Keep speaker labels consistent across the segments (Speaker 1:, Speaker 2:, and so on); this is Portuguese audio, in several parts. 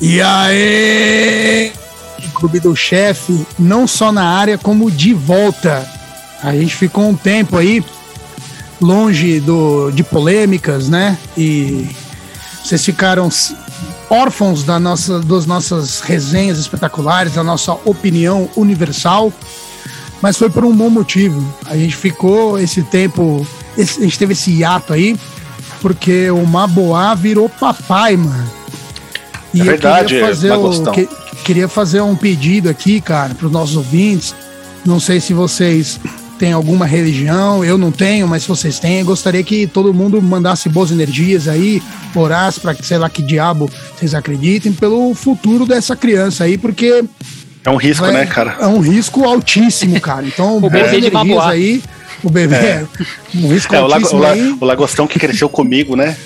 Speaker 1: E aí? Clube do Chefe, não só na área, como de volta. A gente ficou um tempo aí longe do, de polêmicas, né? E vocês ficaram órfãos da nossa, das nossas resenhas espetaculares, da nossa opinião universal, mas foi por um bom motivo. A gente ficou esse tempo, esse, a gente teve esse hiato aí, porque o Maboá virou papai, mano. E
Speaker 2: É verdade,
Speaker 1: eu queria fazer, o,
Speaker 2: Magostão.
Speaker 1: que- queria fazer um pedido aqui, cara, para os nossos ouvintes. Não sei se vocês têm alguma religião, eu não tenho, mas se vocês têm, eu gostaria que todo mundo mandasse boas energias aí, orasse para sei lá que diabo vocês acreditem, pelo futuro dessa criança aí, porque
Speaker 2: É um risco,
Speaker 1: vai-
Speaker 2: né, cara?
Speaker 1: é um risco altíssimo, cara. Então, boas
Speaker 3: bebê de
Speaker 1: energias
Speaker 3: Mabuá.
Speaker 1: aí. O bebê é. um risco
Speaker 2: É, o, lago-
Speaker 1: altíssimo
Speaker 2: o la-
Speaker 1: aí.
Speaker 2: o lagostão que cresceu comigo, né?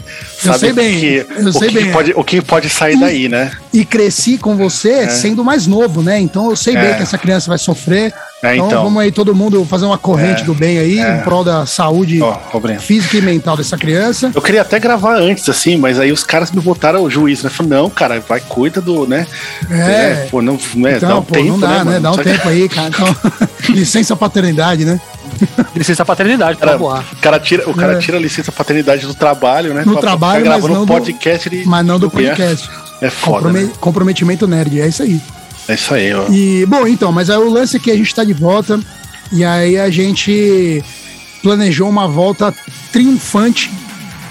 Speaker 1: Eu sei bem,
Speaker 2: que,
Speaker 1: eu
Speaker 2: o
Speaker 1: sei
Speaker 2: que
Speaker 1: bem. é.
Speaker 2: Pode, o que pode sair daí, né?
Speaker 1: E cresci com você
Speaker 2: É.
Speaker 1: sendo mais novo, né? Então eu sei bem que essa criança vai sofrer.
Speaker 2: É,
Speaker 1: então,
Speaker 2: então. É.
Speaker 1: vamos aí todo mundo fazer uma corrente do bem aí, em prol da saúde
Speaker 2: Ó, ó, Breno.
Speaker 1: física e mental dessa criança.
Speaker 2: Eu queria até gravar antes, assim, mas aí os caras me botaram o juiz, né? Falei, não, cara, vai, cuida do, né?
Speaker 1: É.
Speaker 2: Pô, não, né,
Speaker 1: Então,
Speaker 2: dá um
Speaker 1: pô,
Speaker 2: tempo,
Speaker 1: não dá, né?
Speaker 2: mano?
Speaker 1: Dá um
Speaker 2: Só que-
Speaker 1: tempo aí, cara. Então, licença paternidade, né?
Speaker 3: Licença paternidade, pra
Speaker 2: Cara,
Speaker 3: voar.
Speaker 2: o cara tira, o cara
Speaker 1: É.
Speaker 2: tira a licença paternidade do trabalho, né?
Speaker 1: No trabalho, mas
Speaker 2: gravando
Speaker 1: não,
Speaker 2: um podcast
Speaker 1: do,
Speaker 2: de-
Speaker 1: mas não do
Speaker 2: de mulher.
Speaker 1: podcast.
Speaker 2: É foda,
Speaker 1: Comprome-
Speaker 2: né?
Speaker 1: Comprometimento nerd, é isso aí.
Speaker 2: É isso aí, ó.
Speaker 1: E, bom, então, mas aí o lance é que a gente tá de volta e aí a gente planejou uma volta triunfante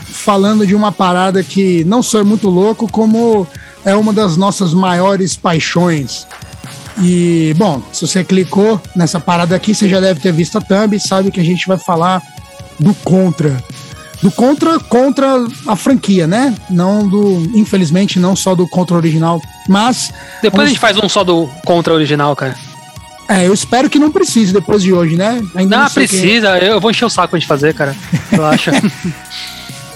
Speaker 1: falando de uma parada que não só é muito louco, como é uma das nossas maiores paixões. E, bom, se você clicou nessa parada aqui, você já deve ter visto a thumb, sabe que a gente vai falar do contra. Do contra contra a franquia, né? Não do, infelizmente, não só do contra original, mas
Speaker 3: Depois
Speaker 1: vamos
Speaker 3: a gente faz um só do contra original, cara.
Speaker 1: é, eu espero que não precise depois de hoje, né? Ainda
Speaker 3: Não,
Speaker 1: sei quem
Speaker 3: precisa, eu vou encher o saco pra gente fazer, cara. Né? Relaxa.
Speaker 1: é.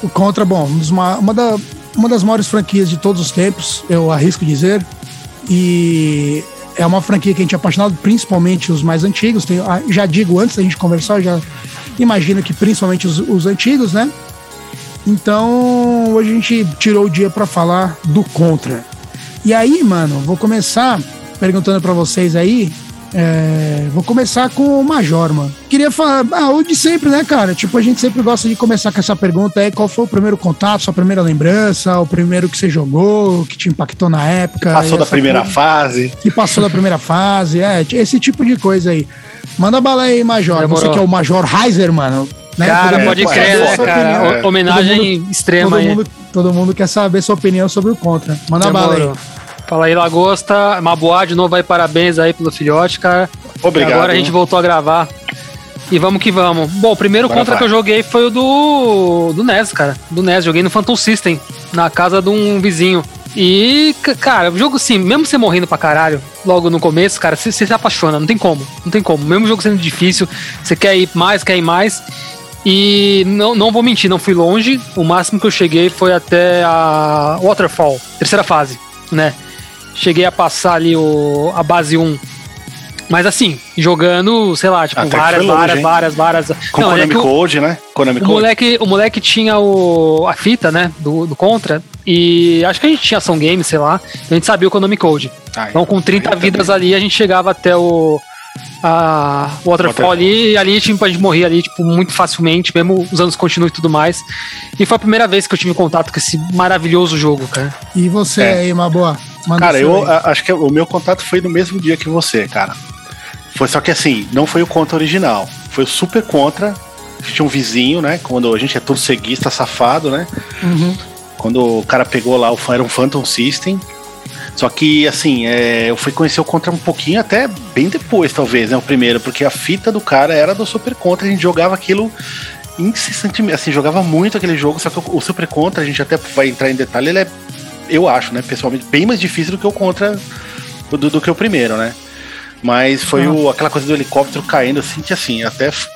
Speaker 1: O Contra, bom, um dos ma- uma, da- uma das maiores franquias de todos os tempos, eu arrisco dizer. E é uma franquia que a gente é apaixonado, principalmente os mais antigos. Tem- ah, já digo antes da gente conversar, eu já imagino que principalmente os, os antigos, né? Então, hoje a gente tirou o dia pra falar do Contra. E aí, mano, vou começar perguntando pra vocês aí. é, vou começar com o Major, mano. Queria falar, ah, o de sempre, né, cara? Tipo, a gente sempre gosta de começar com essa pergunta aí: qual foi o primeiro contato, sua primeira lembrança, o primeiro que você jogou, o que te impactou na época?
Speaker 2: Passou
Speaker 1: e
Speaker 2: da
Speaker 1: essa
Speaker 2: primeira
Speaker 1: coisa.
Speaker 2: fase.
Speaker 1: Que passou da primeira fase, é, t- esse tipo de coisa aí. Manda bala aí, Major.
Speaker 3: Demorou.
Speaker 1: Você que é o Major Heiser, mano. né? Todo
Speaker 3: Cara,
Speaker 1: mundo
Speaker 3: pode
Speaker 1: quer
Speaker 3: crer,
Speaker 1: saber
Speaker 3: né,
Speaker 1: sua
Speaker 3: cara?
Speaker 1: opinião.
Speaker 2: É.
Speaker 3: Ho- Homenagem extrema
Speaker 1: Todo
Speaker 3: aí.
Speaker 1: mundo, todo mundo quer saber sua opinião sobre o Contra. Manda bala
Speaker 3: Demorou.
Speaker 1: aí.
Speaker 3: Fala aí, Lagosta. Maboá, de novo, aí parabéns aí pelo filhote, cara.
Speaker 2: Obrigado.
Speaker 3: E agora a gente voltou a gravar. E vamos que vamos. Bom, o primeiro
Speaker 2: Agora
Speaker 3: contra
Speaker 2: vai.
Speaker 3: que eu joguei foi o do. do NES, cara. Do NES. Joguei no Phantom System, na casa de um vizinho. E, c- cara, o jogo sim, mesmo você morrendo pra caralho, logo no começo, cara, você você se apaixona, não tem como, não tem como. Mesmo o jogo sendo difícil, você quer ir mais, quer ir mais. E não, não vou mentir, não fui longe. O máximo que eu cheguei foi até a Waterfall, terceira fase, né? Cheguei a passar ali o, a base 1. Mas assim, jogando, sei lá, tipo,
Speaker 2: Ah, Até que
Speaker 3: várias,
Speaker 2: foi longe,
Speaker 3: várias,
Speaker 2: hein?
Speaker 3: várias, várias,
Speaker 2: Com
Speaker 3: Não, é
Speaker 2: Konami
Speaker 3: que o-
Speaker 2: Code, né? Konami
Speaker 3: o
Speaker 2: Code.
Speaker 3: moleque, o moleque tinha o, a fita, né? Do, do Contra. E acho que a gente tinha ação game, sei lá. A gente sabia o Konami Code.
Speaker 2: Ah,
Speaker 3: Então, com 30
Speaker 2: aí
Speaker 3: vidas
Speaker 2: também.
Speaker 3: ali, a gente chegava até o. A o Waterfall
Speaker 2: Waterfall.
Speaker 3: ali, e ali tipo, a gente morria ali, tipo, muito facilmente, mesmo usando os continuos e tudo mais. E foi a primeira vez que eu tive contato com esse maravilhoso jogo, cara.
Speaker 1: E você
Speaker 2: É.
Speaker 1: aí, Maboa? Manda
Speaker 2: Cara,
Speaker 1: o seu
Speaker 2: eu
Speaker 1: aí.
Speaker 2: a- acho que o meu contato foi no mesmo dia que você, cara. Foi só que assim, não foi o contra original, foi o super contra. Tinha um vizinho, né? Quando a gente é todo ceguista, safado, né?
Speaker 1: Uhum.
Speaker 2: Quando o cara pegou lá, o fan- era um Phantom System. Só que, assim, é, eu fui conhecer o Contra um pouquinho, até bem depois, talvez, né? O primeiro, porque a fita do cara era do Super Contra, a gente jogava aquilo incessantemente, assim, jogava muito aquele jogo, só que o, o Super Contra, a gente até vai entrar em detalhe, ele é, eu acho, né, pessoalmente, bem mais difícil do que o Contra, do, do que o primeiro, né? Mas foi o- aquela coisa do helicóptero caindo, assim, que assim, até. f-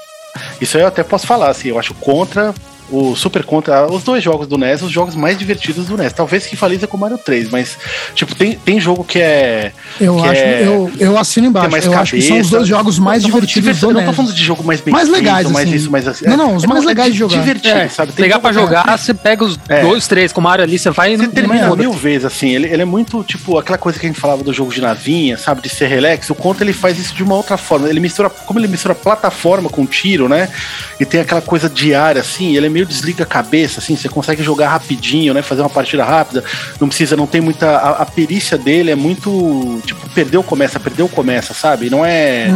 Speaker 2: Isso aí eu até posso falar, assim, eu acho o Contra o Super Contra, os dois jogos do NES, os jogos mais divertidos do NES. Talvez rivaliza com o Mario 3, mas, tipo, tem, tem jogo que é.
Speaker 1: Eu
Speaker 2: que
Speaker 1: acho,
Speaker 2: é-
Speaker 1: eu, eu assino embaixo.
Speaker 2: que é mais
Speaker 1: eu acho que são os
Speaker 2: cabeça.
Speaker 1: dois jogos mais
Speaker 2: Não tô falando de
Speaker 1: divertidos
Speaker 2: diversão,
Speaker 1: do
Speaker 2: Não tô
Speaker 1: NES.
Speaker 2: falando de jogo mais bem
Speaker 1: Mais
Speaker 2: feito,
Speaker 1: legais,
Speaker 2: mais
Speaker 1: assim.
Speaker 2: isso, mais assim.
Speaker 1: Não, não, os
Speaker 2: É,
Speaker 1: mais
Speaker 2: é
Speaker 1: legais de jogar.
Speaker 2: Divertido, sabe? Tem
Speaker 3: Pegar
Speaker 2: jogo
Speaker 3: pra
Speaker 2: que é-
Speaker 3: jogar, você pega os
Speaker 2: É.
Speaker 3: dois, três com o Mario ali, você vai e
Speaker 2: Você
Speaker 3: não
Speaker 2: termina
Speaker 3: foda.
Speaker 2: mil vezes, assim. Ele, ele é muito, tipo, aquela coisa que a gente falava do jogo de navinha, sabe? De ser relax. O Contra ele faz isso de uma outra forma. Ele mistura, como ele mistura plataforma com tiro, né? E tem aquela coisa diária, assim. Ele meio desliga a cabeça, assim. Você consegue jogar rapidinho, né? Fazer uma partida rápida. Não precisa, não tem muita. A, a perícia dele é muito, tipo, perdeu, começa, perdeu, começa, sabe? Não é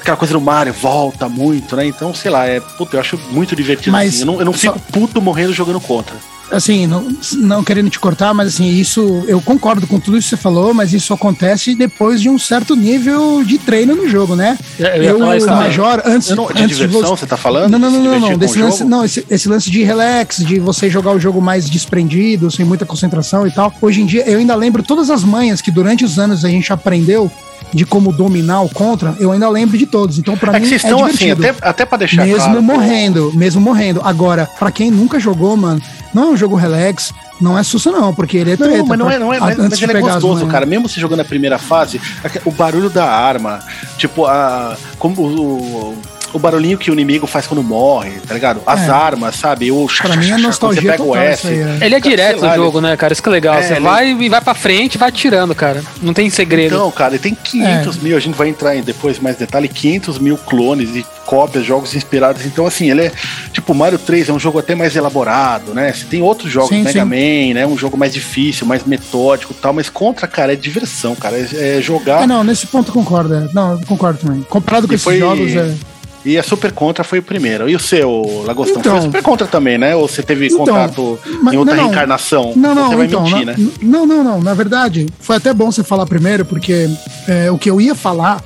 Speaker 2: aquela coisa do Mario, volta muito, né? Então, sei lá, é. Puta, eu acho muito divertido.
Speaker 1: Mas
Speaker 2: assim. Eu não, eu não
Speaker 1: só-
Speaker 2: fico puto morrendo jogando Contra.
Speaker 1: Assim, não, não querendo te cortar, mas assim, isso eu concordo com tudo isso que você falou, mas isso acontece depois de um certo nível de treino no jogo, né?
Speaker 2: É,
Speaker 3: Eu ia falar isso também.
Speaker 1: Major, antes,
Speaker 2: Eu não- de
Speaker 1: antes
Speaker 2: diversão,
Speaker 1: você-
Speaker 2: você tá falando?
Speaker 1: Não, não,
Speaker 2: De se
Speaker 1: não, não,
Speaker 2: divertir
Speaker 1: não.
Speaker 2: com
Speaker 1: Desse
Speaker 2: o
Speaker 1: lance,
Speaker 2: jogo?
Speaker 1: não esse, esse lance de relax, de você jogar o jogo mais desprendido, sem muita concentração e tal. Hoje em dia, eu ainda lembro todas as manhas que durante os anos a gente aprendeu de como dominar o contra, eu ainda lembro de todos. Então, pra
Speaker 2: é
Speaker 1: mim,
Speaker 2: que vocês estão
Speaker 1: é
Speaker 2: assim,
Speaker 1: divertido.
Speaker 2: até, até pra deixar
Speaker 1: mesmo
Speaker 2: claro.
Speaker 1: morrendo, mesmo morrendo. Agora, pra quem nunca jogou, mano, não é um jogo relax, não é susto não, porque ele é
Speaker 2: Não,
Speaker 1: treta.
Speaker 2: mas não é, não é,
Speaker 1: pra-
Speaker 2: mas,
Speaker 1: antes
Speaker 2: mas
Speaker 1: de
Speaker 2: ele é
Speaker 1: pegar as
Speaker 2: gostoso,
Speaker 1: manhas.
Speaker 2: cara. Mesmo se jogando a primeira fase, aque- o barulho da arma, tipo, a. Como o. o- o barulhinho que o inimigo faz quando morre, tá ligado? As
Speaker 1: É.
Speaker 2: armas, sabe? O chá,
Speaker 1: Pra
Speaker 2: chá,
Speaker 1: mim
Speaker 2: chá,
Speaker 1: é
Speaker 2: quando Você
Speaker 1: nostalgia
Speaker 2: pega o
Speaker 1: total isso
Speaker 2: S.
Speaker 1: aí. é.
Speaker 3: Ele é
Speaker 2: Sei
Speaker 3: direto
Speaker 2: lá,
Speaker 3: o jogo, né, cara? Isso que é legal.
Speaker 2: É,
Speaker 3: você
Speaker 2: ele-
Speaker 3: vai e vai pra frente e vai tirando, cara. Não tem segredo.
Speaker 2: Então, cara, e tem 500
Speaker 1: É.
Speaker 2: mil, a gente vai entrar em depois mais detalhe, 500 mil clones e cópias, jogos inspirados. Então, assim, ele é tipo Mario 3 é um jogo até mais elaborado, né? Você tem outros jogos,
Speaker 1: Sim,
Speaker 2: Mega
Speaker 1: sim.
Speaker 2: Man, né? Um jogo mais difícil, mais metódico, e tal. Mas contra, cara, é diversão, cara, é, é jogar.
Speaker 1: É, não, nesse ponto eu concordo. é. Não, eu concordo também. Comparado com
Speaker 2: E
Speaker 1: esses
Speaker 2: foi-
Speaker 1: jogos, é...
Speaker 2: E a Super Contra foi o primeiro. E o seu, Lagostão?
Speaker 1: Então.
Speaker 2: foi a Super Contra também, né? Ou você teve
Speaker 1: Então,
Speaker 2: contato
Speaker 1: mas-
Speaker 2: em outra
Speaker 1: não, não.
Speaker 2: reencarnação?
Speaker 1: Não, não,
Speaker 2: você vai
Speaker 1: então,
Speaker 2: mentir,
Speaker 1: na-
Speaker 2: né?
Speaker 1: não, não, não. Na verdade, foi até bom você falar primeiro, porque é, o que eu ia falar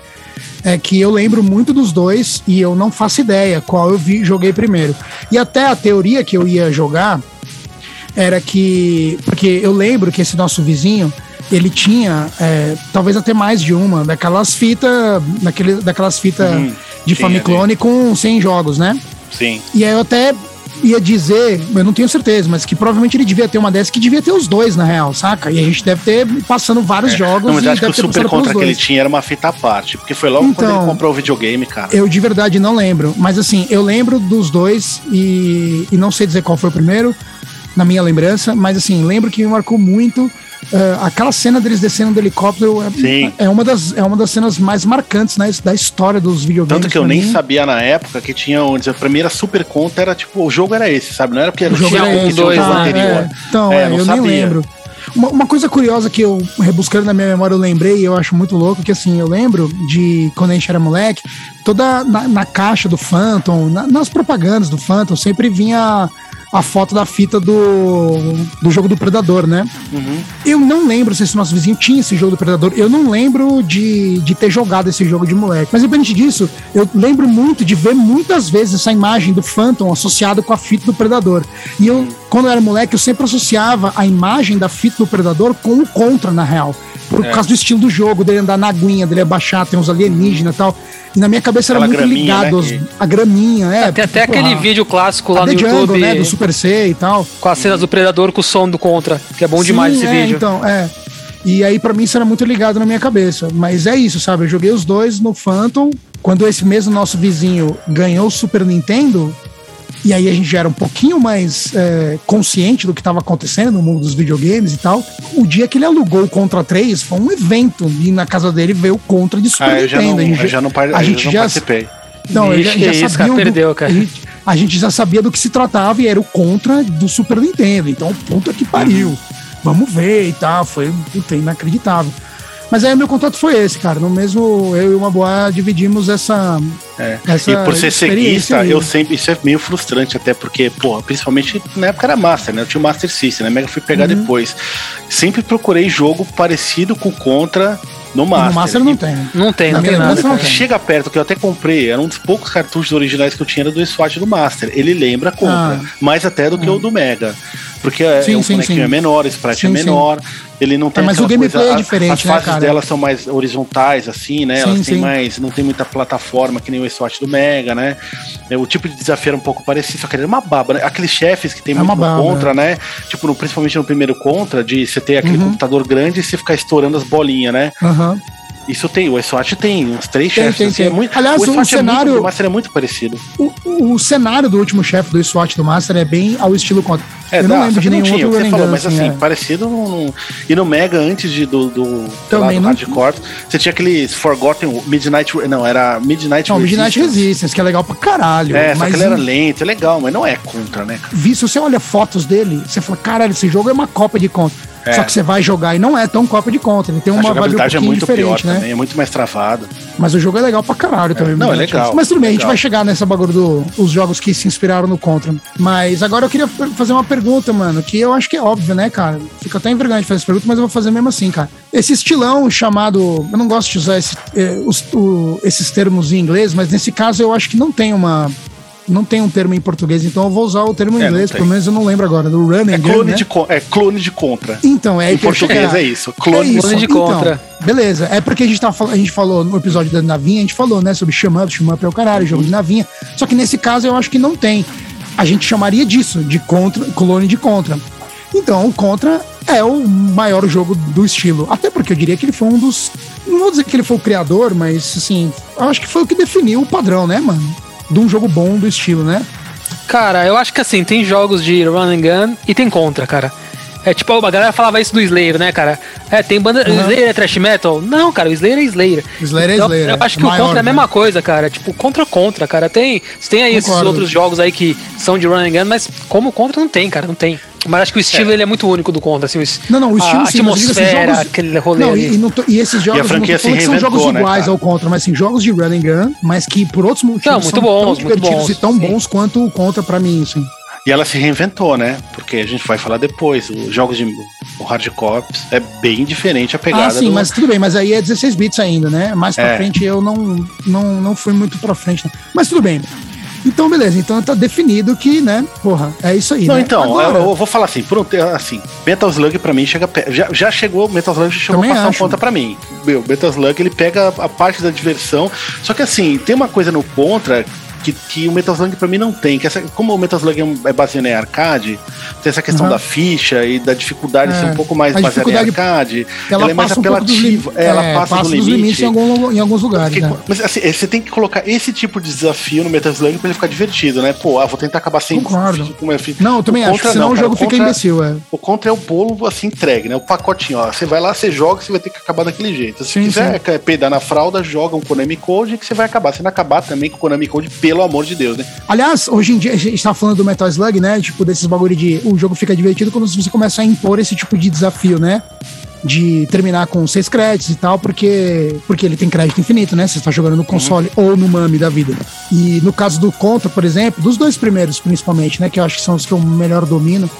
Speaker 1: é que eu lembro muito dos dois e eu não faço ideia qual eu vi, joguei primeiro. E até a teoria que eu ia jogar era que. Porque eu lembro que esse nosso vizinho. Ele tinha, é, talvez até mais de uma, daquelas fitas, daquele, daquelas fitas
Speaker 2: Uhum,
Speaker 1: de
Speaker 2: tinha, né?
Speaker 1: Famiclone com 100 jogos, né?
Speaker 2: Sim.
Speaker 1: E aí eu até ia dizer, eu não tenho certeza, mas que provavelmente ele devia ter uma dessas que devia ter os dois, na real, saca? E a gente deve ter passando vários jogos
Speaker 2: É. Não, mas
Speaker 1: e
Speaker 2: acho que
Speaker 1: deve
Speaker 2: o
Speaker 1: ter
Speaker 2: Super
Speaker 1: passado
Speaker 2: Contra
Speaker 1: pelos
Speaker 2: que ele
Speaker 1: dois.
Speaker 2: tinha era uma fita à parte, porque foi logo quando
Speaker 1: Então.
Speaker 2: ele comprou o videogame, cara.
Speaker 1: Eu de verdade não lembro, mas assim, eu lembro dos dois e, e não sei dizer qual foi o primeiro, na minha lembrança, mas assim, lembro que me marcou muito eh, aquela cena deles descendo do helicóptero. é-
Speaker 2: Sim.
Speaker 1: É, uma das, é uma das cenas mais marcantes né, da história dos videogames.
Speaker 2: Tanto que eu
Speaker 1: pra
Speaker 2: nem
Speaker 1: mim.
Speaker 2: sabia na época que tinha onde a primeira super conta era tipo, o jogo era esse, sabe? Não era porque era
Speaker 1: O jogo
Speaker 2: tinha
Speaker 1: era
Speaker 2: um
Speaker 1: esse,
Speaker 2: jogo
Speaker 3: tá,
Speaker 2: anterior.
Speaker 1: é. Então,
Speaker 2: É,
Speaker 1: é,
Speaker 2: não
Speaker 1: eu
Speaker 2: sabia.
Speaker 1: nem lembro. Uma, uma coisa curiosa que eu, rebuscando na minha memória, eu lembrei e eu acho muito louco, que assim, eu lembro de quando a gente era moleque, toda na, na caixa do Phantom, na- nas propagandas do Phantom, sempre vinha a, foto da fita do, do jogo do Predador, né? Eu não lembro se esse nosso vizinho tinha esse jogo do Predador. Eu não lembro de, de ter jogado esse jogo de moleque. Mas, independente disso, eu lembro muito de ver muitas vezes essa imagem do Phantom associado com a fita do Predador. E eu, quando eu era moleque, eu sempre associava a imagem da fita do Predador com o Contra, na real.
Speaker 2: É.
Speaker 1: Por causa do estilo do jogo, dele andar na aguinha, dele abaixar, tem uns alienígenas e tal. E na minha cabeça era
Speaker 2: Aquela
Speaker 1: muito
Speaker 2: graminha,
Speaker 1: ligado
Speaker 2: né,
Speaker 1: aos-
Speaker 2: que-
Speaker 1: a graminha, é.
Speaker 3: Tem até
Speaker 1: porra,
Speaker 3: aquele vídeo clássico lá
Speaker 1: a
Speaker 3: no
Speaker 1: The Jungle,
Speaker 3: YouTube
Speaker 1: né, do Super C e tal.
Speaker 3: com as cenas do Predador com o som do Contra, que é bom
Speaker 1: Sim,
Speaker 3: demais esse
Speaker 1: é,
Speaker 3: vídeo.
Speaker 1: Então, é. E aí, pra mim, isso era muito ligado na minha cabeça. Mas é isso, sabe? Eu joguei os dois no Phantom. Quando esse mesmo nosso vizinho ganhou o Super Nintendo, e aí a gente já era um pouquinho mais é, consciente do que estava acontecendo no mundo dos videogames e tal. O dia que ele alugou o Contra 3 foi um evento. E na casa dele veio o Contra de Super
Speaker 2: Ah, eu já
Speaker 1: Nintendo.
Speaker 2: não,
Speaker 1: a gente
Speaker 2: eu já não, par-
Speaker 1: a
Speaker 2: eu
Speaker 1: gente
Speaker 2: já não
Speaker 1: já-
Speaker 2: participei.
Speaker 1: não, ele
Speaker 3: Vixe,
Speaker 1: já,
Speaker 3: que
Speaker 1: já
Speaker 3: isso, cara,
Speaker 1: sabia. um
Speaker 3: perdeu, cara.
Speaker 1: A gente, a gente já sabia do que se tratava e era o contra do Super Nintendo. Então, puta que pariu. Vamos ver e tal. Foi puta, inacreditável. Mas aí meu contato foi esse, cara. No mesmo, eu e uma boa dividimos essa.
Speaker 2: É.
Speaker 1: essa
Speaker 2: e por ser
Speaker 1: experiência
Speaker 2: ceguista,
Speaker 1: aí.
Speaker 2: eu sempre. Isso é meio frustrante, até porque, porra, principalmente na época era Master, né? Eu tinha o Master System, né? Mega fui pegar
Speaker 1: Uhum.
Speaker 2: depois. Sempre procurei jogo parecido com Contra no Master.
Speaker 1: No Master
Speaker 2: E,
Speaker 1: não tem.
Speaker 3: Não tem, não,
Speaker 1: Na
Speaker 3: tem
Speaker 1: minha
Speaker 3: nada.
Speaker 1: lembrança, não
Speaker 3: cara.
Speaker 1: tem.
Speaker 2: Chega perto, que eu até comprei, era um dos poucos cartuchos originais que eu tinha era do SWAT do Master. Ele lembra a compra,
Speaker 1: Ah.
Speaker 2: mais até do que o do Mega. Porque é
Speaker 1: Sim,
Speaker 2: um
Speaker 1: sim,
Speaker 2: bonequinho
Speaker 1: sim.
Speaker 2: é menor, o sprite
Speaker 1: Sim,
Speaker 2: é
Speaker 1: sim.
Speaker 2: menor, ele não tem
Speaker 1: mas o
Speaker 2: aquela
Speaker 1: gameplay é
Speaker 2: a-
Speaker 1: diferente,
Speaker 2: As
Speaker 1: né,
Speaker 2: faces
Speaker 1: cara?
Speaker 2: delas são mais horizontais, assim, né?
Speaker 1: Sim,
Speaker 2: Elas têm
Speaker 1: sim.
Speaker 2: mais. Não tem muita plataforma que nem o SWAT do Mega, né? É, O tipo de desafio era um pouco parecido, só que ele é uma baba, né? Aqueles chefes que tem
Speaker 1: É
Speaker 2: muito
Speaker 1: uma
Speaker 2: no
Speaker 1: baba.
Speaker 2: contra, né? Tipo, no- principalmente no primeiro contra, de você ter aquele
Speaker 1: Uhum.
Speaker 2: computador grande e você ficar estourando as bolinhas, né?
Speaker 1: Aham.
Speaker 2: Isso tem, o SWAT tem uns três
Speaker 1: Tem,
Speaker 2: chefes.
Speaker 1: tem,
Speaker 2: assim,
Speaker 1: tem.
Speaker 2: É muito,
Speaker 1: Aliás,
Speaker 2: o
Speaker 1: o
Speaker 2: SWAT é
Speaker 1: cenário-
Speaker 2: muito, mas ele é muito parecido.
Speaker 1: O, o- o cenário do último chefe do SWAT do Master é bem ao estilo contra.
Speaker 2: É,
Speaker 1: eu
Speaker 2: dá,
Speaker 1: não
Speaker 2: só
Speaker 1: lembro
Speaker 2: que
Speaker 1: de nenhum
Speaker 2: tinha,
Speaker 1: outro é.
Speaker 2: o que você
Speaker 1: Running
Speaker 2: falou,
Speaker 1: Gun,
Speaker 2: mas assim, parecido no, no- E no Mega, antes de, do, do, sei lá,
Speaker 1: Também
Speaker 2: do
Speaker 1: não-
Speaker 2: Hardcore, você tinha aqueles Forgotten Midnight. Não, era Midnight
Speaker 1: Não, Midnight Resistance, que é legal pra caralho.
Speaker 2: É, só
Speaker 1: mas
Speaker 2: que ele era lento, é legal, mas não é contra, né? cara?
Speaker 1: vi, se você olha fotos dele, você fala, caralho, esse jogo é uma cópia de contra.
Speaker 2: É.
Speaker 1: Só que você vai jogar e não é tão cópia de contra. Ele tem
Speaker 2: A
Speaker 1: uma vibe um
Speaker 2: jogabilidade é
Speaker 1: pouquinho
Speaker 2: muito pior
Speaker 1: diferente, né?
Speaker 2: também, é muito mais travado.
Speaker 1: Mas o jogo é legal pra caralho também.
Speaker 2: não, é
Speaker 1: Midnight
Speaker 2: legal,
Speaker 1: Resistance. Mas tudo bem, a gente
Speaker 2: legal.
Speaker 1: vai chegar nessa bagulho dos jogos que se inspiraram no Contra. Mas agora eu queria f- fazer uma pergunta, mano, que eu acho que é óbvio, né, cara? Fico até envergonhado de fazer essa pergunta, mas eu vou fazer mesmo assim, cara. Esse estilão chamado. Eu não gosto de usar esse- eh, os- o- esses termos em inglês, mas nesse caso eu acho que não tem uma. Não tem um termo em português, então eu vou usar o termo em
Speaker 2: É, não
Speaker 1: inglês,
Speaker 2: tem.
Speaker 1: pelo menos eu não lembro agora, do running
Speaker 2: É
Speaker 1: gun,
Speaker 2: clone,
Speaker 1: né?
Speaker 2: de, con- é clone de contra.
Speaker 1: Então, é
Speaker 2: Em
Speaker 1: aí que eu ia
Speaker 2: português
Speaker 1: chegar. então,
Speaker 2: é isso, clone-
Speaker 3: clone de contra.
Speaker 1: Beleza, é porque a gente, tava, fal- a gente falou no episódio da navinha, a gente falou, né, sobre chamando, chamando é o caralho, jogo de navinha. Só que nesse caso eu acho que não tem. A gente chamaria disso, de contra, clone de contra. Então, o Contra é o maior jogo do estilo. Até porque eu diria que ele foi um dos. Não vou dizer que ele foi o criador, mas assim, eu acho que foi o que definiu o padrão, né, mano? De um jogo bom do estilo, né?
Speaker 3: Cara, eu acho que assim, tem jogos de run and gun e tem contra, cara. É tipo, a galera falava isso do Slayer, né, cara? É, tem banda.
Speaker 1: Uhum.
Speaker 3: Slayer é thrash metal? Não, cara, o Slayer é Slayer.
Speaker 1: Slayer é Slayer,
Speaker 3: Eu acho que
Speaker 1: é
Speaker 3: o
Speaker 1: maior,
Speaker 3: contra é a
Speaker 1: né?
Speaker 3: mesma coisa, cara. Tipo, contra contra, cara. Tem, tem aí esses
Speaker 1: Concordo.
Speaker 3: outros jogos aí que são de run and gun, mas como contra não tem, cara, não tem. Mas acho que o estilo ele é muito único do contra, assim. o es-
Speaker 1: Não, não, o estilo
Speaker 3: a
Speaker 1: sim, mas eu digo assim,
Speaker 3: atmosfera, aquele rolê
Speaker 1: Não,
Speaker 3: ali.
Speaker 1: e, e não tô- e esses jogos não
Speaker 2: franquia
Speaker 1: tô falando
Speaker 2: se
Speaker 1: que são jogos
Speaker 2: reinventou, né,
Speaker 1: iguais
Speaker 2: cara?
Speaker 1: ao Contra, mas sim, jogos de run and gun, mas que por outros motivos
Speaker 3: Não, muito
Speaker 1: são
Speaker 3: bons,
Speaker 1: tão
Speaker 3: muito
Speaker 1: divertidos
Speaker 3: bons,
Speaker 1: e tão
Speaker 3: sim.
Speaker 1: bons quanto o Contra pra mim, assim.
Speaker 2: E ela se reinventou, né? Porque a gente vai falar depois. Os jogos de o Hard Corps é bem diferente a pegada
Speaker 1: Ah, sim,
Speaker 2: do-
Speaker 1: mas tudo bem, mas aí é 16 bits ainda, né? Mais pra
Speaker 2: É.
Speaker 1: frente eu não, não, não fui muito pra frente, né? Mas tudo bem. Então, beleza, então tá definido que, né, porra, é isso aí,
Speaker 2: Não,
Speaker 1: né?
Speaker 2: então,
Speaker 1: Agora,
Speaker 2: eu, eu vou falar assim, por um te- assim, Metal Slug pra mim chega pe- já, já chegou, Metal Slug chegou
Speaker 1: Também
Speaker 2: a passar
Speaker 1: acho.
Speaker 2: um ponta pra mim. Meu, Metal Slug ele pega a, a parte da diversão, só que assim, tem uma coisa no contra que, que o Metal Slug pra mim não tem, que essa, como o Metal Slug é, um- é baseado em arcade, tem essa questão
Speaker 1: Aham.
Speaker 2: da ficha e da dificuldade
Speaker 1: É,
Speaker 2: ser um pouco mais
Speaker 1: a
Speaker 2: baseada em
Speaker 1: dificuldade-
Speaker 2: arcade,
Speaker 1: ela,
Speaker 2: ela, é mais
Speaker 1: passa um pouco dos lim-
Speaker 2: apelativa, é, ela
Speaker 1: é,
Speaker 2: passa, do
Speaker 1: dos limites
Speaker 2: limite.
Speaker 1: em, algum- em alguns lugares,
Speaker 2: Porque,
Speaker 1: né?
Speaker 2: Mas assim, é, você tem que colocar esse tipo de desafio no Metal Slug pra ele ficar divertido, né? Pô, ah, vou tentar acabar sem.
Speaker 1: Concordo.
Speaker 2: com- enfim.
Speaker 1: Não, eu também
Speaker 2: O
Speaker 1: acho, que
Speaker 2: Contra
Speaker 1: senão
Speaker 2: não,
Speaker 1: o
Speaker 2: cara,
Speaker 1: jogo
Speaker 2: o
Speaker 1: fica
Speaker 2: Contra-
Speaker 1: imbecil, é.
Speaker 2: O contra é o bolo assim entregue, né? O pacotinho, ó. Você vai lá, você joga, você vai ter que acabar daquele jeito. Se
Speaker 1: Sim,
Speaker 2: quiser é, peidar na fralda, joga um Konami Code que você vai acabar. Se não acabar também com o Konami Code, pelo amor de Deus, né?
Speaker 1: Aliás, hoje em dia a gente tá falando do Metal Slug, né? Tipo, desses bagulho de. O jogo fica divertido quando você começa a impor esse tipo de desafio, né? De terminar com seis créditos e tal, porque porque ele tem crédito infinito, né? Você está jogando no console ou no mami da vida. E no caso do Contra, por exemplo, dos dois primeiros principalmente, né? Que eu acho que são os que eu melhor domino.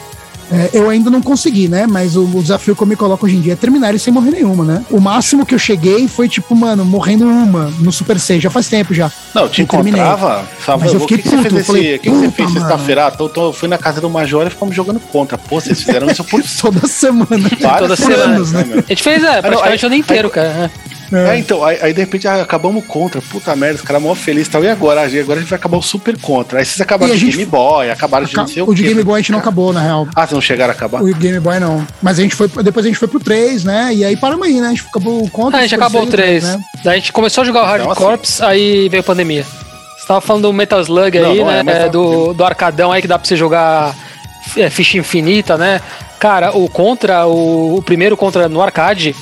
Speaker 1: é, eu ainda não consegui, né? Mas o, o desafio que eu me coloco hoje em dia é terminar ele sem morrer nenhuma, né? O máximo que eu cheguei foi, tipo, mano, morrendo uma no Super 6, já faz tempo já.
Speaker 2: Não, eu te
Speaker 1: Eu terminei.
Speaker 2: encontrava, sabe?
Speaker 1: Mas eu
Speaker 2: o que,
Speaker 1: fiquei
Speaker 2: que você
Speaker 1: puto,
Speaker 2: fez
Speaker 1: eu
Speaker 2: esse.
Speaker 1: falei,
Speaker 2: O que, que você
Speaker 1: "Puta,
Speaker 2: fez
Speaker 1: mano."
Speaker 2: sexta-feira? Ah, tô, tô- eu fui na casa do Major e ficamos jogando contra. Pô, vocês fizeram isso por
Speaker 1: Toda semana.
Speaker 2: várias
Speaker 3: Toda
Speaker 2: semanas,
Speaker 1: semana.
Speaker 2: né, meu?
Speaker 3: A gente fez é, praticamente o
Speaker 2: aí-
Speaker 3: ano inteiro, cara.
Speaker 2: É, então, aí, aí de repente ah, acabamos contra, puta merda, os caras mó feliz e tal. E agora? Ah, Agora a gente vai acabar o super contra. Aí vocês acabaram
Speaker 1: E a
Speaker 2: de
Speaker 1: gente-
Speaker 2: Game Boy, acabaram de não sei o,
Speaker 1: o de
Speaker 2: quê.
Speaker 1: Game Boy a gente não acabou, na real.
Speaker 2: Ah, vocês não chegaram a acabar?
Speaker 1: O Game Boy não. Mas a gente foi. Depois a gente foi pro 3, né? E aí paramos aí, né? A gente acabou o contra.
Speaker 3: Ah, a gente
Speaker 1: Super
Speaker 3: acabou o
Speaker 1: Series,
Speaker 3: 3.
Speaker 1: né?
Speaker 3: Daí a gente começou a jogar o Hard
Speaker 2: Então, assim-
Speaker 3: Corps, aí veio a pandemia. Você tava falando do Metal Slug aí,
Speaker 2: Não, não é,
Speaker 3: né?
Speaker 2: mas
Speaker 3: é,
Speaker 2: tá-
Speaker 3: do, do arcadão aí que dá pra você jogar é, ficha infinita, né? Cara, o contra, o, o primeiro contra no arcade.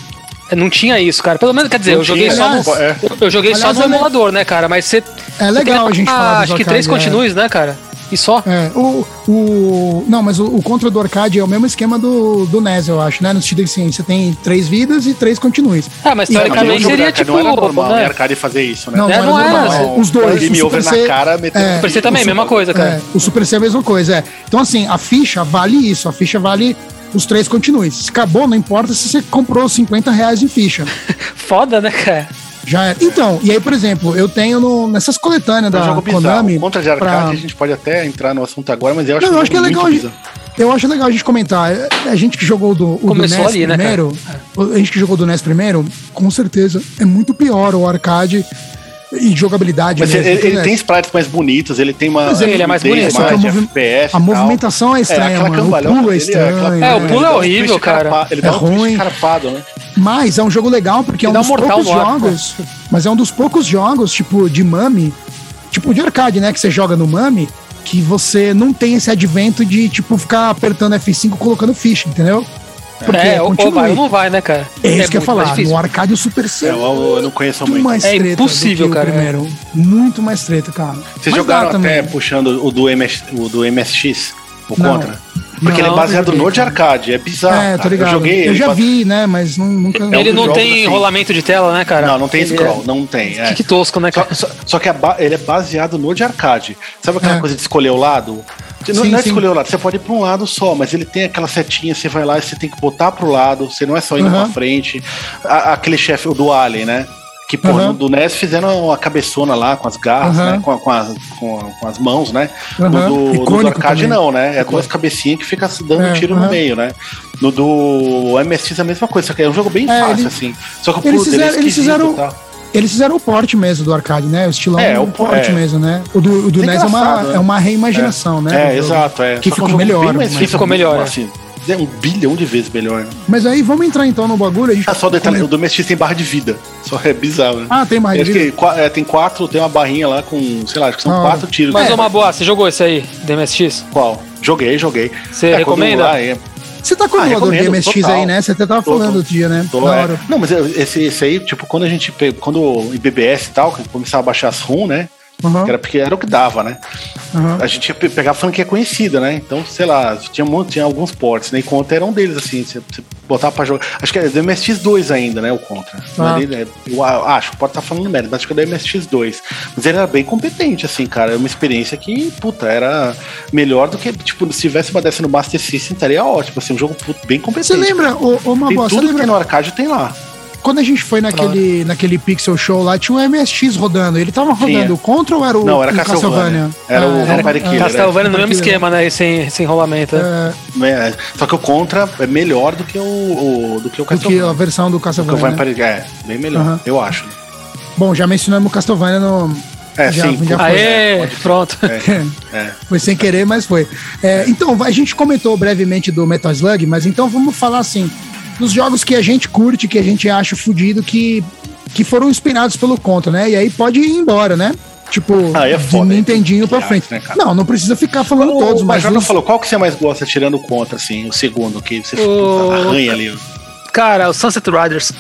Speaker 3: é, Não tinha isso, cara. Pelo menos, quer dizer,
Speaker 2: Não
Speaker 3: eu joguei,
Speaker 2: tinha,
Speaker 3: só,
Speaker 1: aliás,
Speaker 3: no,
Speaker 2: é.
Speaker 3: eu- eu joguei só
Speaker 1: Aliás,
Speaker 3: no
Speaker 1: olha-
Speaker 3: emulador, né, cara? Mas você.
Speaker 1: É
Speaker 3: você tem
Speaker 1: legal
Speaker 3: que
Speaker 1: a gente
Speaker 3: colocar,
Speaker 1: falar dos
Speaker 3: Acho que
Speaker 1: arcade,
Speaker 3: três
Speaker 1: é.
Speaker 3: continues, né, cara? E só.
Speaker 1: É, o, o. Não, mas o, o contra do arcade é o mesmo esquema do, do NES, eu acho, né? No sentido que assim, você tem três vidas e três continues.
Speaker 3: Ah, mas
Speaker 1: E-
Speaker 3: teoricamente
Speaker 2: Mas o jogo
Speaker 3: seria
Speaker 2: da arcade não era
Speaker 3: tipo,
Speaker 2: normal,
Speaker 3: né?
Speaker 2: né? arcade fazer isso, né?
Speaker 1: Não,
Speaker 3: É,
Speaker 1: não,
Speaker 3: não
Speaker 1: era
Speaker 3: era,
Speaker 1: normal.
Speaker 2: assim,
Speaker 1: Os dois.
Speaker 2: um game
Speaker 1: o
Speaker 2: over
Speaker 1: Super
Speaker 2: na
Speaker 1: C-
Speaker 2: cara, meteu-
Speaker 1: é,
Speaker 3: Super C também,
Speaker 1: o
Speaker 3: mesma coisa, cara.
Speaker 1: é, o Super C é a mesma coisa, é. Então, assim, a ficha vale isso. A ficha vale os três continues. Se acabou, não importa se você comprou 50 reais em ficha.
Speaker 3: Foda, né, cara?
Speaker 1: Já era. Então, e aí, por exemplo, eu tenho no- nessas coletâneas
Speaker 2: É um
Speaker 1: da
Speaker 2: jogo bizarro.
Speaker 1: Konami.
Speaker 2: Contra de arcade,
Speaker 1: pra-
Speaker 2: a gente pode até entrar no assunto agora, mas eu acho,
Speaker 1: Não, eu
Speaker 2: um
Speaker 1: acho que é
Speaker 2: jogo
Speaker 1: legal.
Speaker 2: muito
Speaker 1: a gente-
Speaker 2: bizarro.
Speaker 1: Eu acho legal a gente comentar. É, A gente que jogou do, o do NES
Speaker 3: Começou ali, né,
Speaker 1: primeiro, a gente que jogou do NES primeiro, com certeza é muito pior o arcade e jogabilidade.
Speaker 2: Mas
Speaker 1: mesmo, né?
Speaker 2: ele, ele-
Speaker 1: do
Speaker 2: ele
Speaker 1: NES.
Speaker 2: tem sprites mais bonitos, ele tem uma.
Speaker 3: Mas ele é mais
Speaker 2: fluidez,
Speaker 3: bonito, só que a
Speaker 2: mais
Speaker 1: movi-
Speaker 2: FPS e
Speaker 1: a
Speaker 2: tal.
Speaker 1: movimentação é estranha,
Speaker 2: aquela
Speaker 1: mano. O
Speaker 2: cambalhota
Speaker 1: pulo é
Speaker 2: dele, aquela-
Speaker 1: estranho.
Speaker 3: É, o pulo
Speaker 2: ele
Speaker 3: é
Speaker 2: dá um
Speaker 3: horrível,
Speaker 2: twist
Speaker 3: cara.
Speaker 2: carpa- Ele
Speaker 1: É
Speaker 2: dá um twist
Speaker 1: ruim.
Speaker 2: carpado, né?
Speaker 1: Mas é um jogo legal, porque é um
Speaker 3: Ele dá
Speaker 1: dos
Speaker 3: um mortal
Speaker 1: poucos
Speaker 3: no ar,
Speaker 1: jogos. Mas é um dos poucos jogos, tipo, de mami, tipo de arcade, né? Que você joga no mami, que você não tem esse advento de, tipo, ficar apertando F5 colocando ficha, entendeu? Porque
Speaker 3: é, ou, ou
Speaker 1: continue.
Speaker 3: vai ou não vai, né, cara?
Speaker 1: É isso que eu ia
Speaker 3: muito mais
Speaker 1: falar.
Speaker 3: difícil.
Speaker 1: No arcade o Super
Speaker 2: É, Eu,
Speaker 1: Saiyan.
Speaker 2: eu não conheço
Speaker 1: Muito
Speaker 2: muito.
Speaker 1: mais
Speaker 3: É
Speaker 1: treta do
Speaker 3: impossível,
Speaker 1: que o
Speaker 3: cara, é.
Speaker 1: Primeiro. Muito mais treta, cara.
Speaker 2: Vocês
Speaker 1: Mas
Speaker 2: jogaram
Speaker 1: dá
Speaker 2: até
Speaker 1: também.
Speaker 2: puxando o do, MS, o do MSX? O
Speaker 1: Não.
Speaker 2: Contra? Porque
Speaker 1: Não,
Speaker 2: ele é
Speaker 1: eu
Speaker 2: baseado
Speaker 1: joguei,
Speaker 2: no de
Speaker 1: cara.
Speaker 2: arcade, é bizarro.
Speaker 1: é,
Speaker 2: cara.
Speaker 1: tô ligado.
Speaker 2: Eu joguei
Speaker 1: já
Speaker 2: base-
Speaker 1: vi, né? Mas não, nunca.
Speaker 2: É um
Speaker 3: Ele
Speaker 2: dos
Speaker 3: não
Speaker 2: jogos,
Speaker 3: tem
Speaker 2: assim.
Speaker 3: rolamento de tela, né, cara?
Speaker 2: Não, não tem
Speaker 3: Ele
Speaker 2: scroll,
Speaker 3: é-
Speaker 2: não tem. é.
Speaker 3: Que, que tosco, né,
Speaker 2: Só,
Speaker 3: cara?
Speaker 2: só- só que é ba- ele é baseado no de arcade. Sabe aquela
Speaker 1: É.
Speaker 2: coisa de escolher o lado? Não,
Speaker 1: Sim,
Speaker 2: não é
Speaker 1: sim.
Speaker 2: escolher o lado, você pode ir pra um lado só, mas ele tem aquela setinha, você vai lá e você tem que botar pro lado, você não é só indo
Speaker 1: Aham.
Speaker 2: pra frente. A- aquele chefe, o do Alien, né? Que, pô,
Speaker 1: Aham.
Speaker 2: no do NES fizeram uma cabeçona lá com as garras,
Speaker 1: Aham.
Speaker 2: né? Com, a- com as, com, a- com as mãos, né?
Speaker 1: Aham.
Speaker 2: No do- No, do
Speaker 1: Icônico
Speaker 2: arcade
Speaker 1: também.
Speaker 2: não, né? É duas cabecinhas que fica dando
Speaker 1: É,
Speaker 2: tiro
Speaker 1: aham.
Speaker 2: no meio, né? No do MSX é a mesma coisa, só que é um jogo bem
Speaker 1: É,
Speaker 2: fácil,
Speaker 1: ele-
Speaker 2: assim. Só que o
Speaker 1: Eles
Speaker 2: pulo dele é
Speaker 1: fizeram, eles,
Speaker 2: esquisito
Speaker 1: fizeram,
Speaker 2: e tal.
Speaker 1: eles fizeram o porte mesmo do arcade, né? O estilão
Speaker 2: É,
Speaker 1: é, o
Speaker 2: o po-
Speaker 1: porte
Speaker 2: é.
Speaker 1: mesmo, né? O do, o do
Speaker 2: É
Speaker 1: NES é uma,
Speaker 2: engraçado, né?
Speaker 1: é uma reimaginação, né?
Speaker 2: É,
Speaker 1: do jogo.
Speaker 2: exato. É.
Speaker 1: Que
Speaker 2: Só
Speaker 1: ficou
Speaker 2: é um jogo
Speaker 1: melhor,
Speaker 2: bem mais
Speaker 1: mas-
Speaker 2: difícil,
Speaker 3: Ficou melhor, é.
Speaker 2: Assim, é um bilhão de vezes melhor. Né?
Speaker 1: Mas aí vamos entrar então no bagulho. A gente
Speaker 2: Ah, só detalhe, o Domestic tem barra de vida. Só é bizarro, né?
Speaker 1: é? Ah, tem mais.
Speaker 2: Acho que qua- é, tem quatro, tem uma barrinha lá com, sei lá, acho que são
Speaker 1: Ah.
Speaker 2: quatro tiros.
Speaker 3: Mas,
Speaker 2: É,
Speaker 3: ô Maboá, você jogou esse aí, DMSX?
Speaker 2: qual? Joguei, joguei.
Speaker 3: Você
Speaker 2: quando
Speaker 3: recomenda?
Speaker 2: lá, é,
Speaker 1: Você tá com o
Speaker 2: Ah,
Speaker 1: emulador de
Speaker 2: recomendo,
Speaker 1: MSX aí,
Speaker 2: total.
Speaker 1: né? Você até tava
Speaker 2: Tô,
Speaker 1: falando
Speaker 2: tô.
Speaker 1: outro dia, né?
Speaker 2: Tô,
Speaker 1: da
Speaker 2: é.
Speaker 1: hora.
Speaker 2: Não, mas eu- esse, esse aí, tipo, quando a gente pegou, quando o IBBS e tal, que começava a baixar as ROM, né?
Speaker 1: Aham,
Speaker 2: Que era porque era o que dava, né?
Speaker 1: aham.
Speaker 2: A gente ia pe- pegar franquia conhecida, né? Então, sei lá, tinha, um monte- tinha alguns portes, né? E Contra era um deles, assim, você você botava pra jogar. Acho que é do MSX2 ainda, né? O Contra. Não é
Speaker 1: Ah.
Speaker 2: nem- é- eu a- acho, pode estar falando merda, mas acho que é do MSX2. Mas ele era bem competente, assim, cara. É uma experiência que, puta, era melhor do que, tipo, se tivesse uma dessa no Master System, estaria ótimo. Assim, um jogo puto, bem competente.
Speaker 1: Você lembra, ô, ô
Speaker 2: Tem
Speaker 1: Mabó, você
Speaker 2: tudo que Tá tem
Speaker 1: lembra
Speaker 2: no arcade, tem lá.
Speaker 1: quando a gente foi naquele, naquele Pixel Show lá, tinha um MSX rodando. Ele tava rodando
Speaker 2: Tinha.
Speaker 1: o Contra ou era o,
Speaker 2: Não, era
Speaker 1: o
Speaker 2: Castlevania. Era o
Speaker 1: Ah,
Speaker 2: Vampire Killer. né?
Speaker 3: Castlevania no
Speaker 1: Vampiro.
Speaker 3: mesmo esquema, né? Sem, sem rolamento. né?
Speaker 1: é,
Speaker 2: É, Só que o Contra é melhor do que o, o- do que o
Speaker 1: do É, que a
Speaker 2: Castlevania.
Speaker 1: versão do
Speaker 2: Do que o
Speaker 1: Castlevania. né?
Speaker 2: Vampire É, bem melhor,
Speaker 1: Aham.
Speaker 2: eu acho. né?
Speaker 1: Bom, já mencionamos o Castlevania no.
Speaker 2: É,
Speaker 1: Já-
Speaker 2: sim.
Speaker 1: já
Speaker 2: pô,
Speaker 1: foi.
Speaker 2: é,
Speaker 3: Aê, pronto.
Speaker 2: é.
Speaker 1: Foi sem querer, mas foi. É, então, a gente comentou brevemente do Metal Slug, mas então vamos falar assim: dos jogos que a gente curte, que a gente acha fudido, que, que foram inspirados pelo conto, né? E aí pode ir embora, né? Tipo,
Speaker 2: Ah, aí é
Speaker 1: de
Speaker 2: foda, hein?
Speaker 1: Nintendinho
Speaker 2: Que
Speaker 1: pra
Speaker 2: arte,
Speaker 1: frente.
Speaker 2: né, cara?
Speaker 1: não, não precisa ficar falando todos,
Speaker 2: o
Speaker 1: mas.
Speaker 2: Major não
Speaker 1: os-
Speaker 2: falou, qual que você mais gosta tirando o contra, assim, o segundo, que você
Speaker 3: O-
Speaker 2: puta, arranha ali.
Speaker 3: Cara, o Sunset Riders.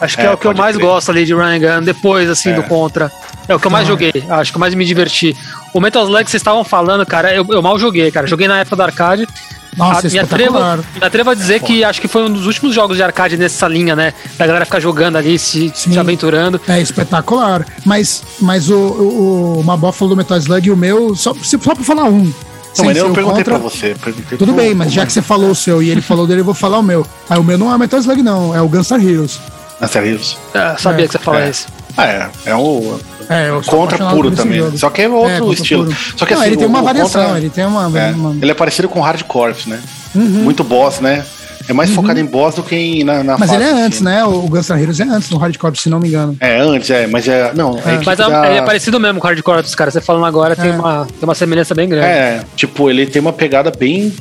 Speaker 3: Acho que é,
Speaker 2: É,
Speaker 3: o que eu
Speaker 2: pode
Speaker 3: mais
Speaker 2: crer.
Speaker 3: gosto ali de Ryan Gun, depois, assim,
Speaker 2: É.
Speaker 3: do Contra. É o que eu mais joguei, acho que eu mais me diverti. O Metal Slug que vocês estavam falando, cara, eu, eu mal joguei, cara. Joguei na época do arcade.
Speaker 1: Nossa,
Speaker 3: A- me,
Speaker 1: espetacular.
Speaker 3: atrevo, me atrevo a dizer que acho que foi um dos últimos jogos de arcade nessa linha, né? Da galera ficar jogando ali, se,
Speaker 1: Sim.
Speaker 3: se aventurando.
Speaker 1: É espetacular. Mas, mas o, o, o Mabó falou do Metal Slug e o meu, só, só pra falar um.
Speaker 2: Não,
Speaker 1: Sem
Speaker 2: mas
Speaker 1: ser
Speaker 2: eu não
Speaker 1: o
Speaker 2: perguntei
Speaker 1: Contra.
Speaker 2: pra você. Perguntei
Speaker 1: Tudo
Speaker 2: pro-
Speaker 1: bem, mas
Speaker 2: pro
Speaker 1: já
Speaker 2: Mano.
Speaker 1: que você falou o seu e ele falou dele, eu vou falar o meu. Aí o meu não é Metal Slug, não, é o Gunstar Heroes.
Speaker 2: Ah, sério isso?
Speaker 3: Ah, sabia
Speaker 1: É,
Speaker 3: que você fala
Speaker 2: é.
Speaker 3: isso.
Speaker 2: Ah, é. É um
Speaker 1: É, eu sou
Speaker 2: contra
Speaker 1: apaixonado por
Speaker 2: puro
Speaker 1: esse
Speaker 2: também.
Speaker 1: jogo.
Speaker 2: Só que é
Speaker 1: É,
Speaker 2: outro
Speaker 1: contra
Speaker 2: estilo.
Speaker 1: puro.
Speaker 2: Só que
Speaker 1: Não,
Speaker 2: assim,
Speaker 1: ele tem
Speaker 2: o-
Speaker 1: uma
Speaker 2: o
Speaker 1: variação,
Speaker 2: Contra-
Speaker 1: ele tem uma.
Speaker 2: É,
Speaker 1: uma- Uhum.
Speaker 2: Ele é parecido com Hard Corps, né? Muito boss, né? É mais focado em boss do que em, na, na
Speaker 1: Mas
Speaker 2: fase,
Speaker 1: ele é antes,
Speaker 2: assim.
Speaker 1: né? O Gunstar Heroes é antes do Hardcore, se não me engano.
Speaker 2: É, antes, é, mas é. Não, é,
Speaker 3: Mas é, ele é parecido mesmo com o Hard Corps, cara. Você falando agora tem,
Speaker 1: É.
Speaker 3: uma, tem uma semelhança bem grande.
Speaker 2: É, tipo, ele tem uma pegada bem.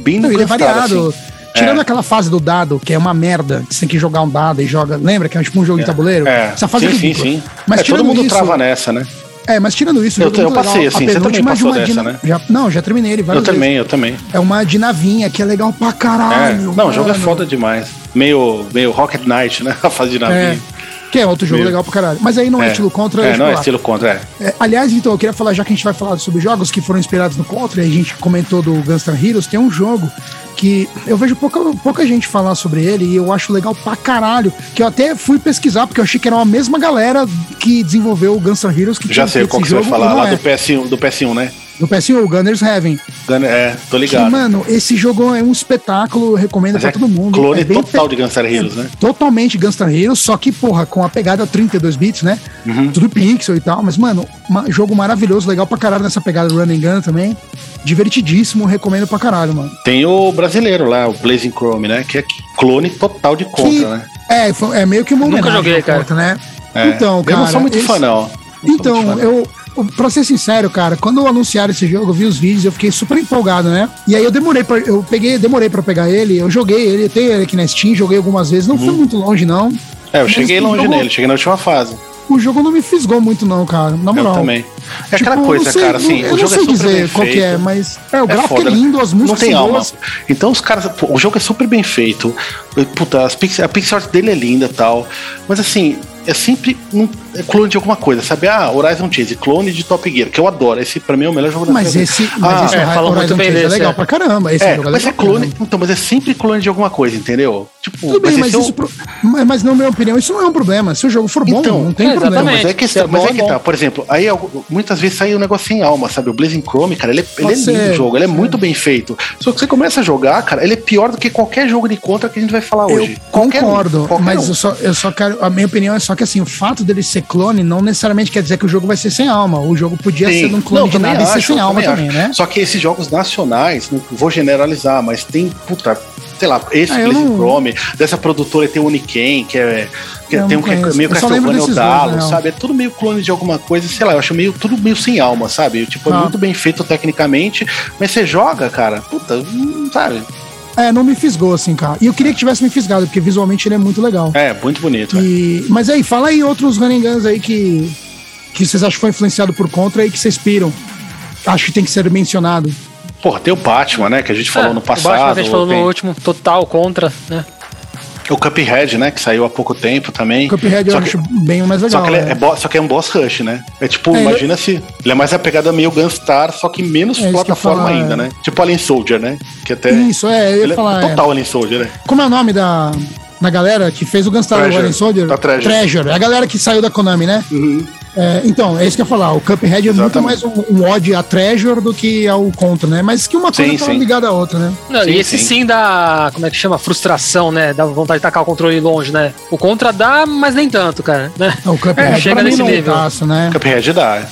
Speaker 2: Bem
Speaker 1: Não, ele é
Speaker 2: Gunstar,
Speaker 1: variado.
Speaker 2: assim.
Speaker 1: Tirando
Speaker 2: É.
Speaker 1: aquela fase do dado, que é uma merda, que você tem que jogar um dado e joga. Lembra que é tipo um jogo de tabuleiro?
Speaker 2: É.
Speaker 1: Essa fase
Speaker 2: sim,
Speaker 1: é
Speaker 2: sim,
Speaker 1: ridícula.
Speaker 2: sim.
Speaker 1: Mas
Speaker 2: é, todo
Speaker 1: tirando
Speaker 2: mundo
Speaker 1: isso,
Speaker 2: trava nessa, né?
Speaker 1: É, mas tirando isso, o
Speaker 2: Eu
Speaker 1: jogo
Speaker 2: te-
Speaker 1: é
Speaker 2: eu
Speaker 1: muito legal.
Speaker 2: passei, assim, você
Speaker 1: A
Speaker 2: também
Speaker 1: penúltima é de uma
Speaker 2: passou dessa,
Speaker 1: dina-
Speaker 2: né?
Speaker 1: já- Não, já terminei ele
Speaker 2: Eu
Speaker 1: várias vezes.
Speaker 2: também, eu também.
Speaker 1: É uma dinavinha que é legal pra
Speaker 2: É.
Speaker 1: caralho.
Speaker 2: Não, o jogo é
Speaker 1: mano.
Speaker 2: foda demais. Meio, meio Rocket Knight, né? A fase de navio.
Speaker 1: É.
Speaker 2: É.
Speaker 1: Que é outro jogo
Speaker 2: Meu.
Speaker 1: legal pra caralho. Mas aí não é, estilo contra.
Speaker 2: É,
Speaker 1: deixa
Speaker 2: não
Speaker 1: pra
Speaker 2: é
Speaker 1: lá.
Speaker 2: estilo contra, é.
Speaker 1: É, aliás, então, eu queria falar, já que a gente vai falar sobre jogos que foram inspirados no contra, e a gente comentou do Gunstar Heroes, tem um jogo que eu vejo pouca, pouca gente falar sobre ele e eu acho legal pra caralho. Que eu até fui pesquisar, porque eu achei que era a mesma galera que desenvolveu o Gunstar Heroes que
Speaker 2: Já
Speaker 1: tinha
Speaker 2: sei
Speaker 1: feito
Speaker 2: qual que
Speaker 1: esse
Speaker 2: você vai
Speaker 1: jogo, e
Speaker 2: falar
Speaker 1: não
Speaker 2: lá
Speaker 1: é.
Speaker 2: do PS1, do PS1, né?
Speaker 1: No PS1, o Gunner's Heaven.
Speaker 2: Gunner- É, tô
Speaker 1: Que,
Speaker 2: ligado.
Speaker 1: mano, esse jogo é um espetáculo, eu recomendo
Speaker 2: Mas
Speaker 1: pra
Speaker 2: é
Speaker 1: todo mundo.
Speaker 2: clone
Speaker 1: é bem
Speaker 2: total de Gunstar Heroes, né?
Speaker 1: totalmente Gunstar Heroes, só que, porra, com a pegada 32 bits, né?
Speaker 2: Uhum.
Speaker 1: Tudo pixel e tal, mas, mano, ma- jogo maravilhoso, legal pra caralho nessa pegada Run and Gun também. Divertidíssimo, recomendo pra caralho, mano.
Speaker 2: Tem o brasileiro lá, o Blazing Chrome, né? Que é clone total de Contra,
Speaker 1: Que-
Speaker 2: né?
Speaker 1: É, fo- é meio que uma
Speaker 3: Nunca
Speaker 1: homenagem
Speaker 3: joguei,
Speaker 1: ao
Speaker 3: cara.
Speaker 1: Contra, né?
Speaker 2: É.
Speaker 1: Então, cara.
Speaker 2: eu não sou muito
Speaker 1: esse-
Speaker 2: fã, não. Não sou muito
Speaker 1: Então,
Speaker 2: fã,
Speaker 1: eu, eu- pra ser sincero, cara, quando anunciaram esse jogo, eu vi os vídeos, eu fiquei super empolgado, né? E aí eu demorei pra, eu peguei, demorei pra pegar ele, eu joguei ele, eu tenho ele aqui na Steam, joguei algumas vezes, não fui muito longe, não.
Speaker 2: Uhum. É,
Speaker 1: mas
Speaker 2: eu
Speaker 1: assim,
Speaker 2: cheguei
Speaker 1: esse
Speaker 2: longe
Speaker 1: jogo-
Speaker 2: nele, cheguei na última fase.
Speaker 1: O jogo não me fisgou muito, não, cara, na moral.
Speaker 2: Eu também. É
Speaker 1: Tipo,
Speaker 2: aquela
Speaker 1: eu
Speaker 2: coisa,
Speaker 1: não sei-
Speaker 2: cara, assim,
Speaker 1: eu
Speaker 2: o
Speaker 1: não
Speaker 2: jogo é
Speaker 1: sei
Speaker 2: super
Speaker 1: dizer
Speaker 2: bem
Speaker 1: qual
Speaker 2: feito.
Speaker 1: que é, mas é, o gráfico
Speaker 2: foda,
Speaker 1: é
Speaker 2: né?
Speaker 1: lindo, as músicas
Speaker 2: Não tem
Speaker 1: são
Speaker 2: alma.
Speaker 1: boas.
Speaker 2: Então os caras. pô, o jogo é super bem feito. Puta, as pix- a pixel art dele é linda e tal. Mas assim, é sempre um é clone de alguma coisa, sabe? Ah, Horizon Chase, clone de Top Gear, que eu adoro. Esse pra mim é o melhor jogo da
Speaker 1: Mas
Speaker 2: minha
Speaker 1: esse,
Speaker 2: vida.
Speaker 1: mas
Speaker 2: Ah,
Speaker 1: esse
Speaker 3: é,
Speaker 1: Horizon
Speaker 3: falam muito
Speaker 1: Chase
Speaker 3: bem
Speaker 1: é
Speaker 3: desse,
Speaker 1: legal
Speaker 3: é.
Speaker 1: pra caramba. Esse
Speaker 2: é,
Speaker 1: jogo é
Speaker 2: mas é
Speaker 1: legal pra
Speaker 2: clone.
Speaker 1: caramba.
Speaker 2: Então, mas é sempre clone de alguma coisa, entendeu? Tipo,
Speaker 1: Tudo bem,
Speaker 2: esse
Speaker 1: mas,
Speaker 2: é o-
Speaker 1: isso pro- mas, mas não é minha opinião, isso não é um problema. Se o jogo for bom,
Speaker 2: Então,
Speaker 1: não tem
Speaker 3: é,
Speaker 1: problema.
Speaker 2: Mas é que,
Speaker 3: Se é
Speaker 2: mas
Speaker 3: bom,
Speaker 2: é que
Speaker 3: é bom.
Speaker 2: tá, por exemplo, aí algu- muitas vezes sai um negócio sem alma, sabe? O Blazing Chrome, cara, ele, é- ele é
Speaker 1: Pode
Speaker 2: lindo
Speaker 1: ser,
Speaker 2: o jogo, ele é
Speaker 1: pode ser.
Speaker 2: muito bem feito. Só que você começa a jogar, cara, ele é pior do que qualquer jogo de contra que a gente vai falar hoje.
Speaker 1: Eu
Speaker 2: Qualquer um,
Speaker 1: concordo,
Speaker 2: qualquer
Speaker 1: mas
Speaker 2: um.
Speaker 1: eu, só, eu só quero. A minha opinião é só que assim, o fato dele ser clone não necessariamente quer dizer que o jogo vai ser sem alma. O jogo podia
Speaker 2: Sim.
Speaker 1: ser um clone
Speaker 2: Não,
Speaker 1: de
Speaker 2: também
Speaker 1: nada e ser
Speaker 2: acho,
Speaker 1: sem alma também,
Speaker 2: acho.
Speaker 1: né?
Speaker 2: Só que esses jogos nacionais, não vou generalizar, mas tem, puta, sei lá, esse
Speaker 1: Ah, eu
Speaker 2: Blazing
Speaker 1: não-
Speaker 2: Chrome, dessa produtora tem o Uniken, que é. Que
Speaker 1: Eu
Speaker 2: tem
Speaker 1: não
Speaker 2: um que é
Speaker 1: conheço.
Speaker 2: meio
Speaker 1: Eu só lembro
Speaker 2: Castlevania
Speaker 1: desses dois, na
Speaker 2: Odalo,
Speaker 1: real.
Speaker 2: sabe? É tudo meio clone de alguma coisa, sei lá, eu acho meio, tudo meio sem alma, sabe? Tipo, é
Speaker 1: Ah.
Speaker 2: muito bem feito tecnicamente, mas você joga, cara, puta, hum, sabe?
Speaker 1: É, não me fisgou assim, cara. E eu queria que tivesse me fisgado, porque visualmente ele é muito legal.
Speaker 2: É, muito bonito. né?
Speaker 1: E- mas aí, fala aí outros running guns aí que, que vocês acham que foi influenciado por contra e que vocês piram. Acho que tem que ser mencionado.
Speaker 2: Porra, tem o Batman, né? Que a gente falou
Speaker 3: É,
Speaker 2: no
Speaker 3: O Batman
Speaker 2: passado.
Speaker 3: que a gente falou
Speaker 2: tem
Speaker 3: no último, total contra, né?
Speaker 2: O Cuphead, né? Que saiu há pouco tempo também.
Speaker 1: Cuphead eu
Speaker 2: Só que-
Speaker 1: acho bem mais legal.
Speaker 2: Só que, ele é,
Speaker 1: né?
Speaker 2: é bo- só que é um boss rush, né? É tipo,
Speaker 1: É,
Speaker 2: imagina se. Ele é mais a pegada meio Gunstar, só que menos
Speaker 1: É isso que eu ia
Speaker 2: plataforma
Speaker 1: falar,
Speaker 2: ainda,
Speaker 1: é.
Speaker 2: né? Tipo Alien Soldier, né? Que até.
Speaker 1: Isso, é, eu ia
Speaker 2: ele é
Speaker 1: falar. é.
Speaker 2: total Alien Soldier, né?
Speaker 1: Como é o nome da, da galera que fez o Gunstar
Speaker 2: Treasure.
Speaker 1: Warren Soldier?
Speaker 2: Da Treasure. Uhum.
Speaker 1: É a galera que saiu da Konami, né? É, então, é isso que eu ia falar. O Cuphead é muito mais
Speaker 2: Exatamente.
Speaker 1: um, um ódio a Treasure do que ao Contra, né? Mas que uma coisa
Speaker 2: Sim,
Speaker 1: tá
Speaker 2: sim.
Speaker 1: ligada à outra, né?
Speaker 3: Não,
Speaker 2: Sim,
Speaker 3: e esse
Speaker 2: sim.
Speaker 3: sim. dá, como é que chama? Frustração, né? Dá vontade de tacar o controle longe, né? O contra dá, mas nem tanto, cara. Né?
Speaker 1: O Cuphead
Speaker 3: chega
Speaker 1: pra mim
Speaker 3: nesse
Speaker 1: não é um
Speaker 3: nível.
Speaker 1: taço, né?
Speaker 2: Cuphead dá. é.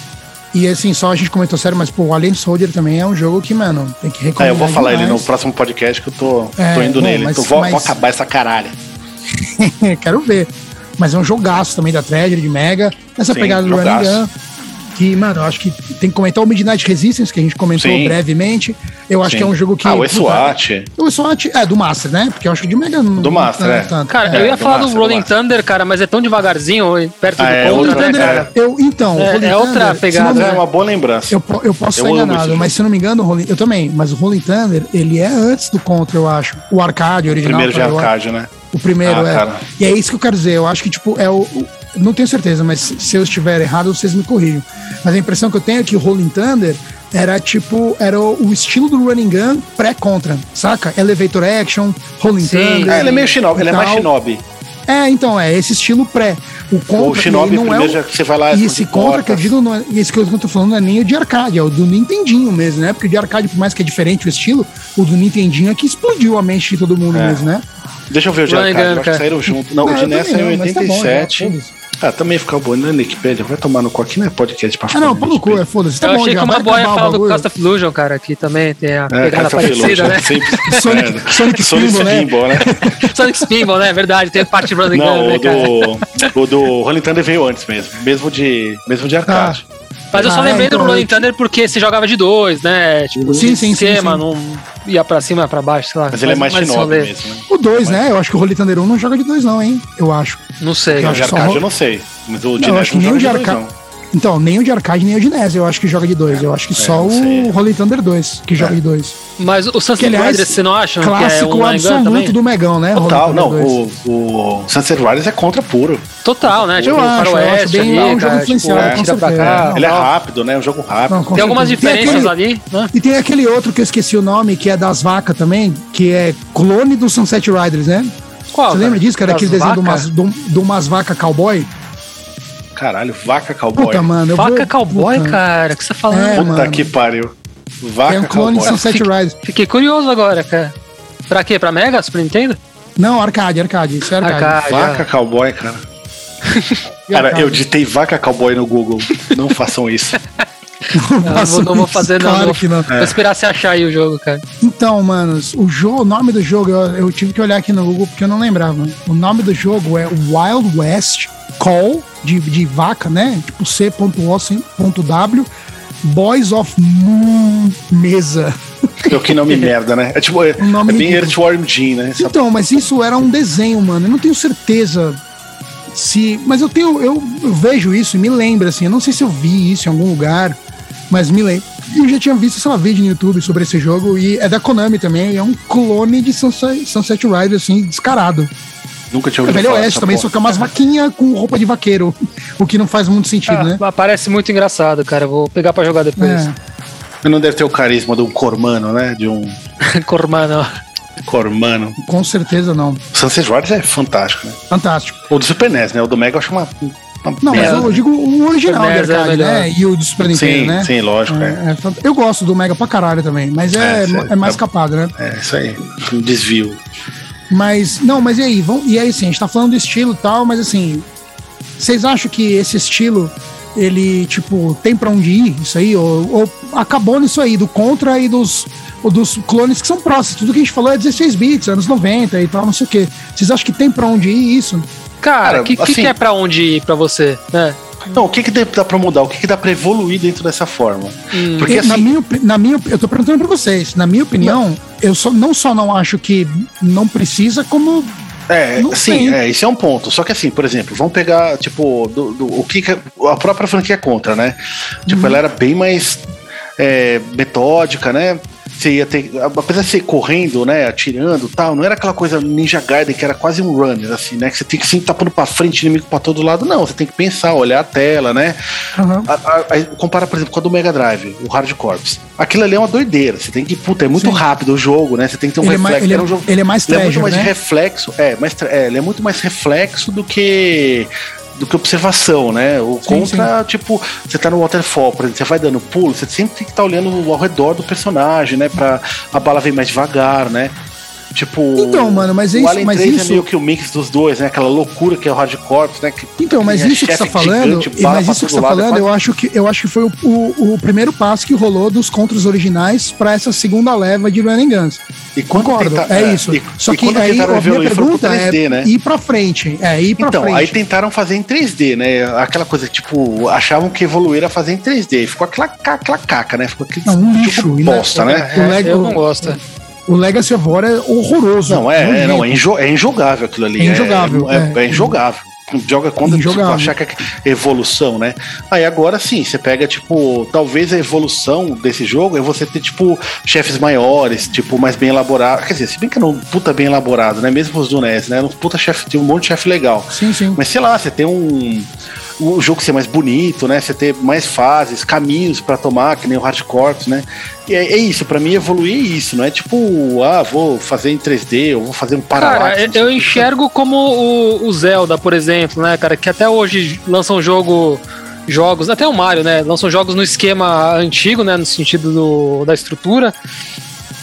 Speaker 1: E assim, só a gente comentou sério, mas pô, o Alien Soldier também é um jogo que, mano, tem que
Speaker 2: É,
Speaker 1: recomendar.
Speaker 2: eu vou falar ele no
Speaker 1: demais.
Speaker 2: próximo podcast que eu tô,
Speaker 1: É,
Speaker 2: tô indo
Speaker 1: bom,
Speaker 2: nele.
Speaker 1: mas-
Speaker 2: Então vou,
Speaker 1: mas-
Speaker 2: vou acabar essa caralha.
Speaker 1: É, Quero ver. Mas é um jogaço também da Treasure, de Mega. Essa
Speaker 2: Sim,
Speaker 1: pegada do Running
Speaker 2: jogaço.
Speaker 1: Gun. Que, mano, eu acho que tem que comentar o Midnight Resistance, que a gente comentou
Speaker 2: Sim.
Speaker 1: brevemente. Eu acho
Speaker 2: Sim.
Speaker 1: que é um jogo que.
Speaker 2: Ah, o
Speaker 1: puta,
Speaker 2: SWAT.
Speaker 1: O SWAT é do Master, né? Porque eu acho que de Mega não.
Speaker 2: Do Master,
Speaker 1: não
Speaker 2: é.
Speaker 1: tanto.
Speaker 3: Cara,
Speaker 2: É,
Speaker 3: eu ia
Speaker 2: do
Speaker 3: falar
Speaker 2: massa,
Speaker 3: do
Speaker 2: do
Speaker 3: Rolling
Speaker 2: massa.
Speaker 3: Thunder, cara, mas é tão devagarzinho perto
Speaker 2: Ah,
Speaker 3: do
Speaker 2: é,
Speaker 3: contra,
Speaker 1: Rolling
Speaker 2: outra,
Speaker 3: né,
Speaker 1: Thunder,
Speaker 2: né,
Speaker 3: cara?
Speaker 2: cara?
Speaker 1: eu, então,
Speaker 3: É-
Speaker 1: o Rolling
Speaker 3: é outra
Speaker 1: Thunder, se
Speaker 3: pegada,
Speaker 1: não me
Speaker 2: Mas é
Speaker 1: engano,
Speaker 2: uma boa lembrança.
Speaker 1: eu, po- eu posso
Speaker 2: Eu
Speaker 1: estar
Speaker 2: amo
Speaker 1: enganado,
Speaker 2: esse
Speaker 1: mas se eu não me engano, o Rolling- eu também, mas o Rolling Thunder, ele é antes do Contra, eu acho. O arcade original.
Speaker 2: Primeiro de
Speaker 1: cara, eu-
Speaker 2: arcade, né?
Speaker 1: O primeiro,
Speaker 2: Ah,
Speaker 1: é.
Speaker 2: cara.
Speaker 1: E é isso que eu quero dizer. Eu acho que, tipo, é o. o- não tenho certeza, mas se se eu estiver errado, vocês me corrijam. Mas a impressão que eu tenho é que o Rolling Thunder era tipo. Era o, o estilo do Running Gun pré-contra, saca? Elevator Action, Rolling
Speaker 3: Sim.
Speaker 1: Thunder.
Speaker 2: É, ele é meio shinobi,
Speaker 1: e
Speaker 2: ele é mais
Speaker 1: tal.
Speaker 2: shinobi.
Speaker 1: É, então, é esse estilo pré. O contra
Speaker 2: O shinobi
Speaker 1: ele não é.
Speaker 2: primeiro
Speaker 1: o-
Speaker 2: já que você vai lá
Speaker 1: e
Speaker 2: de
Speaker 1: esse contra que eu
Speaker 2: portas.
Speaker 1: digo, não é, esse que eu tô falando não é nem o de arcade, é o do Nintendinho mesmo, né? Porque o de arcade, por mais que é diferente o estilo, o do Nintendinho é que explodiu a mente de todo mundo
Speaker 2: É.
Speaker 1: mesmo, né?
Speaker 2: Deixa eu ver o de
Speaker 3: Não
Speaker 2: arcade, eu acho
Speaker 3: engana,
Speaker 2: que
Speaker 3: cara.
Speaker 2: saíram junto. Não, o
Speaker 1: Ah,
Speaker 2: de
Speaker 1: eu
Speaker 2: NES
Speaker 1: também
Speaker 2: saiu em
Speaker 1: não, mas tá bom, já,
Speaker 2: 87.
Speaker 1: foda-se.
Speaker 2: Ah, também ficar bom na Wikipedia. Vai tomar no cu aqui, não é podcast pra
Speaker 1: Ah,
Speaker 2: falar.
Speaker 1: não,
Speaker 2: de
Speaker 1: pau no cu,
Speaker 2: Wikipedia.
Speaker 1: é foda-se. Tá
Speaker 3: Eu
Speaker 1: bom,
Speaker 3: achei
Speaker 1: já
Speaker 3: que uma
Speaker 1: vai
Speaker 3: boa ia
Speaker 1: acabar o
Speaker 3: falar do
Speaker 1: bagulho.
Speaker 3: Cast of Illusion, cara, que também tem a
Speaker 2: É,
Speaker 3: pegada
Speaker 2: Castle of
Speaker 3: parecida,
Speaker 2: Illusion,
Speaker 3: né?
Speaker 2: sempre-
Speaker 1: Sonic-
Speaker 2: é.
Speaker 1: Sonic Spinball, né?
Speaker 2: Spinball, né?
Speaker 3: Sonic Spinball, né? Verdade, tem parte do Running Gun,
Speaker 2: Não,
Speaker 3: né,
Speaker 2: o do,
Speaker 3: cara?
Speaker 2: o do Rolling Thunder veio antes mesmo. Mesmo de, mesmo de arcade.
Speaker 3: Mas eu só
Speaker 1: Ah,
Speaker 3: lembrei
Speaker 1: então,
Speaker 3: do Rolling
Speaker 1: eu-
Speaker 3: Thunder porque se jogava de dois, né? Tipo,
Speaker 1: Sim, sim, sim,
Speaker 3: esquema,
Speaker 1: sim.
Speaker 3: não ia pra cima, ia pra baixo, sei lá.
Speaker 2: mas ele é mais
Speaker 3: esse
Speaker 2: shinobi
Speaker 3: rolê.
Speaker 2: mesmo. Né?
Speaker 1: O 2, né? Eu acho que o Rolê Thunder 1 não joga de 2, não, hein? Eu acho.
Speaker 3: Não sei.
Speaker 1: Eu
Speaker 2: O
Speaker 1: acho
Speaker 2: de
Speaker 1: que só
Speaker 2: arcade
Speaker 1: ro-
Speaker 2: eu não sei. Mas o de
Speaker 1: Não, eu
Speaker 2: NES
Speaker 1: acho que nem o de
Speaker 2: joga dois,
Speaker 1: arcade.
Speaker 2: não. É,
Speaker 1: Então, nem o de arcade, nem o de NES, eu acho que joga de 2. Eu acho que só
Speaker 2: não sei. É.
Speaker 1: o Rolê Thunder 2 que joga de 2.
Speaker 3: Mas o
Speaker 1: Que,
Speaker 3: Sunset
Speaker 1: aliás,
Speaker 3: Riders, você não acha? que é
Speaker 1: clássico
Speaker 3: um Running Gun também?
Speaker 1: absoluto do Megão, né? Rolling
Speaker 2: Total,
Speaker 1: Thunder
Speaker 2: não.
Speaker 1: 2.
Speaker 2: O, o Sunset Riders é contra puro.
Speaker 3: Total, né?
Speaker 1: Eu acho, eu acho bem
Speaker 3: ali,
Speaker 1: é um
Speaker 3: cara,
Speaker 1: jogo influenciado,
Speaker 2: tipo,
Speaker 1: com
Speaker 3: tira pra
Speaker 1: certeza.
Speaker 3: cá.
Speaker 1: Não,
Speaker 2: ele é rápido, né? É um jogo rápido.
Speaker 1: não, com
Speaker 3: Tem algumas
Speaker 1: certeza. Tem
Speaker 3: diferenças
Speaker 1: aquele-
Speaker 3: ali, né?
Speaker 1: E tem aquele outro que eu esqueci o nome, que é das vacas também, que é clone do Sunset Riders, né?
Speaker 3: Qual?
Speaker 1: Você
Speaker 3: cara?
Speaker 1: lembra disso, cara?
Speaker 3: Das
Speaker 1: Aquele desenho de
Speaker 3: vacas?
Speaker 1: umas, de um- de umas vacas cowboy?
Speaker 2: Caralho, vaca cowboy.
Speaker 1: Puta, mano, eu
Speaker 3: Vaca
Speaker 1: vou-
Speaker 3: cowboy,
Speaker 1: puta.
Speaker 3: cara. O que você tá falando?
Speaker 1: É,
Speaker 2: Puta
Speaker 1: mano.
Speaker 2: que pariu. Vaca
Speaker 1: É um clone
Speaker 2: cowboy.
Speaker 1: de Sunset Rise.
Speaker 3: Fiquei curioso agora, cara. Pra quê? Pra Mega? Super Nintendo?
Speaker 1: Não, arcade, arcade. Isso é arcade.
Speaker 3: Arcade.
Speaker 2: Vaca cowboy, cara.
Speaker 1: E
Speaker 2: Cara,
Speaker 1: arcade?
Speaker 2: eu ditei vaca cowboy no Google. Não façam isso.
Speaker 3: Não, não
Speaker 1: faço
Speaker 3: vou, não vou
Speaker 1: isso,
Speaker 3: fazer, não.
Speaker 1: claro
Speaker 3: vou,
Speaker 1: que não.
Speaker 3: vou esperar você achar aí o jogo, cara.
Speaker 1: Então, manos, o, jogo, o nome do jogo, eu, eu tive que olhar aqui no Google porque eu não lembrava. O nome do jogo é Wild West Call, de, de vaca, né? Tipo C.O.W. Boys of Moon Mesa.
Speaker 2: Eu que nome merda, né? É tipo, é,
Speaker 1: Um nome
Speaker 2: é bem
Speaker 1: ridículo.
Speaker 2: Earthworm Jim, né? Essa
Speaker 1: Então, mas isso era um desenho, mano. Eu não tenho certeza se. Mas eu tenho. Eu, eu vejo isso e me lembro, assim. Eu não sei se eu vi isso em algum lugar, mas me lembro. Eu já tinha visto, sei lá, vídeo no YouTube sobre esse jogo. E é da Konami também. e é um clone de Sunset, Sunset Rider, assim, descarado.
Speaker 2: Nunca tinha
Speaker 1: É
Speaker 2: ouvido
Speaker 1: Velho
Speaker 2: falar
Speaker 1: Oeste
Speaker 2: dessa
Speaker 1: também,
Speaker 2: porra.
Speaker 1: só que é umas vaquinhas com roupa de vaqueiro. O que não faz muito sentido, né?
Speaker 3: Ah, Parece muito engraçado, cara. Vou pegar pra jogar depois.
Speaker 1: É.
Speaker 2: Não deve ter o carisma de um cormano, né? De um
Speaker 1: É.
Speaker 3: Cormano.
Speaker 2: cormano.
Speaker 1: Com certeza não.
Speaker 2: O Sunset Riders é fantástico, né?
Speaker 1: Fantástico.
Speaker 2: O do Super NES, né? O do Mega eu acho uma... uma
Speaker 1: Não, mas
Speaker 2: merda.
Speaker 1: eu digo o original
Speaker 3: Super NES
Speaker 1: de
Speaker 3: é
Speaker 1: arcade,
Speaker 3: melhor.
Speaker 1: né? E o do Super Nintendo,
Speaker 2: Sim,
Speaker 1: né?
Speaker 2: sim, lógico, é.
Speaker 1: É, é fant- eu gosto do Mega pra caralho também, mas é,
Speaker 2: É,
Speaker 1: é,
Speaker 2: sério.
Speaker 1: mais
Speaker 2: É-
Speaker 1: capado, né?
Speaker 2: É, isso aí. Um desvio.
Speaker 1: Mas, não, mas e aí? Vão, e aí, assim, a gente tá falando do estilo e tal, mas assim, vocês acham que esse estilo, ele, tipo, tem pra onde ir isso aí? Ou, ou acabou nisso aí, do Contra e dos, ou dos clones que são próximos? Tudo que a gente falou é 16 bits, anos 90 e tal, não sei o quê. Vocês acham que tem pra onde ir isso?
Speaker 3: Cara,
Speaker 2: Cara,
Speaker 3: o que, que
Speaker 2: assim-
Speaker 3: que é pra onde ir pra você? né?
Speaker 2: Não, o que, que dá pra mudar? O que, que dá pra evoluir dentro dessa forma? Porque
Speaker 1: Eu- na,
Speaker 2: assim,
Speaker 1: minha, opi- na minha, eu tô perguntando pra vocês, na minha opinião, eu só, não só não acho que não precisa, como
Speaker 2: é,
Speaker 1: não
Speaker 2: sim,
Speaker 1: tem.
Speaker 2: é, esse é um ponto. Só que assim, por exemplo, vamos pegar, tipo, do- do- o que, que a própria franquia contra, né? Tipo,
Speaker 1: Uhum.
Speaker 2: ela era bem mais é, metódica, né? Você ia ter, apesar de ser correndo, né, atirando, e tal, não era aquela coisa Ninja Gaiden que era quase um runner assim, né, que você tem que sempre tapando pra frente, inimigo pra todo lado. Não, você tem que pensar, olhar a tela, né?
Speaker 1: Aham.
Speaker 2: A- a- a- compara, por exemplo, com a do Mega Drive, o Hard Corps. Aquilo ali é uma doideira. Você tem que. Puta, é muito
Speaker 1: Sim.
Speaker 2: rápido o jogo, né? Você tem que ter um
Speaker 1: Ele é mais-
Speaker 2: reflexo.
Speaker 1: ele é-
Speaker 2: Era um jogo-
Speaker 1: ele é mais
Speaker 2: ele é muito
Speaker 1: treasure,
Speaker 2: mais
Speaker 1: né?
Speaker 2: reflexo. É, mais, tre- é, ele é muito mais reflexo do que. Do que observação, né? O contra, tipo, você tá no waterfall, por exemplo, você vai dando pulo, você sempre tem que estar olhando ao redor do personagem, né? Pra a bala vir mais devagar, né? Tipo.
Speaker 1: Então, mano, mas é
Speaker 2: o
Speaker 1: isso-
Speaker 2: Alien
Speaker 1: mas
Speaker 2: 3 é
Speaker 1: isso-
Speaker 2: meio que o mix dos dois, né? Aquela loucura que é o Hard Corps, né? Que,
Speaker 1: Então, mas
Speaker 2: aquele
Speaker 1: isso que você tá
Speaker 2: chefe
Speaker 1: falando,
Speaker 2: gigante,
Speaker 1: e-
Speaker 2: bala
Speaker 1: mas
Speaker 2: pra
Speaker 1: isso que
Speaker 2: todo
Speaker 1: você tá
Speaker 2: lado, é
Speaker 1: falando,
Speaker 2: quase
Speaker 1: eu acho que eu acho que foi o, o- o primeiro passo que rolou dos contras originais pra essa segunda leva de Running Guns.
Speaker 2: E quando
Speaker 1: Concordo,
Speaker 2: tenta-
Speaker 1: é
Speaker 2: é,
Speaker 1: isso.
Speaker 2: e-
Speaker 1: Só
Speaker 2: e
Speaker 1: que
Speaker 2: quando tá
Speaker 1: aí a
Speaker 2: tentaram
Speaker 1: minha
Speaker 2: evoluir, foram pro
Speaker 1: pergunta é
Speaker 2: 3D, né?
Speaker 1: ir pra frente, é ir pra
Speaker 2: Então,
Speaker 1: frente.
Speaker 2: aí tentaram fazer em 3D, né? Aquela coisa, tipo, achavam que evoluir era fazer em 3D. Ficou aquela, ca- aquela caca, né? Ficou aquele
Speaker 1: Não, um lixo,
Speaker 2: tipo
Speaker 1: e
Speaker 2: bosta,
Speaker 1: na-
Speaker 2: né?
Speaker 1: O
Speaker 3: É,
Speaker 1: Lego-
Speaker 3: eu não gosto.
Speaker 1: O Legacy of War é horroroso.
Speaker 2: Não, é, é,
Speaker 1: Nojento.
Speaker 2: não, é, injo- é injogável aquilo ali.
Speaker 1: É
Speaker 2: é-
Speaker 1: injogável,
Speaker 2: É,
Speaker 1: é.
Speaker 2: é injogável. Joga contra tipo,
Speaker 1: Injogável.
Speaker 2: achar que é evolução, né? Aí agora sim, você pega, tipo, talvez a evolução desse jogo é você ter, tipo, chefes maiores, tipo, mais bem elaborados. Quer dizer, se bem que era um puta bem elaborado, né? Mesmo os do NES, né? Era um puta chefe, tem um monte de chefe legal.
Speaker 1: Sim, sim.
Speaker 2: Mas sei lá, você tem um. O jogo ser mais bonito, né? Você ter mais fases, caminhos pra tomar, que nem o Hard Corps, né? E é, é isso, pra mim evoluir é isso, não é tipo, ah, vou fazer em 3D, ou vou fazer um
Speaker 3: Cara,
Speaker 2: paralaxe.
Speaker 3: eu,
Speaker 2: não sei
Speaker 3: eu
Speaker 2: o quê.
Speaker 3: enxergo como o, o Zelda, por exemplo, né, cara, que até hoje lançam jogo jogos, até o Mario, né, lançam jogos no esquema antigo, né, no sentido do- da estrutura.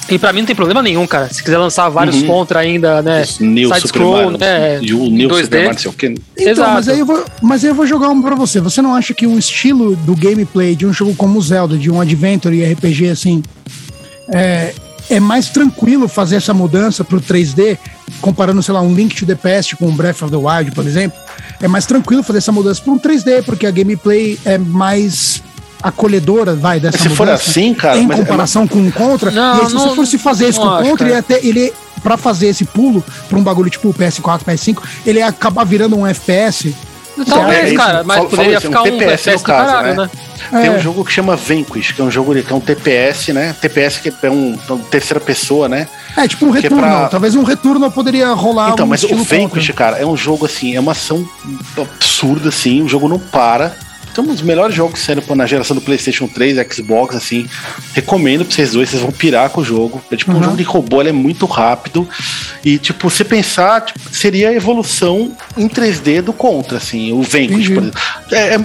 Speaker 3: E pra mim não tem problema nenhum, cara. Se quiser lançar vários
Speaker 2: Uhum.
Speaker 3: contra ainda, né,
Speaker 2: Os New
Speaker 3: side
Speaker 2: Super
Speaker 3: scroll,
Speaker 2: Mario,
Speaker 3: né,
Speaker 2: e o New
Speaker 3: 2D.
Speaker 2: Super Mario, não sei o quê.
Speaker 1: Então,
Speaker 3: Exato.
Speaker 1: mas aí, eu vou, mas aí eu vou jogar um pra você. Você não acha que o estilo do gameplay de um jogo como o Zelda, de um adventure e RPG assim, é, é mais tranquilo fazer essa mudança pro 3D, comparando, sei lá, um Link to the Past com um Breath of the Wild, por exemplo? É mais tranquilo fazer essa mudança pra um 3D, porque a gameplay é mais acolhedora, vai, dessa
Speaker 2: Se for
Speaker 1: mudança.
Speaker 2: assim, cara,
Speaker 1: Em
Speaker 2: mas-
Speaker 1: comparação com o Contra,
Speaker 3: Não,
Speaker 1: e aí, se
Speaker 3: não-
Speaker 1: você fosse fazer isso
Speaker 3: não
Speaker 1: com o
Speaker 3: acho,
Speaker 1: Contra,
Speaker 3: cara.
Speaker 1: ele até ele para fazer esse pulo pra um bagulho tipo o PS4, PS5, ele ia acabar virando um FPS.
Speaker 3: talvez,
Speaker 2: É, isso,
Speaker 3: cara, mas
Speaker 2: fala-
Speaker 3: poderia
Speaker 2: fala isso,
Speaker 3: ficar um
Speaker 2: um TPS
Speaker 3: FPS do
Speaker 2: no caso,
Speaker 3: caralho, né?
Speaker 2: né?
Speaker 1: É
Speaker 2: Tem um jogo que chama Vanquish, que é um jogo que é um TPS, né? TPS que é um, um terceira pessoa, né?
Speaker 1: É tipo um
Speaker 2: Porque
Speaker 1: retorno.
Speaker 2: pra-
Speaker 1: Talvez um retorno poderia rolar
Speaker 2: Então,
Speaker 1: um
Speaker 2: mas o
Speaker 1: estilo
Speaker 2: Vanquish,
Speaker 1: contra.
Speaker 2: cara, é um jogo assim, é uma ação absurda, assim, o jogo não para. Então, um dos melhores jogos que saíram na geração do PlayStation 3, Xbox, assim. Recomendo pra vocês dois, vocês vão pirar com o jogo. É tipo um
Speaker 1: Uhum.
Speaker 2: jogo de robô, ele é muito rápido. E, tipo, se pensar, tipo, seria a evolução em 3D do Contra, assim. O Vanquish,
Speaker 1: Entendi.
Speaker 2: por exemplo. É, é,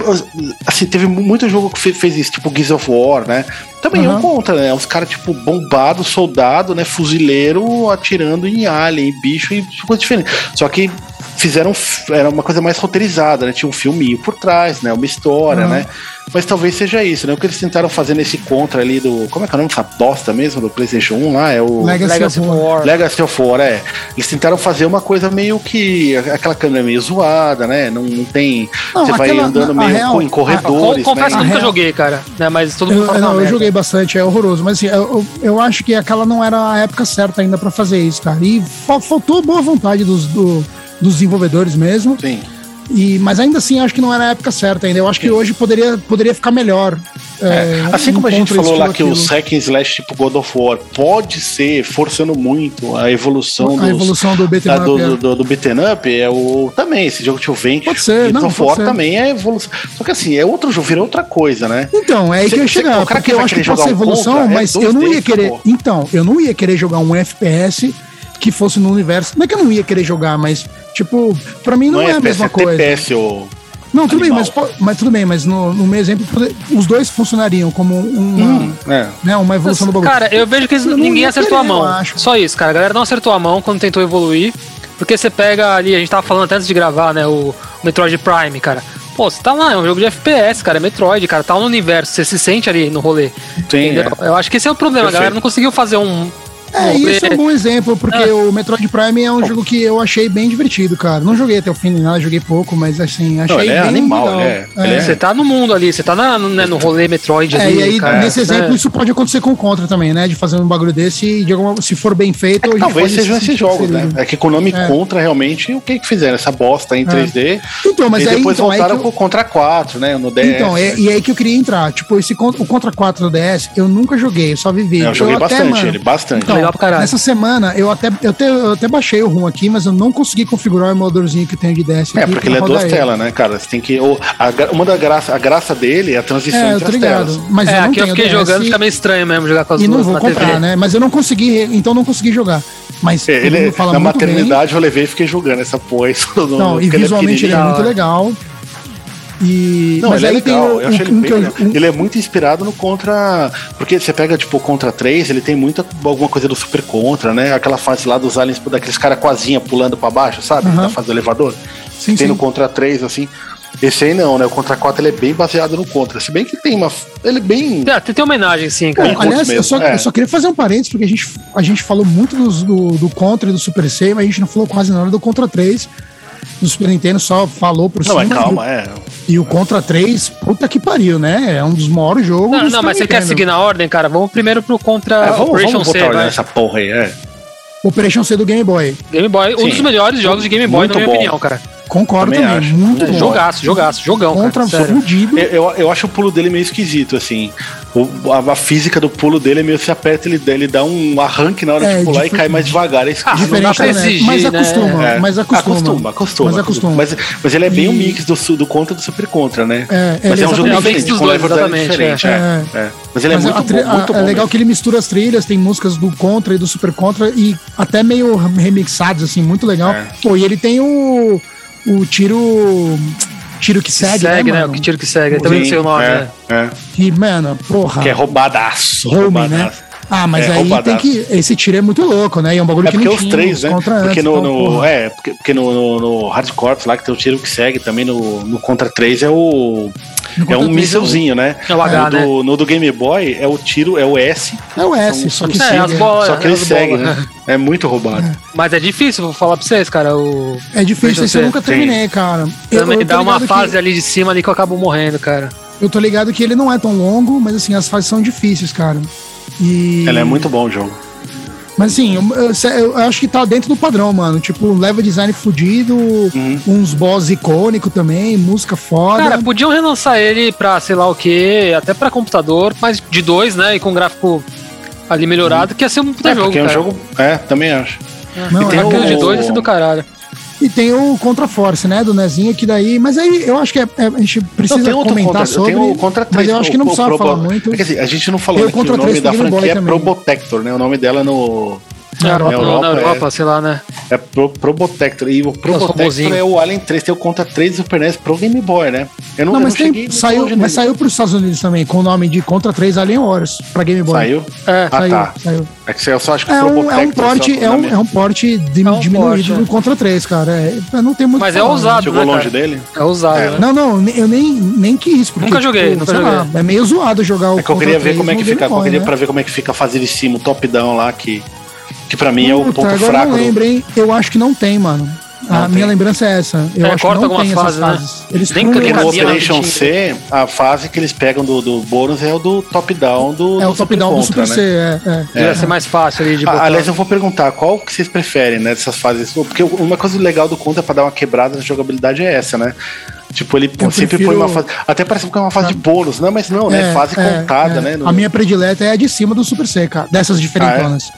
Speaker 2: assim, teve mu- muito jogo que fe- fez isso, tipo Gears of War, né? Também é um
Speaker 1: Uhum.
Speaker 2: Contra, né? Uns caras, tipo, bombado, soldado, né? Fuzileiro, atirando em alien, em bicho e coisa diferente. Só que fizeram f- era uma coisa mais roteirizada, né? Tinha um filminho por trás, né? Uma história,
Speaker 1: Uhum.
Speaker 2: né? Mas talvez seja isso, né? O que eles tentaram fazer nesse contra ali do. Como é que é o nome dessa bosta mesmo? Do PlayStation 1 lá? É o.
Speaker 1: Legacy,
Speaker 3: Legacy
Speaker 1: of
Speaker 3: of
Speaker 1: War.
Speaker 3: War.
Speaker 2: Legacy of War, é. Eles tentaram fazer uma coisa meio que. Aquela câmera meio zoada, né? Não, não tem.
Speaker 1: Não,
Speaker 2: você vai
Speaker 1: aquela-
Speaker 2: andando
Speaker 1: na- a
Speaker 2: meio
Speaker 1: real-
Speaker 2: co- em corredores.
Speaker 3: Con- confesso
Speaker 2: né?
Speaker 3: que nunca
Speaker 1: real-
Speaker 3: joguei, cara. Né? Mas todo mundo
Speaker 1: É. Eu,
Speaker 3: fala que é
Speaker 1: não,
Speaker 3: uma
Speaker 1: eu
Speaker 3: merda.
Speaker 1: joguei bastante, é horroroso. Mas assim, eu, eu acho que aquela não era a época certa ainda pra fazer isso, cara. E fa- faltou boa vontade dos, do- dos desenvolvedores mesmo.
Speaker 2: Sim.
Speaker 1: E, mas ainda assim, acho que não era a época certa ainda. Eu acho que hoje poderia, poderia ficar melhor. é,
Speaker 2: Assim
Speaker 1: um
Speaker 2: como a gente
Speaker 1: contra
Speaker 2: falou lá
Speaker 1: estilo
Speaker 2: que o
Speaker 1: aquilo.
Speaker 2: hack and slash tipo God of War pode ser, forçando muito a evolução
Speaker 1: a
Speaker 2: dos-
Speaker 1: evolução do BT
Speaker 2: da- do, do, do, do beaten up é o também esse jogo tinha o Vanquish,
Speaker 1: é. Pode ser,
Speaker 2: Gears
Speaker 1: não,
Speaker 2: of
Speaker 1: pode
Speaker 2: War
Speaker 1: ser.
Speaker 2: também é evolução. Só que assim, é outro jogo, virou outra coisa, né?
Speaker 1: Então, é aí que
Speaker 2: Cê-
Speaker 1: eu ia
Speaker 2: cê-
Speaker 1: chegar.
Speaker 2: o cara
Speaker 1: porque
Speaker 2: que
Speaker 1: eu
Speaker 2: vai
Speaker 1: acho
Speaker 2: querer
Speaker 1: que pode
Speaker 2: jogar
Speaker 1: ser
Speaker 2: um
Speaker 1: evolução,
Speaker 2: contra, é
Speaker 1: mas
Speaker 2: dois
Speaker 1: eu não ia
Speaker 2: dedos,
Speaker 1: querer.
Speaker 2: pô.
Speaker 1: Então, eu não ia querer jogar um FPS que fosse no universo. Não é que eu não ia querer jogar, mas, tipo, pra mim não, é, a mesma coisa.
Speaker 2: TPS ou
Speaker 1: Não, tudo bem,
Speaker 2: animal.
Speaker 1: mas, po- mas tudo bem, mas no, no meu exemplo, poder- os dois funcionariam como uma,
Speaker 2: é.
Speaker 1: né, uma evolução do bagulho.
Speaker 3: Hum. Cara, eu vejo que eles-
Speaker 1: Eu não
Speaker 3: ninguém
Speaker 1: ia
Speaker 3: acertou a
Speaker 1: querer,
Speaker 3: mão.
Speaker 1: eu acho.
Speaker 3: Só isso, cara. A galera não acertou a mão quando tentou evoluir. Porque você pega ali, a gente tava falando até antes de gravar, né? O Metroid Prime, cara. Pô, você tá lá, é um jogo de FPS, cara. É Metroid, cara. Tá no universo. Você se sente ali no rolê.
Speaker 2: Tem,
Speaker 3: entendeu? Eu acho que esse é o problema. A galera
Speaker 2: Perfeito.
Speaker 3: não conseguiu fazer um.
Speaker 1: é,
Speaker 3: um
Speaker 1: isso é um bom exemplo, porque
Speaker 3: Ah.
Speaker 1: o Metroid Prime é um jogo que eu achei bem divertido, cara. Não joguei até o fim nem nada, joguei pouco, mas assim, achei
Speaker 2: Não, ele é
Speaker 1: bem
Speaker 2: animal,
Speaker 1: legal.
Speaker 2: ele é- ele é-
Speaker 3: Você tá no mundo ali, você tá na- no, né, no rolê Metroid
Speaker 1: É,
Speaker 3: ali,
Speaker 1: e aí,
Speaker 3: cara,
Speaker 1: nesse
Speaker 3: né?
Speaker 1: exemplo, isso pode acontecer com o Contra também, né? De fazer um bagulho desse e de alguma, se for bem feito. a gente
Speaker 2: É Talvez
Speaker 1: pode
Speaker 2: sejam
Speaker 1: se sentir
Speaker 2: esses jogos, né?
Speaker 1: inserido.
Speaker 2: É que Konami
Speaker 1: É.
Speaker 2: contra realmente o que que fizeram essa bosta em 3D.
Speaker 1: Então, mas
Speaker 2: e
Speaker 1: aí,
Speaker 2: depois
Speaker 1: então, aí
Speaker 2: voltaram
Speaker 1: que eu-
Speaker 2: com o contra 4, né, no DS.
Speaker 1: Então, é, e aí que eu queria entrar. Tipo, esse con- o Contra 4 do DS, eu nunca joguei, eu só vivi.
Speaker 2: É, eu joguei
Speaker 1: até,
Speaker 2: bastante
Speaker 1: mano,
Speaker 2: ele, bastante.
Speaker 1: Então,
Speaker 3: Legal pra caralho.
Speaker 1: Nessa semana, eu até, eu, até, eu até baixei o ROM aqui, mas eu não consegui configurar o emuladorzinho que eu tenho de DS
Speaker 2: É,
Speaker 1: aqui
Speaker 2: porque
Speaker 1: pra
Speaker 2: ele é
Speaker 1: rodar
Speaker 2: duas telas, né, cara? Você tem que. ou- a gra- uma da graça, a graça dele é a transição
Speaker 1: É, eu
Speaker 2: entre
Speaker 1: tô
Speaker 2: as telas.
Speaker 1: ligado. Mas
Speaker 3: é,
Speaker 1: eu não
Speaker 3: aqui eu
Speaker 1: tenho
Speaker 3: fiquei
Speaker 1: DS
Speaker 3: jogando, fica meio estranho mesmo jogar com as
Speaker 1: E não
Speaker 3: duas
Speaker 1: vou
Speaker 3: na TV.
Speaker 1: comprar, né? Mas eu não consegui, então não consegui jogar. Mas
Speaker 2: É,
Speaker 1: todo
Speaker 2: ele-
Speaker 1: mundo fala
Speaker 2: na
Speaker 1: muito bem.
Speaker 2: maternidade eu levei e fiquei jogando essa porra. isso no-
Speaker 1: Não, e
Speaker 2: porque ele é
Speaker 1: visualmente ele é
Speaker 2: pequenininho.
Speaker 1: muito legal. E...
Speaker 2: Não,
Speaker 1: mas
Speaker 2: ele é
Speaker 1: aí tem
Speaker 2: legal.
Speaker 1: o-
Speaker 2: eu achei ele
Speaker 1: um
Speaker 2: bem
Speaker 1: que eu-
Speaker 2: legal.
Speaker 1: um-
Speaker 2: Ele é muito inspirado no Contra. Porque você pega, tipo, o Contra 3, ele tem muita alguma coisa do Super Contra, né? Aquela fase lá dos aliens, daqueles caras coazinha pulando pra baixo, sabe?
Speaker 1: Aham.
Speaker 2: Na fase do elevador.
Speaker 1: Sim,
Speaker 2: tem
Speaker 1: sim.
Speaker 2: no Contra 3, assim. Esse aí não, né? O Contra 4 ele é bem baseado no Contra. Se bem que tem uma. Ele é bem.
Speaker 3: É, tem, tem homenagem, sim,
Speaker 1: Bom,
Speaker 3: cara.
Speaker 2: curto
Speaker 1: aliás,
Speaker 2: mesmo,
Speaker 1: eu, só,
Speaker 2: é.
Speaker 1: eu só queria fazer um parênteses, porque a gente, a gente falou muito dos- do, do Contra e do Super C, mas a gente não falou quase nada do Contra 3. Do Super Nintendo só falou por
Speaker 2: Não,
Speaker 1: cima.
Speaker 2: mas calma, é.
Speaker 1: E o Contra 3, puta que pariu, né? É um dos maiores jogos.
Speaker 3: Não,
Speaker 1: do
Speaker 3: não,
Speaker 1: Super
Speaker 3: mas você quer
Speaker 1: Nintendo.
Speaker 3: seguir na ordem, cara? Vamos primeiro pro Contra
Speaker 2: É, vamos,
Speaker 3: Operation
Speaker 2: vamos botar
Speaker 3: C,
Speaker 2: olhar
Speaker 3: vai.
Speaker 2: nessa porra aí, é.
Speaker 1: Operation C do Game Boy.
Speaker 3: Game Boy, um
Speaker 2: Sim.
Speaker 3: dos melhores jogos de Game Boy,
Speaker 2: Muito
Speaker 3: na minha
Speaker 2: bom.
Speaker 3: opinião, cara.
Speaker 1: Concordo
Speaker 2: Também
Speaker 1: também.
Speaker 2: acho. né?
Speaker 1: Muito bom.
Speaker 3: Jogaço, jogaço, jogão,
Speaker 1: Contra um
Speaker 3: cara. Sério.
Speaker 1: fudido.
Speaker 2: Eu, eu, eu acho o pulo dele meio esquisito, assim. O- a, a física do pulo dele é meio se aperta, ele, dá- ele dá um arranque na hora
Speaker 1: É,
Speaker 2: de pular e
Speaker 1: difer-
Speaker 2: cai mais devagar. É esquisito.
Speaker 3: Ah, não dá
Speaker 1: Diferente
Speaker 3: pra
Speaker 1: da
Speaker 3: exigir,
Speaker 1: mas
Speaker 3: né?
Speaker 1: acostuma,
Speaker 2: É.
Speaker 1: mas acostuma.
Speaker 2: acostuma, acostuma,
Speaker 1: Mas acostuma.
Speaker 2: Mas, mas ele é bem um
Speaker 1: E-
Speaker 2: mix do, su- do contra e do super contra, né?
Speaker 1: É,
Speaker 2: mas
Speaker 1: ele
Speaker 2: é um jogo
Speaker 1: exatamente-
Speaker 3: é um mix
Speaker 2: diferente,
Speaker 3: dos
Speaker 2: com
Speaker 3: dois,
Speaker 2: leveldade
Speaker 3: exatamente,
Speaker 2: diferente.
Speaker 1: é.
Speaker 2: É. É. Mas ele é
Speaker 1: Mas
Speaker 2: muito
Speaker 1: a tri-
Speaker 2: bom, muito
Speaker 1: a-
Speaker 2: bom.
Speaker 1: é legal
Speaker 2: mesmo.
Speaker 1: que ele mistura as trilhas, tem músicas do Contra e do Super Contra e até meio remixados, assim, muito legal.
Speaker 2: É.
Speaker 1: Pô, e ele tem o, o tiro. Tiro que segue,
Speaker 3: segue,
Speaker 1: né?
Speaker 3: né? O
Speaker 1: mano?
Speaker 3: que tiro que segue. Eu também não
Speaker 2: Sim,
Speaker 3: sei o nome,
Speaker 2: é,
Speaker 3: né?
Speaker 2: é.
Speaker 1: Que, mano, porra.
Speaker 2: Que é roubadaço.
Speaker 1: home, né?
Speaker 2: roubadaço.
Speaker 1: Ah, mas
Speaker 2: É,
Speaker 1: aí tem
Speaker 2: roubadaço.
Speaker 1: que. Esse tiro é muito louco, né? E é um bagulho
Speaker 2: É
Speaker 1: que
Speaker 2: porque
Speaker 1: não
Speaker 2: os
Speaker 1: tinha
Speaker 2: três,
Speaker 1: os
Speaker 2: né?
Speaker 1: Contra
Speaker 2: Porque
Speaker 1: antes,
Speaker 2: no,
Speaker 1: então,
Speaker 2: no,
Speaker 1: porra.
Speaker 2: é, porque, porque no, no, no Hard Corps lá que tem o tiro que segue também no, no Contra 3 é o.
Speaker 1: No
Speaker 2: é
Speaker 1: Contra
Speaker 2: um
Speaker 1: três
Speaker 2: mísselzinho, né?
Speaker 3: É o
Speaker 2: no,
Speaker 3: H,
Speaker 2: do, no do Game Boy é o tiro, é o S,
Speaker 1: É o S, só que
Speaker 3: É,
Speaker 1: segue.
Speaker 3: as bolas.
Speaker 2: só que ele
Speaker 3: as
Speaker 2: segue,
Speaker 3: bolas.
Speaker 2: né? É muito roubado.
Speaker 3: Mas é difícil, vou falar pra vocês, cara. O...
Speaker 1: É difícil,
Speaker 3: Veja
Speaker 1: esse eu
Speaker 3: você,
Speaker 1: nunca
Speaker 2: tem.
Speaker 1: terminei, cara. Eu-
Speaker 3: Também
Speaker 1: eu tô
Speaker 3: dá uma
Speaker 1: ligado que-
Speaker 3: fase ali de cima ali que eu acabo morrendo, cara.
Speaker 1: Eu tô ligado que ele não é tão longo, mas assim, as fases são difíceis, cara. E...
Speaker 2: Ele é muito bom o jogo.
Speaker 1: Mas assim, eu, eu- eu acho que tá dentro do padrão, mano. Tipo, level design fudido,
Speaker 2: Uhum.
Speaker 1: uns boss icônico também, música foda.
Speaker 3: Cara, podiam relançar ele pra sei lá o que, até pra computador, mas de dois, né? E com gráfico ali melhorado, que ia ser um puta
Speaker 2: É,
Speaker 3: jogo.
Speaker 2: porque é um
Speaker 3: cara.
Speaker 2: jogo. É, também acho.
Speaker 1: Não,
Speaker 2: e tem
Speaker 1: é
Speaker 3: Aquele
Speaker 2: o-
Speaker 3: de dois ia ser do caralho.
Speaker 1: E tem o Contra Force, né? Do Nezinho, que daí. Mas aí eu acho que é- é- a gente precisa
Speaker 2: tem outro
Speaker 1: comentar
Speaker 2: contra,
Speaker 1: sobre.
Speaker 2: tem o contra 3,
Speaker 1: mas eu acho que não precisa falar muito.
Speaker 2: É que, assim, a gente não falou
Speaker 1: Tem o
Speaker 2: né, que
Speaker 1: Contra
Speaker 2: o nome
Speaker 1: 3
Speaker 2: da
Speaker 1: tem Game Boy
Speaker 2: franquia é
Speaker 1: também.
Speaker 2: Probotector, né? O nome dela no,
Speaker 3: Na Europa,
Speaker 2: Europa,
Speaker 3: na Europa
Speaker 2: é.
Speaker 3: sei lá, né?
Speaker 2: é Pro, Probotector. E o Probotector
Speaker 3: robozinho.
Speaker 2: é o Alien 3, tem o Contra 3 do Super NES pro Game Boy, né? Eu
Speaker 1: Não,
Speaker 2: eu
Speaker 1: mas, tem-
Speaker 2: cheguei muito
Speaker 1: saiu,
Speaker 2: longe
Speaker 1: mas
Speaker 2: nele.
Speaker 1: saiu pros Estados Unidos também, com o nome de Contra 3 Alien Wars, pra Game Boy.
Speaker 2: Saiu?
Speaker 3: É,
Speaker 2: ah,
Speaker 1: saiu,
Speaker 2: tá.
Speaker 1: saiu.
Speaker 2: É que eu só acho que
Speaker 1: É
Speaker 2: o
Speaker 1: um, é
Speaker 2: Probotector
Speaker 1: um porte,
Speaker 2: só-
Speaker 1: é um, é um porte de-
Speaker 3: É um
Speaker 1: diminuído
Speaker 3: porte, é.
Speaker 1: do Contra 3, cara. É, não tem muito o que
Speaker 3: Mas é
Speaker 1: falar, né?
Speaker 3: ousado,
Speaker 2: Chegou
Speaker 3: né, cara?
Speaker 2: longe dele?
Speaker 3: É usado,
Speaker 2: É,
Speaker 3: né?
Speaker 1: Não, não, ne- eu nem, nem que isso. Porque,
Speaker 3: Nunca joguei, nunca
Speaker 1: sei lá, é meio zoado jogar o
Speaker 2: É que eu
Speaker 1: Contra
Speaker 2: queria ver
Speaker 1: 3
Speaker 2: como é que
Speaker 1: no
Speaker 2: fica,
Speaker 1: Game
Speaker 2: eu
Speaker 1: Boy,
Speaker 2: queria
Speaker 1: né?
Speaker 2: pra ver como é que fica a fase de cima, o top-down lá, que, que pra mim é o
Speaker 1: Puta,
Speaker 2: ponto
Speaker 1: agora
Speaker 2: fraco.
Speaker 1: Eu não
Speaker 2: do-
Speaker 1: lembro, hein? Eu acho que não tem, mano. a
Speaker 2: tem.
Speaker 1: minha lembrança é essa. Eu
Speaker 3: É,
Speaker 1: acho
Speaker 3: corta
Speaker 1: que não
Speaker 3: algumas
Speaker 1: tem essas
Speaker 3: fases, né?
Speaker 1: fases. Eles
Speaker 3: Nem
Speaker 1: pulam assim, é,
Speaker 2: Porque no
Speaker 3: Cabia na
Speaker 2: Operation
Speaker 3: retina.
Speaker 2: C, a fase que eles pegam do, do bônus é o do top-down do,
Speaker 1: É o
Speaker 3: né?
Speaker 2: do né? Super
Speaker 1: top-down do
Speaker 2: Contra,
Speaker 1: Super C, é, é.
Speaker 3: Devia ser mais fácil ali de
Speaker 2: Ah,
Speaker 3: botar.
Speaker 2: aliás, eu vou perguntar, qual que vocês preferem, né, dessas fases? Porque uma coisa legal do Contra pra dar uma quebrada na jogabilidade é essa, né? Tipo, ele
Speaker 1: Eu
Speaker 2: sempre
Speaker 1: prefiro- Ah.
Speaker 2: põe uma fase. Até parece que é uma fase de bônus, não, mas não, né?
Speaker 1: É,
Speaker 2: fase
Speaker 1: é,
Speaker 2: contada,
Speaker 1: é.
Speaker 2: né? no-
Speaker 1: A minha predileta é a de cima do Super C, cara. Dessas diferentonas.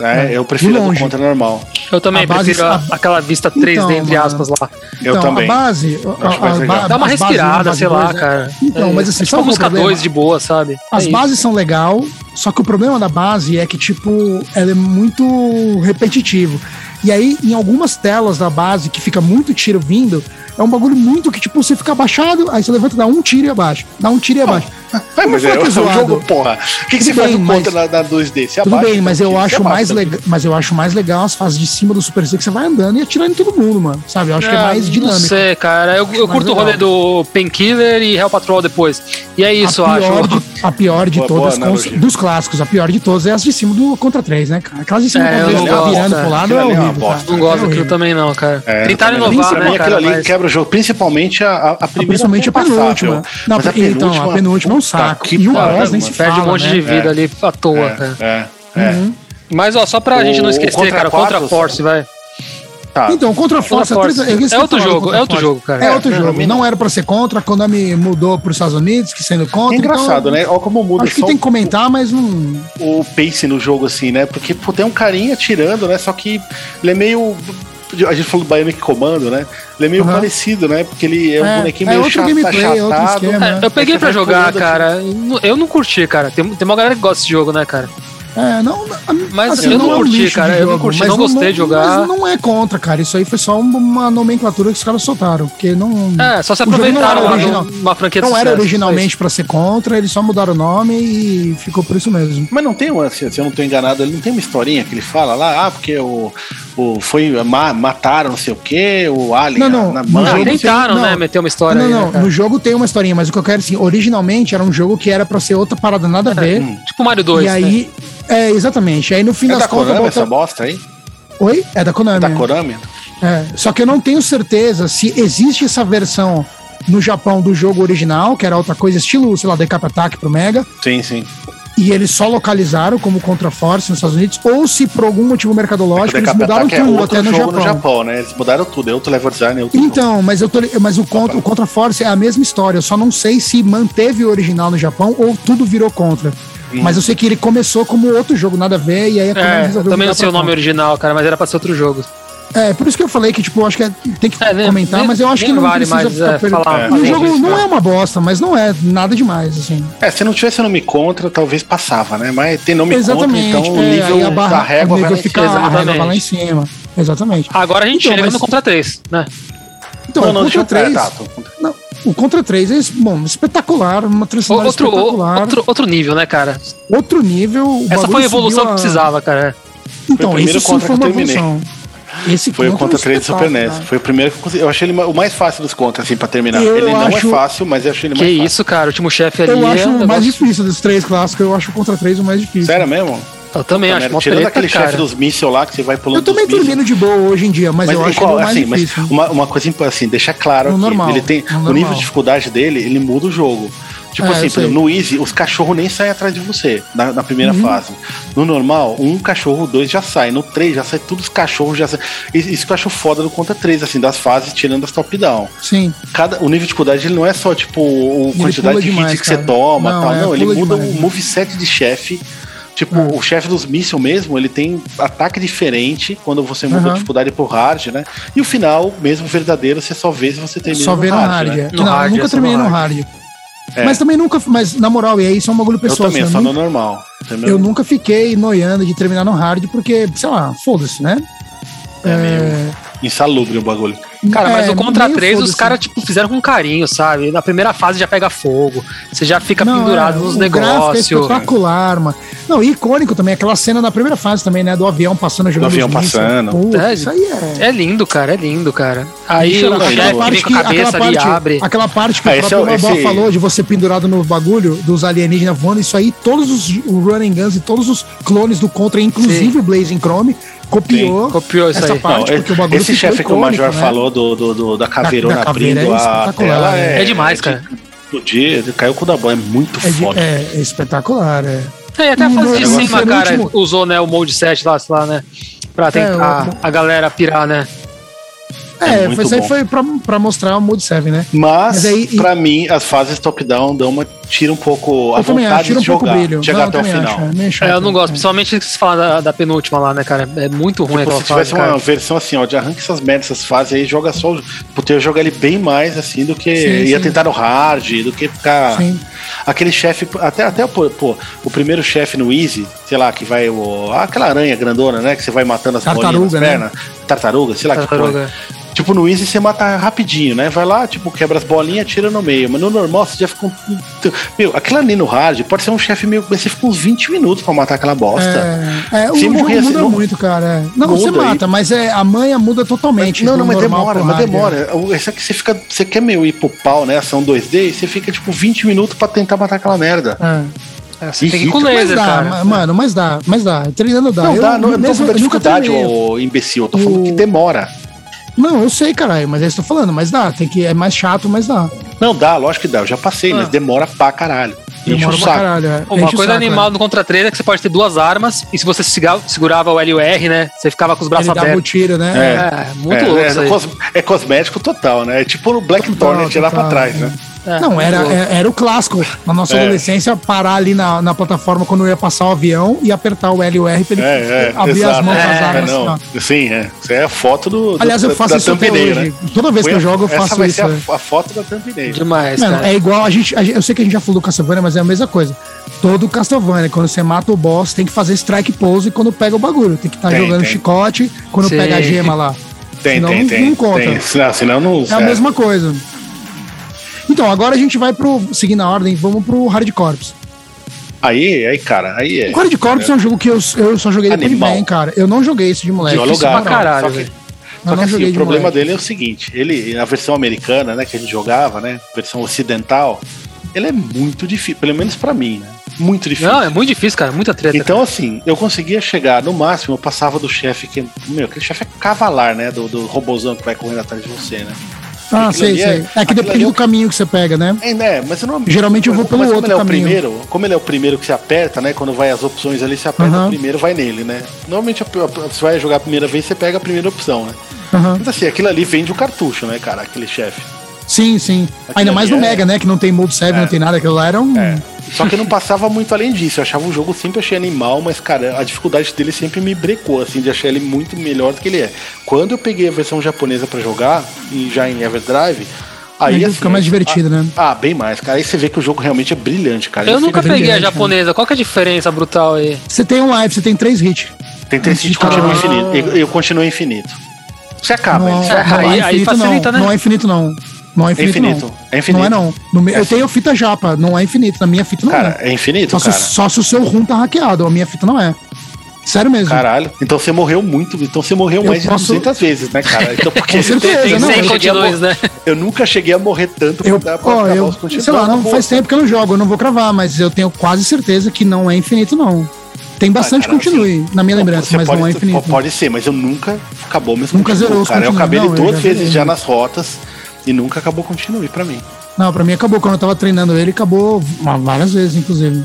Speaker 2: é, eu prefiro
Speaker 1: de
Speaker 2: a do
Speaker 1: longe.
Speaker 2: Contra normal.
Speaker 3: Eu também
Speaker 1: a base-
Speaker 3: prefiro a- aquela vista 3D,
Speaker 1: Então,
Speaker 3: entre
Speaker 1: mano.
Speaker 3: aspas, lá.
Speaker 2: Eu
Speaker 1: então,
Speaker 2: também.
Speaker 1: A base. a-
Speaker 2: acho mais
Speaker 1: a-
Speaker 2: legal.
Speaker 1: a-
Speaker 3: Dá uma
Speaker 1: as bases,
Speaker 3: respirada,
Speaker 1: né,
Speaker 3: sei
Speaker 1: base
Speaker 3: lá,
Speaker 1: dois, né?
Speaker 3: cara.
Speaker 1: Então,
Speaker 3: É,
Speaker 1: mas assim, sabe
Speaker 3: é tipo a
Speaker 1: qual é o
Speaker 3: música
Speaker 1: problema?
Speaker 3: 2 de boa, sabe?
Speaker 1: As
Speaker 3: É
Speaker 1: bases são legal, só que o problema da base é que, tipo, ela é muito repetitivo. E aí, em algumas telas da base, que fica muito tiro vindo, é um bagulho muito que, tipo, você fica abaixado, aí você levanta, dá um tiro e abaixa. Dá um tiro e abaixa.
Speaker 2: Vai, mas
Speaker 1: Não
Speaker 2: é,
Speaker 1: foi
Speaker 2: é um
Speaker 1: zoado.
Speaker 2: jogo, porra. O que, que você
Speaker 1: Tudo
Speaker 2: faz
Speaker 1: bem,
Speaker 2: no
Speaker 1: mas-
Speaker 2: Contra na, na 2D? Você
Speaker 1: Tudo
Speaker 2: abaixa,
Speaker 1: bem, mas
Speaker 2: então,
Speaker 1: eu
Speaker 2: você
Speaker 1: acho
Speaker 2: abaixa.
Speaker 1: mais legal. Mas eu acho mais legal as fases de cima do Super C que você vai andando e atirando em todo mundo, mano. Sabe? Eu acho que é
Speaker 3: Ah,
Speaker 1: mais
Speaker 3: Não
Speaker 1: dinâmico.
Speaker 3: sei, cara. Eu, eu
Speaker 1: Mais
Speaker 3: curto o rolê do Painkiller e Hell Patrol depois. E é isso, eu
Speaker 1: a
Speaker 3: acho.
Speaker 1: pior de, a pior de
Speaker 2: Boa- boa
Speaker 1: todas, com-
Speaker 2: analogia.
Speaker 1: dos clássicos, a pior de todas é as de cima do Contra 3, né, cara? Aquelas de cima
Speaker 3: É,
Speaker 1: do
Speaker 3: eu
Speaker 1: Contra
Speaker 3: não
Speaker 1: 3 ficar
Speaker 3: gosto,
Speaker 1: virando
Speaker 3: é.
Speaker 1: pro lado
Speaker 2: Aquilo
Speaker 1: é
Speaker 2: ali é uma
Speaker 1: horrível.
Speaker 2: bosta.
Speaker 1: cara.
Speaker 3: Não
Speaker 1: É
Speaker 3: gosto daquilo
Speaker 1: horrível.
Speaker 3: também, não, cara.
Speaker 2: É,
Speaker 3: Tentaram
Speaker 2: eu também não.
Speaker 3: inovar,
Speaker 2: Pra mim,
Speaker 3: né,
Speaker 2: aquilo
Speaker 3: cara?
Speaker 2: ali
Speaker 3: mas-
Speaker 2: quebra o jogo, principalmente a, a, a primeira.
Speaker 1: Ah, Principalmente a
Speaker 2: é passável.
Speaker 1: penúltima. Não,
Speaker 2: Mas
Speaker 1: então,
Speaker 2: a
Speaker 1: a penúltima é um saco.
Speaker 2: puta que
Speaker 1: E o
Speaker 2: pariu,
Speaker 1: boss nem se
Speaker 2: mano.
Speaker 3: Perde um
Speaker 1: fala,
Speaker 3: monte
Speaker 1: né?
Speaker 3: de vida ali à toa, cara.
Speaker 2: É, é, é.
Speaker 1: Uhum.
Speaker 3: Mas, ó, só pra
Speaker 2: O-
Speaker 3: gente não
Speaker 2: o
Speaker 3: esquecer,
Speaker 2: Contra
Speaker 3: cara,
Speaker 2: quatro,
Speaker 3: Contra Force, vai.
Speaker 2: Tá.
Speaker 1: Então, Contra Force,
Speaker 3: Contra Force.
Speaker 1: a três- eu esqueci
Speaker 3: É
Speaker 1: de
Speaker 3: outro
Speaker 1: falar do
Speaker 3: jogo,
Speaker 1: Contra
Speaker 3: é outro
Speaker 1: Force.
Speaker 3: jogo, cara.
Speaker 1: É outro
Speaker 2: É,
Speaker 1: jogo.
Speaker 2: pelo
Speaker 1: Não era pra ser contra, a Konami mudou pros Estados Unidos, que sendo
Speaker 2: É
Speaker 1: contra.
Speaker 2: engraçado,
Speaker 1: então,
Speaker 2: né? Olha como muda
Speaker 1: Acho que
Speaker 2: só
Speaker 1: tem
Speaker 2: o-
Speaker 1: que comentar, mas não.
Speaker 2: o pace no jogo, assim, né? Porque pô, tem um carinha atirando, né? Só que ele é meio. A gente falou do Bionic Comando, né? Ele é meio
Speaker 1: Aham.
Speaker 2: parecido, né? Porque ele é um
Speaker 1: É,
Speaker 2: bonequinho
Speaker 1: é
Speaker 2: meio
Speaker 1: outro
Speaker 2: chato,
Speaker 1: gameplay, é outro
Speaker 2: achatado.
Speaker 1: esquema.
Speaker 3: É, eu peguei
Speaker 2: Esse
Speaker 3: pra
Speaker 2: vai
Speaker 3: jogar,
Speaker 2: pulando,
Speaker 3: cara.
Speaker 1: assim.
Speaker 3: Eu não curti, cara. Tem, tem uma galera que gosta desse jogo, né, cara?
Speaker 1: É, não. a-
Speaker 3: Mas eu não
Speaker 1: é um
Speaker 3: curti,
Speaker 1: lixo de
Speaker 3: cara, eu não curti,
Speaker 1: mas
Speaker 3: não gostei de jogar.
Speaker 1: Mas não é contra, cara. Isso aí foi só um, uma nomenclatura que os caras soltaram. Porque não.
Speaker 3: É, só se
Speaker 1: O jogo não era
Speaker 3: aproveitaram lá
Speaker 1: original.
Speaker 3: de uma franquia de
Speaker 1: Não era
Speaker 3: sucesso,
Speaker 1: originalmente pra ser contra, eles só mudaram o nome e ficou por isso mesmo.
Speaker 2: Mas não tem, uma- assim, se se eu não tô enganado, ele não tem uma historinha que ele fala lá, ah, porque o, o foi ma- mataram não sei o quê, o alien
Speaker 1: Não, não,
Speaker 2: na
Speaker 1: no
Speaker 2: mãe,
Speaker 3: Ah,
Speaker 1: um jogo
Speaker 2: não sei- É
Speaker 3: tentaram,
Speaker 1: não.
Speaker 3: né, meter uma história
Speaker 1: não,
Speaker 3: aí, né,
Speaker 1: não,
Speaker 3: cara?
Speaker 1: no jogo tem uma historinha, mas o que eu quero assim, originalmente era um jogo que era pra ser outra parada nada a ver.
Speaker 3: Tipo Mario 2,
Speaker 1: e
Speaker 3: né?
Speaker 1: aí, é, exatamente. Aí no fim
Speaker 2: É
Speaker 1: das
Speaker 2: da
Speaker 1: contas.
Speaker 2: Konami
Speaker 1: bota-
Speaker 2: essa bosta aí?
Speaker 1: Oi? É da Konami.
Speaker 2: É da
Speaker 1: é.
Speaker 2: Konami?
Speaker 1: É, Só que eu não tenho certeza se existe essa versão no Japão do jogo original, que era outra coisa, estilo, sei lá, Decap Attack pro Mega,
Speaker 2: Sim, sim.
Speaker 1: e eles só localizaram como Contra Force nos Estados Unidos, ou se por algum motivo
Speaker 2: O
Speaker 1: mercadológico eles
Speaker 2: Decap
Speaker 1: mudaram
Speaker 2: Attack é
Speaker 1: tudo
Speaker 2: outro
Speaker 1: até no
Speaker 2: jogo
Speaker 1: Japão.
Speaker 2: no Japão, né? Eles mudaram tudo, é outro level design, é outro jogo.
Speaker 1: Então, mas, eu tô, mas o, contra, o Contra Force é a mesma história. Eu só não sei se manteve o original no Japão ou tudo virou Contra. Mas eu sei que ele começou como outro jogo, nada a ver, e aí a Konami
Speaker 3: É,
Speaker 1: resolveu
Speaker 3: também
Speaker 1: mudar
Speaker 3: não sei o
Speaker 1: pra
Speaker 3: nome original, cara, mas era pra ser outro jogo.
Speaker 1: Contra. É, por isso que eu falei que, tipo, eu acho que é- tem que
Speaker 3: É, nem-
Speaker 1: comentar,
Speaker 3: nem-
Speaker 1: mas eu acho
Speaker 3: nem
Speaker 1: que não
Speaker 3: vale
Speaker 1: precisa
Speaker 3: mais, é,
Speaker 1: per-
Speaker 3: falar-
Speaker 1: O
Speaker 2: falar
Speaker 1: jogo
Speaker 2: disso,
Speaker 1: não
Speaker 2: né?
Speaker 1: é uma bosta, mas não é nada demais, assim.
Speaker 2: É, se não tivesse nome contra, talvez passava, né? Mas tem nome
Speaker 1: Exatamente.
Speaker 2: contra, então
Speaker 1: é,
Speaker 2: o
Speaker 1: aí
Speaker 2: nível
Speaker 1: a barra,
Speaker 2: da régua
Speaker 1: o
Speaker 2: vai
Speaker 1: nível
Speaker 2: lá em
Speaker 1: fica,
Speaker 2: cima.
Speaker 1: a régua vai lá em
Speaker 3: Exatamente.
Speaker 1: cima. Exatamente.
Speaker 3: Agora a gente
Speaker 1: Então,
Speaker 3: chega
Speaker 1: mas-
Speaker 3: no Contra 3, né?
Speaker 1: Então,
Speaker 2: Não,
Speaker 1: o
Speaker 2: não, deixa
Speaker 1: Contra
Speaker 3: é,
Speaker 2: eu
Speaker 1: três
Speaker 2: tá, tá, tá.
Speaker 1: não, o Contra 3 é, bom, espetacular, uma trilha
Speaker 3: O-
Speaker 1: sonora
Speaker 3: Outro, o-
Speaker 1: espetacular.
Speaker 3: outro, outro nível, né, cara?
Speaker 1: outro nível. o
Speaker 3: Essa
Speaker 1: bagulho
Speaker 3: foi a evolução
Speaker 1: subiu
Speaker 3: que precisava, cara.
Speaker 2: Foi o
Speaker 1: Então,
Speaker 2: primeiro
Speaker 1: esse sim
Speaker 2: contra
Speaker 1: foi
Speaker 2: que
Speaker 1: uma
Speaker 2: eu terminei.
Speaker 1: evolução. Esse
Speaker 2: Foi o
Speaker 1: é um
Speaker 2: Contra 3 do Super
Speaker 1: espetáculo,
Speaker 2: NES.
Speaker 1: cara.
Speaker 2: Foi o primeiro que eu consegui. Eu achei ele ma- o mais fácil dos contras, assim, pra terminar.
Speaker 1: Eu
Speaker 2: ele não
Speaker 1: acho-
Speaker 2: é fácil, mas eu achei ele
Speaker 3: Que
Speaker 2: mais
Speaker 3: isso, cara? O último chefe ali.
Speaker 1: Eu
Speaker 3: é
Speaker 1: acho
Speaker 3: um
Speaker 1: o mais
Speaker 3: negócio-
Speaker 1: difícil dos três clássicos. Eu acho o Contra 3 o mais difícil.
Speaker 2: fácil. Sério mesmo? Tá
Speaker 3: Eu também acho mó
Speaker 2: Tirando
Speaker 3: treta,
Speaker 2: aquele
Speaker 3: cara.
Speaker 2: chefe dos mísseis lá que você vai pulando
Speaker 1: Eu também
Speaker 2: dos mísseis.
Speaker 1: termino de boa hoje em dia, mas,
Speaker 2: Mas,
Speaker 1: eu acho
Speaker 2: igual,
Speaker 1: que é o mais
Speaker 2: assim, mas
Speaker 1: difícil.
Speaker 2: uma, uma coisa imp- assim, deixar claro
Speaker 1: No
Speaker 2: aqui,
Speaker 1: normal,
Speaker 2: ele tem
Speaker 1: no
Speaker 2: o nível
Speaker 1: normal.
Speaker 2: de dificuldade dele, ele muda o jogo. Tipo
Speaker 1: É,
Speaker 2: assim,
Speaker 1: eu
Speaker 2: por
Speaker 1: sei. Uhum.
Speaker 2: exemplo, no Easy, os cachorros nem saem atrás de você na, na primeira fase. No normal, um cachorro, dois já sai. No três já sai todos os cachorros já sai. Isso isso que eu acho foda do conta três assim, das fases tirando as top-down.
Speaker 1: Sim.
Speaker 2: Cada, o nível de dificuldade ele não é só tipo o
Speaker 1: Ele
Speaker 2: quantidade
Speaker 1: pula
Speaker 2: de hits
Speaker 1: demais,
Speaker 2: que
Speaker 1: cara.
Speaker 2: você toma
Speaker 1: Não,
Speaker 2: tal.
Speaker 1: é,
Speaker 2: não, ele
Speaker 1: pula
Speaker 2: muda
Speaker 1: demais, É.
Speaker 2: o
Speaker 1: né?
Speaker 2: moveset de chefe. Tipo, o chefe dos mísseis mesmo, ele tem ataque diferente quando você muda
Speaker 1: Aham.
Speaker 2: a dificuldade pro hard, né? E o final, mesmo verdadeiro, você só vê se você termina
Speaker 1: Só vê no hard.
Speaker 2: né?
Speaker 1: é.
Speaker 3: No
Speaker 1: Não,
Speaker 3: hard,
Speaker 1: nunca
Speaker 3: é só
Speaker 1: terminei
Speaker 3: no
Speaker 1: no hard.
Speaker 2: É.
Speaker 1: Mas também nunca. Mas na moral, e aí isso é um bagulho
Speaker 2: Eu
Speaker 1: pessoal.
Speaker 2: também,
Speaker 1: assim,
Speaker 2: só
Speaker 1: eu,
Speaker 2: no
Speaker 1: nunca,
Speaker 2: normal. Também.
Speaker 1: eu nunca fiquei noiando de terminar no hard, porque, sei lá, foda-se, né?
Speaker 2: É meio insalubre o bagulho.
Speaker 3: Cara, mas
Speaker 1: É,
Speaker 3: o Contra
Speaker 1: meio
Speaker 3: 3 os
Speaker 1: foda-se.
Speaker 3: caras tipo, fizeram com carinho, sabe? Na primeira fase já pega fogo, você já fica
Speaker 1: Não, é,
Speaker 3: pendurado nos
Speaker 1: o gráfico É
Speaker 3: negócios.
Speaker 1: espetacular, mano. Não, e icônico também, aquela cena da primeira fase também, né? Do avião passando jogando.
Speaker 2: avião
Speaker 1: os mísseis.
Speaker 2: passando.
Speaker 1: Puta,
Speaker 3: É,
Speaker 1: isso aí é.
Speaker 3: É lindo, cara, é lindo, cara. Aí
Speaker 1: Bicho,
Speaker 3: o
Speaker 2: aquela
Speaker 3: chefe vem com a cabeça ali
Speaker 1: parte,
Speaker 3: abre.
Speaker 1: aquela parte que
Speaker 2: Ah,
Speaker 1: o
Speaker 2: esse é o-
Speaker 1: próprio Babó
Speaker 2: esse-
Speaker 1: falou de você pendurado no bagulho dos alienígenas voando, isso aí, todos os running guns e todos os clones do Contra, inclusive o Blazing Chrome, copiou,
Speaker 3: Copiou isso
Speaker 1: essa
Speaker 3: aí.
Speaker 1: parte, porque o
Speaker 2: Não,
Speaker 1: bagulho
Speaker 2: esse
Speaker 1: ficou
Speaker 2: chefe que o
Speaker 1: icônico,
Speaker 2: Major
Speaker 1: né?
Speaker 2: falou do, do- do- da caveirona
Speaker 1: da caveira
Speaker 2: abrindo
Speaker 1: é
Speaker 2: a
Speaker 1: espetacular,
Speaker 2: tela
Speaker 1: né?
Speaker 2: é,
Speaker 3: É demais, cara.
Speaker 2: Explodir, caiu com o da banha, é muito
Speaker 1: É, de-
Speaker 2: foda.
Speaker 1: é, é espetacular, é.
Speaker 3: É, até a fase de
Speaker 1: Hum,
Speaker 3: cima,
Speaker 1: esse
Speaker 3: cara,
Speaker 1: último- É,
Speaker 3: usou né, o Mode 7 lá, sei lá, né? Pra tentar
Speaker 1: o-
Speaker 3: a galera pirar, né?
Speaker 2: É
Speaker 1: É,
Speaker 2: muito
Speaker 1: foi, isso aí
Speaker 2: bom.
Speaker 1: foi pra, pra mostrar o Mode 7, né?
Speaker 2: Mas,
Speaker 1: Mas aí- e-
Speaker 2: pra mim, as fases top-down dão uma. Tira um pouco a
Speaker 1: eu também acho,
Speaker 2: vontade
Speaker 1: tira
Speaker 2: de
Speaker 1: um pouco o
Speaker 2: jogar.
Speaker 1: brilho.
Speaker 2: Chegar
Speaker 1: Não, eu
Speaker 2: até o
Speaker 1: também
Speaker 2: final.
Speaker 1: acho, é meio chato.
Speaker 3: É, eu não gosto,
Speaker 1: É.
Speaker 3: principalmente se você falar da, da penúltima lá, né, cara? É muito ruim
Speaker 2: Tipo,
Speaker 3: aquela
Speaker 2: se tivesse
Speaker 3: fase,
Speaker 2: uma
Speaker 3: cara.
Speaker 2: versão assim, ó, de arranca essas merdas, essas fases aí, joga só. o- Porque eu jogar ele bem mais assim do que
Speaker 1: Sim,
Speaker 2: ia
Speaker 1: sim.
Speaker 2: tentar no hard, do que ficar.
Speaker 1: Sim.
Speaker 2: Aquele chefe, até, até pô, pô, o primeiro chefe no Easy, sei lá, que vai. O, aquela aranha grandona, né? Que você vai matando as bolinhas
Speaker 1: Tartaruga,
Speaker 2: nas
Speaker 1: né?
Speaker 2: pernas. Tartaruga, sei lá que porra.
Speaker 3: Tartaruga.
Speaker 2: Tipo, no Easy você mata rapidinho, né? Vai lá, tipo, quebra as bolinhas, tira no meio. Mas no normal você já fica um. Meu, aquela ali no hard pode ser um chefe meio. Mas você fica uns 20 minutos pra matar aquela bosta.
Speaker 1: É, é, o
Speaker 2: Se
Speaker 1: jogo
Speaker 2: morrer, se
Speaker 1: muda
Speaker 2: não-
Speaker 1: muito, cara. é. Não,
Speaker 2: Muda
Speaker 1: você
Speaker 2: aí.
Speaker 1: mata, mas é, a manha muda totalmente.
Speaker 2: não,
Speaker 1: do
Speaker 2: não, mas
Speaker 1: normal
Speaker 2: demora,
Speaker 1: pro
Speaker 2: mas
Speaker 1: hard, é.
Speaker 2: demora. O- Essa que você fica. Você quer meio ir pro pau, né? Ação 2D, e você fica, tipo, 20 minutos pra tentar matar aquela merda.
Speaker 1: É.
Speaker 3: É, você tem que ir
Speaker 2: Irrita.
Speaker 3: com
Speaker 1: Mas
Speaker 3: laser,
Speaker 1: dá,
Speaker 3: cara.
Speaker 1: ma- mano, mas dá, mas dá. Treinando dá.
Speaker 2: Não,
Speaker 1: Eu-
Speaker 2: dá, não, eu não tô
Speaker 1: mesmo-
Speaker 2: falando da
Speaker 1: eu nunca
Speaker 2: dificuldade,
Speaker 1: treinei.
Speaker 2: ô imbecil. Eu tô falando
Speaker 1: O-
Speaker 2: que demora.
Speaker 1: Não, eu sei, caralho, mas é isso que eu tô falando, mas dá. Tem que, é mais chato, mas dá.
Speaker 2: Não, dá, lógico que dá. Eu já passei,
Speaker 3: Ah.
Speaker 2: mas demora pra caralho. Enche
Speaker 1: Demora
Speaker 2: o
Speaker 1: pra
Speaker 2: saco.
Speaker 1: caralho. é. Enche
Speaker 3: Uma
Speaker 1: o
Speaker 3: coisa
Speaker 1: saco,
Speaker 3: animal do Contra 3 é que você pode ter duas armas, e se você siga- segurava o L e o R, né? Você ficava com os
Speaker 1: é.
Speaker 3: braços
Speaker 1: Ele dava o
Speaker 3: abertos.
Speaker 1: tiro, né?
Speaker 3: É, muito
Speaker 2: é,
Speaker 3: louco
Speaker 2: é,
Speaker 3: isso aí.
Speaker 2: cos- é cosmético total, né? É tipo o Black
Speaker 1: Total,
Speaker 2: Thornet lá pra
Speaker 1: total,
Speaker 2: trás,
Speaker 1: é.
Speaker 2: né?
Speaker 3: É,
Speaker 1: Não,
Speaker 3: muito
Speaker 1: era,
Speaker 3: louco.
Speaker 1: é- era o clássico. Na nossa
Speaker 2: É.
Speaker 1: adolescência, parar ali na, na plataforma quando eu ia passar o avião e apertar o L e o R pra ele
Speaker 2: É, é,
Speaker 1: abrir as
Speaker 2: exato.
Speaker 1: mãos com as
Speaker 3: É,
Speaker 1: armas. assim, ó.
Speaker 2: não. Sim, é. Isso é a foto do. do-
Speaker 1: Aliás, eu
Speaker 2: da-
Speaker 1: faço
Speaker 2: da
Speaker 1: isso até
Speaker 2: thumbnail, né?
Speaker 1: hoje. Toda vez que eu jogo, eu
Speaker 2: Essa
Speaker 1: faço
Speaker 2: vai
Speaker 1: isso.
Speaker 2: ser a-
Speaker 1: né?
Speaker 2: a, foto da thumbnail.
Speaker 3: Demais,
Speaker 1: Mano,
Speaker 3: cara.
Speaker 1: é igual a gente, a gente- Eu sei que a gente já falou do Castlevania, mas é a mesma coisa. Todo Castlevania, quando você mata o boss, tem que fazer strike pose quando pega o bagulho. Tem que estar
Speaker 2: Tem,
Speaker 1: jogando
Speaker 2: tem.
Speaker 1: chicote quando
Speaker 3: Sim.
Speaker 1: pega a gema lá.
Speaker 2: Tem,
Speaker 1: Senão
Speaker 2: tem,
Speaker 1: não-
Speaker 2: tem.
Speaker 1: não conta.
Speaker 2: tem. Senão, senão não.
Speaker 1: É a mesma coisa. Então, agora a gente vai pro. Seguindo a ordem, vamos pro Hard Corps.
Speaker 2: Aí, aí, cara, aí é.
Speaker 1: O Hard Corps é um jogo que eu, eu só joguei depois de
Speaker 2: Animal.
Speaker 1: bem, cara. Eu não joguei isso de moleque.
Speaker 2: De
Speaker 1: isso
Speaker 2: alugar,
Speaker 1: pra
Speaker 3: caralho.
Speaker 2: Só que,
Speaker 3: velho.
Speaker 1: Eu
Speaker 2: só que
Speaker 1: não
Speaker 2: assim,
Speaker 1: joguei
Speaker 2: o
Speaker 1: de
Speaker 2: problema
Speaker 1: moleque.
Speaker 2: dele é o seguinte: ele, na versão americana, né, que a gente jogava, né, versão ocidental, ele é muito difícil, pelo menos pra mim, né? Muito difícil.
Speaker 3: Não, é muito difícil, cara. Muita treta.
Speaker 2: Então, assim, eu conseguia chegar, no máximo, eu passava do chefe, que, meu, aquele chefe é cavalar, né? Do, do robozão que vai correndo atrás de você, né?
Speaker 1: Ah,
Speaker 2: aquilo
Speaker 1: sei,
Speaker 2: ali é-
Speaker 1: sei. É que
Speaker 2: aquilo ali
Speaker 1: depende
Speaker 2: é o
Speaker 1: do
Speaker 2: que-
Speaker 1: caminho que você pega, né?
Speaker 2: É, né? Mas eu não.
Speaker 1: Geralmente eu vou pelo
Speaker 2: mas como
Speaker 1: outro
Speaker 2: ele é o
Speaker 1: caminho.
Speaker 2: primeiro, como ele é o primeiro que você aperta, né? Quando vai as opções ali, você aperta
Speaker 1: Aham.
Speaker 2: o primeiro, vai nele, né? Normalmente a- a- você vai jogar a primeira vez, você pega a primeira opção, né?
Speaker 1: Aham.
Speaker 2: Mas assim, aquilo ali vende o cartucho, né, cara? Aquele chefe.
Speaker 1: Sim, sim.
Speaker 2: Aquilo
Speaker 1: Ainda mais no
Speaker 2: ali é-
Speaker 1: Mega, né? Que não tem Mode 7,
Speaker 2: É.
Speaker 1: não tem nada. Aquilo lá era um.
Speaker 2: É. Só que eu não passava muito além disso. Eu achava o jogo sempre achei animal, mas, cara, a dificuldade dele sempre me brecou, assim, de achar ele muito melhor do que ele é. Quando eu peguei a versão japonesa pra jogar, e já em Everdrive, aí
Speaker 1: Aí
Speaker 2: assim,
Speaker 1: fica mais divertido, né?
Speaker 2: Ah, bem mais, cara. Aí você vê que o jogo realmente é brilhante, cara.
Speaker 3: Eu
Speaker 2: Ele
Speaker 3: nunca
Speaker 1: fica
Speaker 3: peguei a
Speaker 1: brilhante,
Speaker 3: japonesa. Qual que é a diferença brutal aí?
Speaker 1: Você tem um live, você tem três hits.
Speaker 2: Tem três que continua infinito. Eu, eu continuo infinito. Você acaba,
Speaker 1: Não,
Speaker 2: ele
Speaker 1: não,
Speaker 2: só acaba.
Speaker 1: é
Speaker 3: Aí- aí
Speaker 1: infinito,
Speaker 3: facilita,
Speaker 1: não.
Speaker 3: né?
Speaker 1: Não é infinito, não. Não é infinito,
Speaker 2: infinito,
Speaker 1: não.
Speaker 2: é infinito. Assim.
Speaker 1: Não é, não. No meu- eu tenho fita japa, não é infinito. Na minha fita não
Speaker 2: Cara,
Speaker 1: é.
Speaker 2: é infinito,
Speaker 1: Só se,
Speaker 2: cara.
Speaker 1: só se o seu rum tá hackeado, a minha fita não é. Sério mesmo.
Speaker 2: Caralho. Então você morreu muito. Então você morreu
Speaker 1: Eu
Speaker 2: mais de
Speaker 1: posso-
Speaker 2: 200 vezes, né, cara? Então porque
Speaker 1: Com certeza,
Speaker 2: eu,
Speaker 3: Tem
Speaker 1: não,
Speaker 3: sem
Speaker 1: eu
Speaker 2: cheguei a
Speaker 3: continuos, né?
Speaker 2: mor- eu nunca cheguei a morrer tanto
Speaker 1: Eu, ó,
Speaker 2: acabar
Speaker 1: eu
Speaker 2: os continuos.
Speaker 1: sei lá, não,
Speaker 2: Acabou.
Speaker 1: faz tempo que eu não jogo, eu não vou cravar, mas eu tenho quase certeza que não é infinito, não. Tem bastante
Speaker 2: Ah, cara,
Speaker 1: continue na minha
Speaker 2: Não,
Speaker 1: lembrança,
Speaker 2: você
Speaker 1: mas
Speaker 2: pode,
Speaker 1: não é infinito.
Speaker 2: Pode ser, mas eu nunca acabou mesmo.
Speaker 1: Nunca zerou os
Speaker 2: cara. Eu
Speaker 1: continuos,
Speaker 2: acabei ele
Speaker 1: não, eu
Speaker 2: duas
Speaker 1: já
Speaker 2: vezes
Speaker 1: zerei.
Speaker 2: já nas rotas e nunca acabou continue pra mim.
Speaker 1: Não, pra mim acabou. Quando eu tava treinando ele, acabou várias vezes, inclusive.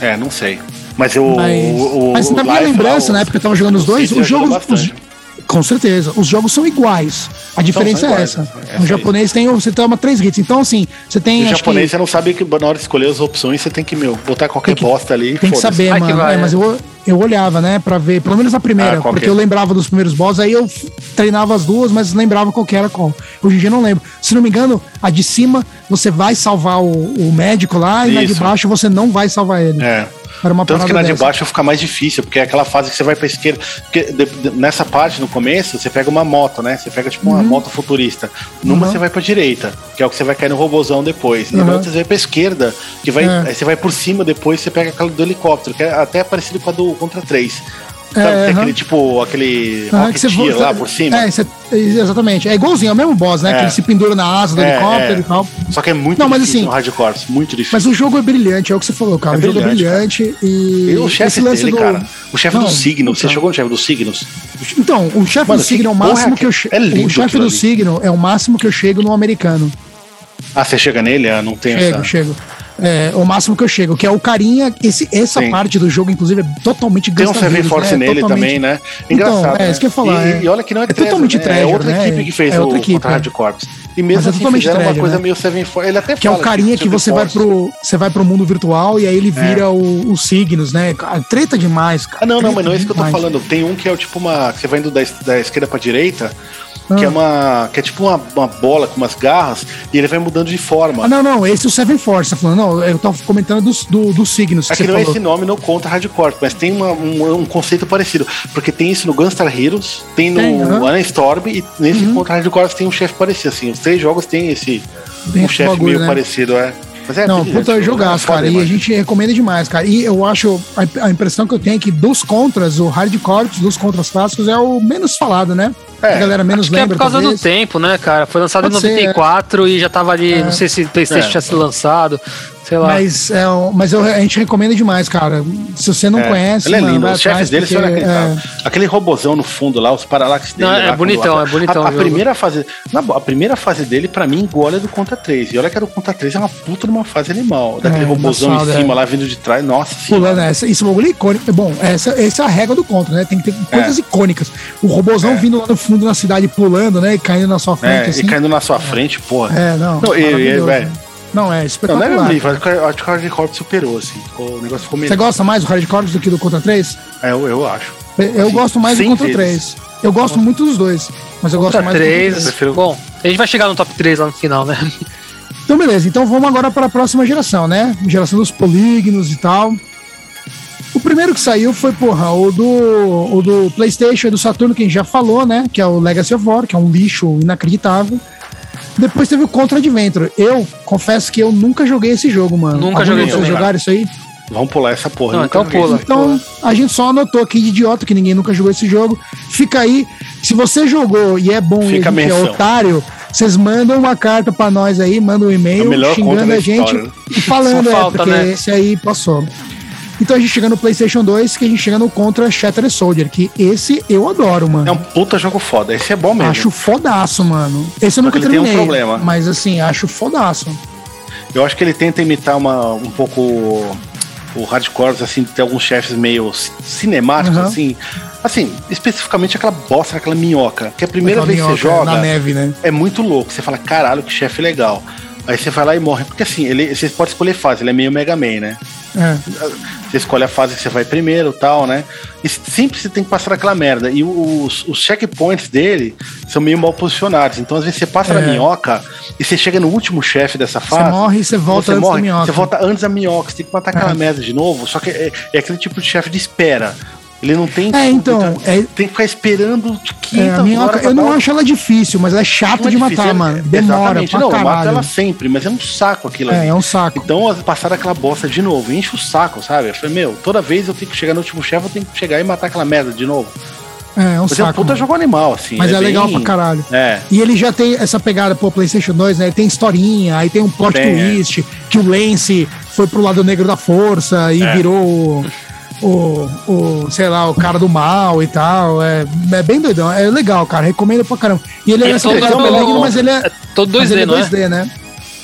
Speaker 2: É, não sei. Mas eu.
Speaker 1: Mas,
Speaker 2: o, o,
Speaker 1: mas
Speaker 2: o
Speaker 1: na minha
Speaker 2: Life lá,
Speaker 1: lembrança,
Speaker 2: o-
Speaker 1: na época que eu tava jogando os
Speaker 2: Sim,
Speaker 1: dois,
Speaker 2: isso
Speaker 1: o jogo.
Speaker 2: ajuda
Speaker 1: os-
Speaker 2: bastante.
Speaker 1: Com certeza. Os jogos são iguais. A diferença
Speaker 2: iguais,
Speaker 1: é essa.
Speaker 2: né? Essa
Speaker 1: no
Speaker 2: aí.
Speaker 1: japonês tem, você toma três hits. Então, assim, você tem.
Speaker 2: No
Speaker 1: acho
Speaker 2: japonês
Speaker 1: que,
Speaker 2: você não sabe que na hora de escolher as opções, você tem que, meu, botar qualquer
Speaker 1: Tem que-
Speaker 2: bosta ali. e
Speaker 1: tem que
Speaker 2: foda-se.
Speaker 1: saber,
Speaker 3: Vai que
Speaker 1: mano.
Speaker 3: vai,
Speaker 1: É, mas
Speaker 3: é.
Speaker 1: eu, eu olhava, né, pra ver, pelo menos a primeira,
Speaker 2: Ah, qual
Speaker 1: porque
Speaker 2: que é?
Speaker 1: eu lembrava dos primeiros boss, aí eu f- treinava as duas, mas lembrava qual que era qual. Hoje em dia eu não lembro. Se não me engano, a de cima você vai salvar o, o médico lá, e na de
Speaker 2: Isso.
Speaker 1: baixo você não vai salvar ele.
Speaker 2: É.
Speaker 1: Era uma
Speaker 2: Tanto que na
Speaker 1: parada
Speaker 2: de
Speaker 1: dessa.
Speaker 2: baixo fica mais difícil, porque é aquela fase que você vai pra esquerda. Porque de- de- nessa parte, no começo, você pega uma moto, né? Você pega tipo uma moto futurista. Numa
Speaker 1: Uhum.
Speaker 2: você vai pra direita, que é o que você vai cair no robozão depois. E
Speaker 1: Uhum.
Speaker 2: na outra você vai pra esquerda, que vai.
Speaker 1: É.
Speaker 2: aí você vai por cima depois, você pega aquela do helicóptero, que é até parecido com a do Contra 3. Sabe?
Speaker 1: É,
Speaker 2: Tem
Speaker 1: uhum.
Speaker 2: aquele tipo, aquele
Speaker 1: Ah, que você
Speaker 2: rocketeer
Speaker 1: vo-
Speaker 2: lá por cima.
Speaker 1: É, você- exatamente. É igualzinho, é o mesmo boss, né?
Speaker 2: É.
Speaker 1: Que ele se pendura na asa do
Speaker 2: É,
Speaker 1: helicóptero
Speaker 2: é.
Speaker 1: e tal.
Speaker 2: Só que é muito
Speaker 1: Não, mas
Speaker 2: difícil
Speaker 1: assim-
Speaker 2: no Hardcore, muito difícil.
Speaker 1: Mas o jogo é brilhante, é o que você falou, cara.
Speaker 2: É
Speaker 1: o jogo é
Speaker 2: brilhante,
Speaker 1: brilhante e.
Speaker 2: E o
Speaker 1: esse
Speaker 2: chefe
Speaker 1: lance
Speaker 2: dele,
Speaker 1: do-
Speaker 2: cara. O chefe
Speaker 1: Não,
Speaker 2: dos signos. Você
Speaker 1: então.
Speaker 2: jogou no chefe dos signos?
Speaker 1: Então, o chefe
Speaker 2: Mano,
Speaker 1: do signo é o
Speaker 2: que porra
Speaker 1: máximo
Speaker 2: é
Speaker 1: que eu
Speaker 2: aquilo?
Speaker 1: chego.
Speaker 2: É lindo
Speaker 1: o chefe
Speaker 2: aquilo
Speaker 1: do
Speaker 2: ali.
Speaker 1: signo é o máximo que eu chego no americano.
Speaker 2: Ah, você chega nele? Ah, não tem
Speaker 1: Chego,
Speaker 2: essa.
Speaker 1: chego. É, o máximo que eu chego, que é o carinha. Esse, essa
Speaker 2: Sim.
Speaker 1: parte do jogo, inclusive, é totalmente
Speaker 2: Tem um
Speaker 1: gangsta
Speaker 2: Seven
Speaker 1: vírus,
Speaker 2: Force
Speaker 1: né?
Speaker 2: nele
Speaker 1: Totalmente-
Speaker 2: também, né?
Speaker 1: Então,
Speaker 2: Engraçado.
Speaker 1: é,
Speaker 2: né?
Speaker 1: isso que eu ia falar,
Speaker 2: E,
Speaker 1: é.
Speaker 2: e olha que não é,
Speaker 1: É totalmente
Speaker 2: né?
Speaker 1: treasure,
Speaker 2: É outra
Speaker 1: né?
Speaker 2: equipe que fez
Speaker 1: É
Speaker 2: o
Speaker 1: outra equipe,
Speaker 2: contra
Speaker 1: é.
Speaker 2: Hard Corps. E mesmo
Speaker 1: Mas é
Speaker 2: assim
Speaker 1: totalmente
Speaker 2: fizeram uma
Speaker 1: treasure,
Speaker 2: coisa
Speaker 1: né?
Speaker 2: meio Seven Force. Ele até
Speaker 1: Que é o
Speaker 2: fala
Speaker 1: carinha que
Speaker 2: Seven
Speaker 1: você vai
Speaker 2: Force.
Speaker 1: pro, você vai pro mundo virtual e aí ele vira o- os signos, né? Cara, Treta demais, cara.
Speaker 2: É. Ah, não, não,
Speaker 1: Treta
Speaker 2: mas não é isso que eu tô
Speaker 1: demais.
Speaker 2: falando. Tem um que é tipo uma. que Você vai indo da, es- da esquerda pra direita,
Speaker 1: Ah.
Speaker 2: que é uma. que é tipo uma, uma bola com umas garras, e ele vai mudando de forma.
Speaker 1: Ah, não, não, esse é o Seven Force, tá falando. Não, eu tava comentando dos, do, dos signos que
Speaker 2: Aqui
Speaker 1: você
Speaker 2: não é
Speaker 1: falou.
Speaker 2: esse nome não conta hardcore, mas tem uma- um, um conceito parecido. Porque tem isso no Gunstar Heroes, tem no
Speaker 1: Tem, aham. Uhum.
Speaker 2: Ana Storm e nesse contra hardcore tem um chefe parecido, assim. Os três jogos tem esse
Speaker 1: Tem
Speaker 2: um
Speaker 1: esse
Speaker 2: chefe
Speaker 1: bagulho,
Speaker 2: meio
Speaker 1: né?
Speaker 2: parecido, é. Mas é
Speaker 1: Não,
Speaker 2: brilhante,
Speaker 1: puta, é
Speaker 2: o
Speaker 1: jogaço,
Speaker 2: foda
Speaker 1: cara. E a
Speaker 2: demais.
Speaker 1: gente recomenda demais, cara. E eu acho, a, a impressão que eu tenho é que dos contras, o hardcore dos contras clássicos é o menos falado, né?
Speaker 2: É,
Speaker 1: a galera menos
Speaker 3: Acho que é
Speaker 1: lembra.
Speaker 3: por causa
Speaker 1: talvez.
Speaker 3: do tempo, né, cara? Foi lançado
Speaker 1: Pode
Speaker 3: em
Speaker 1: ser, é.
Speaker 3: 94 e já tava ali, não sei se o Playstation
Speaker 2: É.
Speaker 3: tinha sido lançado, sei lá.
Speaker 1: Mas, é, o- mas eu- a gente recomenda demais, cara. Se você não
Speaker 2: É.
Speaker 1: conhece,
Speaker 2: Ele é
Speaker 1: mano,
Speaker 2: lindo.
Speaker 1: vai
Speaker 2: Os
Speaker 1: atrás,
Speaker 2: chefes dele
Speaker 1: porque,
Speaker 2: são inacreditáveis.
Speaker 1: é,
Speaker 2: Aquele robozão no fundo lá, os paralax dele.
Speaker 3: Não, é
Speaker 2: lá, quando
Speaker 3: bonitão,
Speaker 2: lá-
Speaker 3: é bonitão
Speaker 2: A, a
Speaker 3: o jogo.
Speaker 2: primeira fase. na boa, a primeira fase dele, pra mim, engole a do Contra 3. E olha que a do Contra 3 é uma puta numa fase animal. Daquele
Speaker 1: É,
Speaker 2: robozão
Speaker 1: embaçado,
Speaker 2: em cima lá vindo de trás. Nossa
Speaker 1: Pulando essa, isso é um bagulho icônico. Bom, essa, essa é a regra do contra, né? Tem que
Speaker 2: É.
Speaker 1: ter coisas icônicas. O robozão vindo lá no fundo da cidade pulando, né? E caindo na sua frente,
Speaker 2: É,
Speaker 1: assim.
Speaker 2: e caindo na sua frente, porra.
Speaker 1: É, não.
Speaker 2: Não, e- e-
Speaker 1: maravilhoso,
Speaker 2: velho.
Speaker 1: né? Não, é
Speaker 2: Não, não
Speaker 1: espetacular.
Speaker 2: é meu livro, acho que- acho que o Hardcore superou, assim. ficou- O negócio ficou
Speaker 1: Você
Speaker 2: melhor.
Speaker 1: gosta mais do hardcore do que do contra 3?
Speaker 2: É, eu, eu acho.
Speaker 1: Eu
Speaker 2: Assim,
Speaker 1: gosto mais do
Speaker 2: 100
Speaker 1: contra
Speaker 2: vezes.
Speaker 1: 3. Eu gosto muito dos dois, mas eu gosto
Speaker 3: Top
Speaker 1: mais do contra
Speaker 3: 3.
Speaker 2: eu prefiro-
Speaker 3: Bom, a gente vai chegar no top 3 lá no final, né?
Speaker 1: 3. Então, beleza. Então, vamos agora para a próxima geração, né? Geração dos polígonos e tal. O primeiro que saiu foi, porra, o do, o do PlayStation e do Saturno, que a gente já falou, né? Que é o Legacy of War, que é um lixo inacreditável. Depois teve o Contra Adventure. Eu confesso que eu nunca joguei esse jogo, mano.
Speaker 3: Nunca joguei
Speaker 1: Vocês
Speaker 2: também, cara.
Speaker 1: jogaram isso aí?
Speaker 2: Vamos pular essa porra.
Speaker 3: Não,
Speaker 2: eu nunca
Speaker 3: então
Speaker 2: joguei
Speaker 3: pula.
Speaker 2: isso aí.
Speaker 1: Então, a gente só anotou aqui de idiota que ninguém nunca jogou esse jogo. Fica aí. Se você jogou e é bom
Speaker 2: Fica a
Speaker 1: e a gente é
Speaker 2: menção.
Speaker 1: otário, vocês mandam uma carta pra nós aí, mandam um
Speaker 2: É o
Speaker 1: e-mail
Speaker 2: melhor conto
Speaker 1: xingando
Speaker 2: da
Speaker 1: a gente
Speaker 2: história, né?
Speaker 1: e falando,
Speaker 3: Só
Speaker 1: é,
Speaker 3: falta,
Speaker 1: porque
Speaker 3: né?
Speaker 1: esse aí passou. Então a gente chega no PlayStation 2, que a gente chega no Contra Shattered Soldier, que esse eu adoro, mano.
Speaker 2: É um puta jogo foda. Esse é bom mesmo.
Speaker 1: Acho fodaço, mano. Esse eu nunca
Speaker 2: que ele tem um
Speaker 1: terminei.
Speaker 2: problema.
Speaker 1: Mas assim, acho fodaço.
Speaker 2: Eu acho que ele tenta imitar uma, um pouco o- o hardcore, assim, de ter alguns chefes meio ci- cinemáticos,
Speaker 1: Aham.
Speaker 2: assim. Assim, especificamente aquela bosta, aquela minhoca. Que é a primeira
Speaker 1: Aquela
Speaker 2: vez que você
Speaker 1: minhoca
Speaker 2: joga.
Speaker 1: Na neve, né?
Speaker 2: é muito louco. Você fala, caralho, que chefe legal. Aí você vai lá e morre. Porque assim, ele, você pode escolher fase, ele é meio Mega Man, né?
Speaker 1: É.
Speaker 2: Você escolhe a fase que você vai primeiro tal, né? E sempre você tem que passar aquela merda. E os, os checkpoints dele são meio mal posicionados. Então, às vezes, você passa
Speaker 1: É.
Speaker 2: na minhoca e você chega no último chefe dessa fase.
Speaker 1: morre e você volta antes da minhoca.
Speaker 2: Você volta antes da minhoca. Você tem que matar aquela
Speaker 1: É.
Speaker 2: merda de novo. Só que é, é aquele tipo de chefe de espera. Ele não tem.
Speaker 1: É, então,
Speaker 2: muita-
Speaker 1: é-
Speaker 2: tem que ficar esperando de quinta
Speaker 1: É, a minhoca,
Speaker 2: hora pra
Speaker 1: eu
Speaker 2: dar
Speaker 1: não
Speaker 2: o-
Speaker 1: acho ela difícil, mas ela é chata
Speaker 2: não é
Speaker 1: de
Speaker 2: difícil,
Speaker 1: matar,
Speaker 2: é-
Speaker 1: mano. Demora
Speaker 2: Exatamente.
Speaker 1: pra
Speaker 2: Não, eu mato
Speaker 1: caralho.
Speaker 2: ela sempre, mas é um saco aquilo
Speaker 1: É,
Speaker 2: ali.
Speaker 1: é um saco.
Speaker 2: Então as- passaram aquela bosta de novo, enche o saco, sabe? Eu falei, meu, toda vez eu tenho que chegar no último chefe, eu tenho que chegar e matar aquela merda de novo.
Speaker 1: É, é um
Speaker 2: Mas é um
Speaker 1: saco.
Speaker 2: puta
Speaker 1: mano.
Speaker 2: jogo animal, assim.
Speaker 1: Mas é,
Speaker 2: bem-
Speaker 1: legal pra caralho.
Speaker 2: É.
Speaker 1: E ele já tem essa pegada, pô, PlayStation 2, né? Ele tem historinha, aí tem um plot
Speaker 2: Tem, é.
Speaker 1: twist, que o Lance foi pro lado negro da força
Speaker 2: É.
Speaker 1: e virou o, o, o, sei lá, o cara do mal e tal. É, é bem doidão. É legal, cara. Recomendo pra caramba. E ele é
Speaker 3: É
Speaker 1: essa
Speaker 3: todo-
Speaker 1: questão polígono, mas ele é.
Speaker 3: é todo
Speaker 1: mas
Speaker 3: 2D,
Speaker 1: ele é
Speaker 3: não é?
Speaker 1: 2D, né?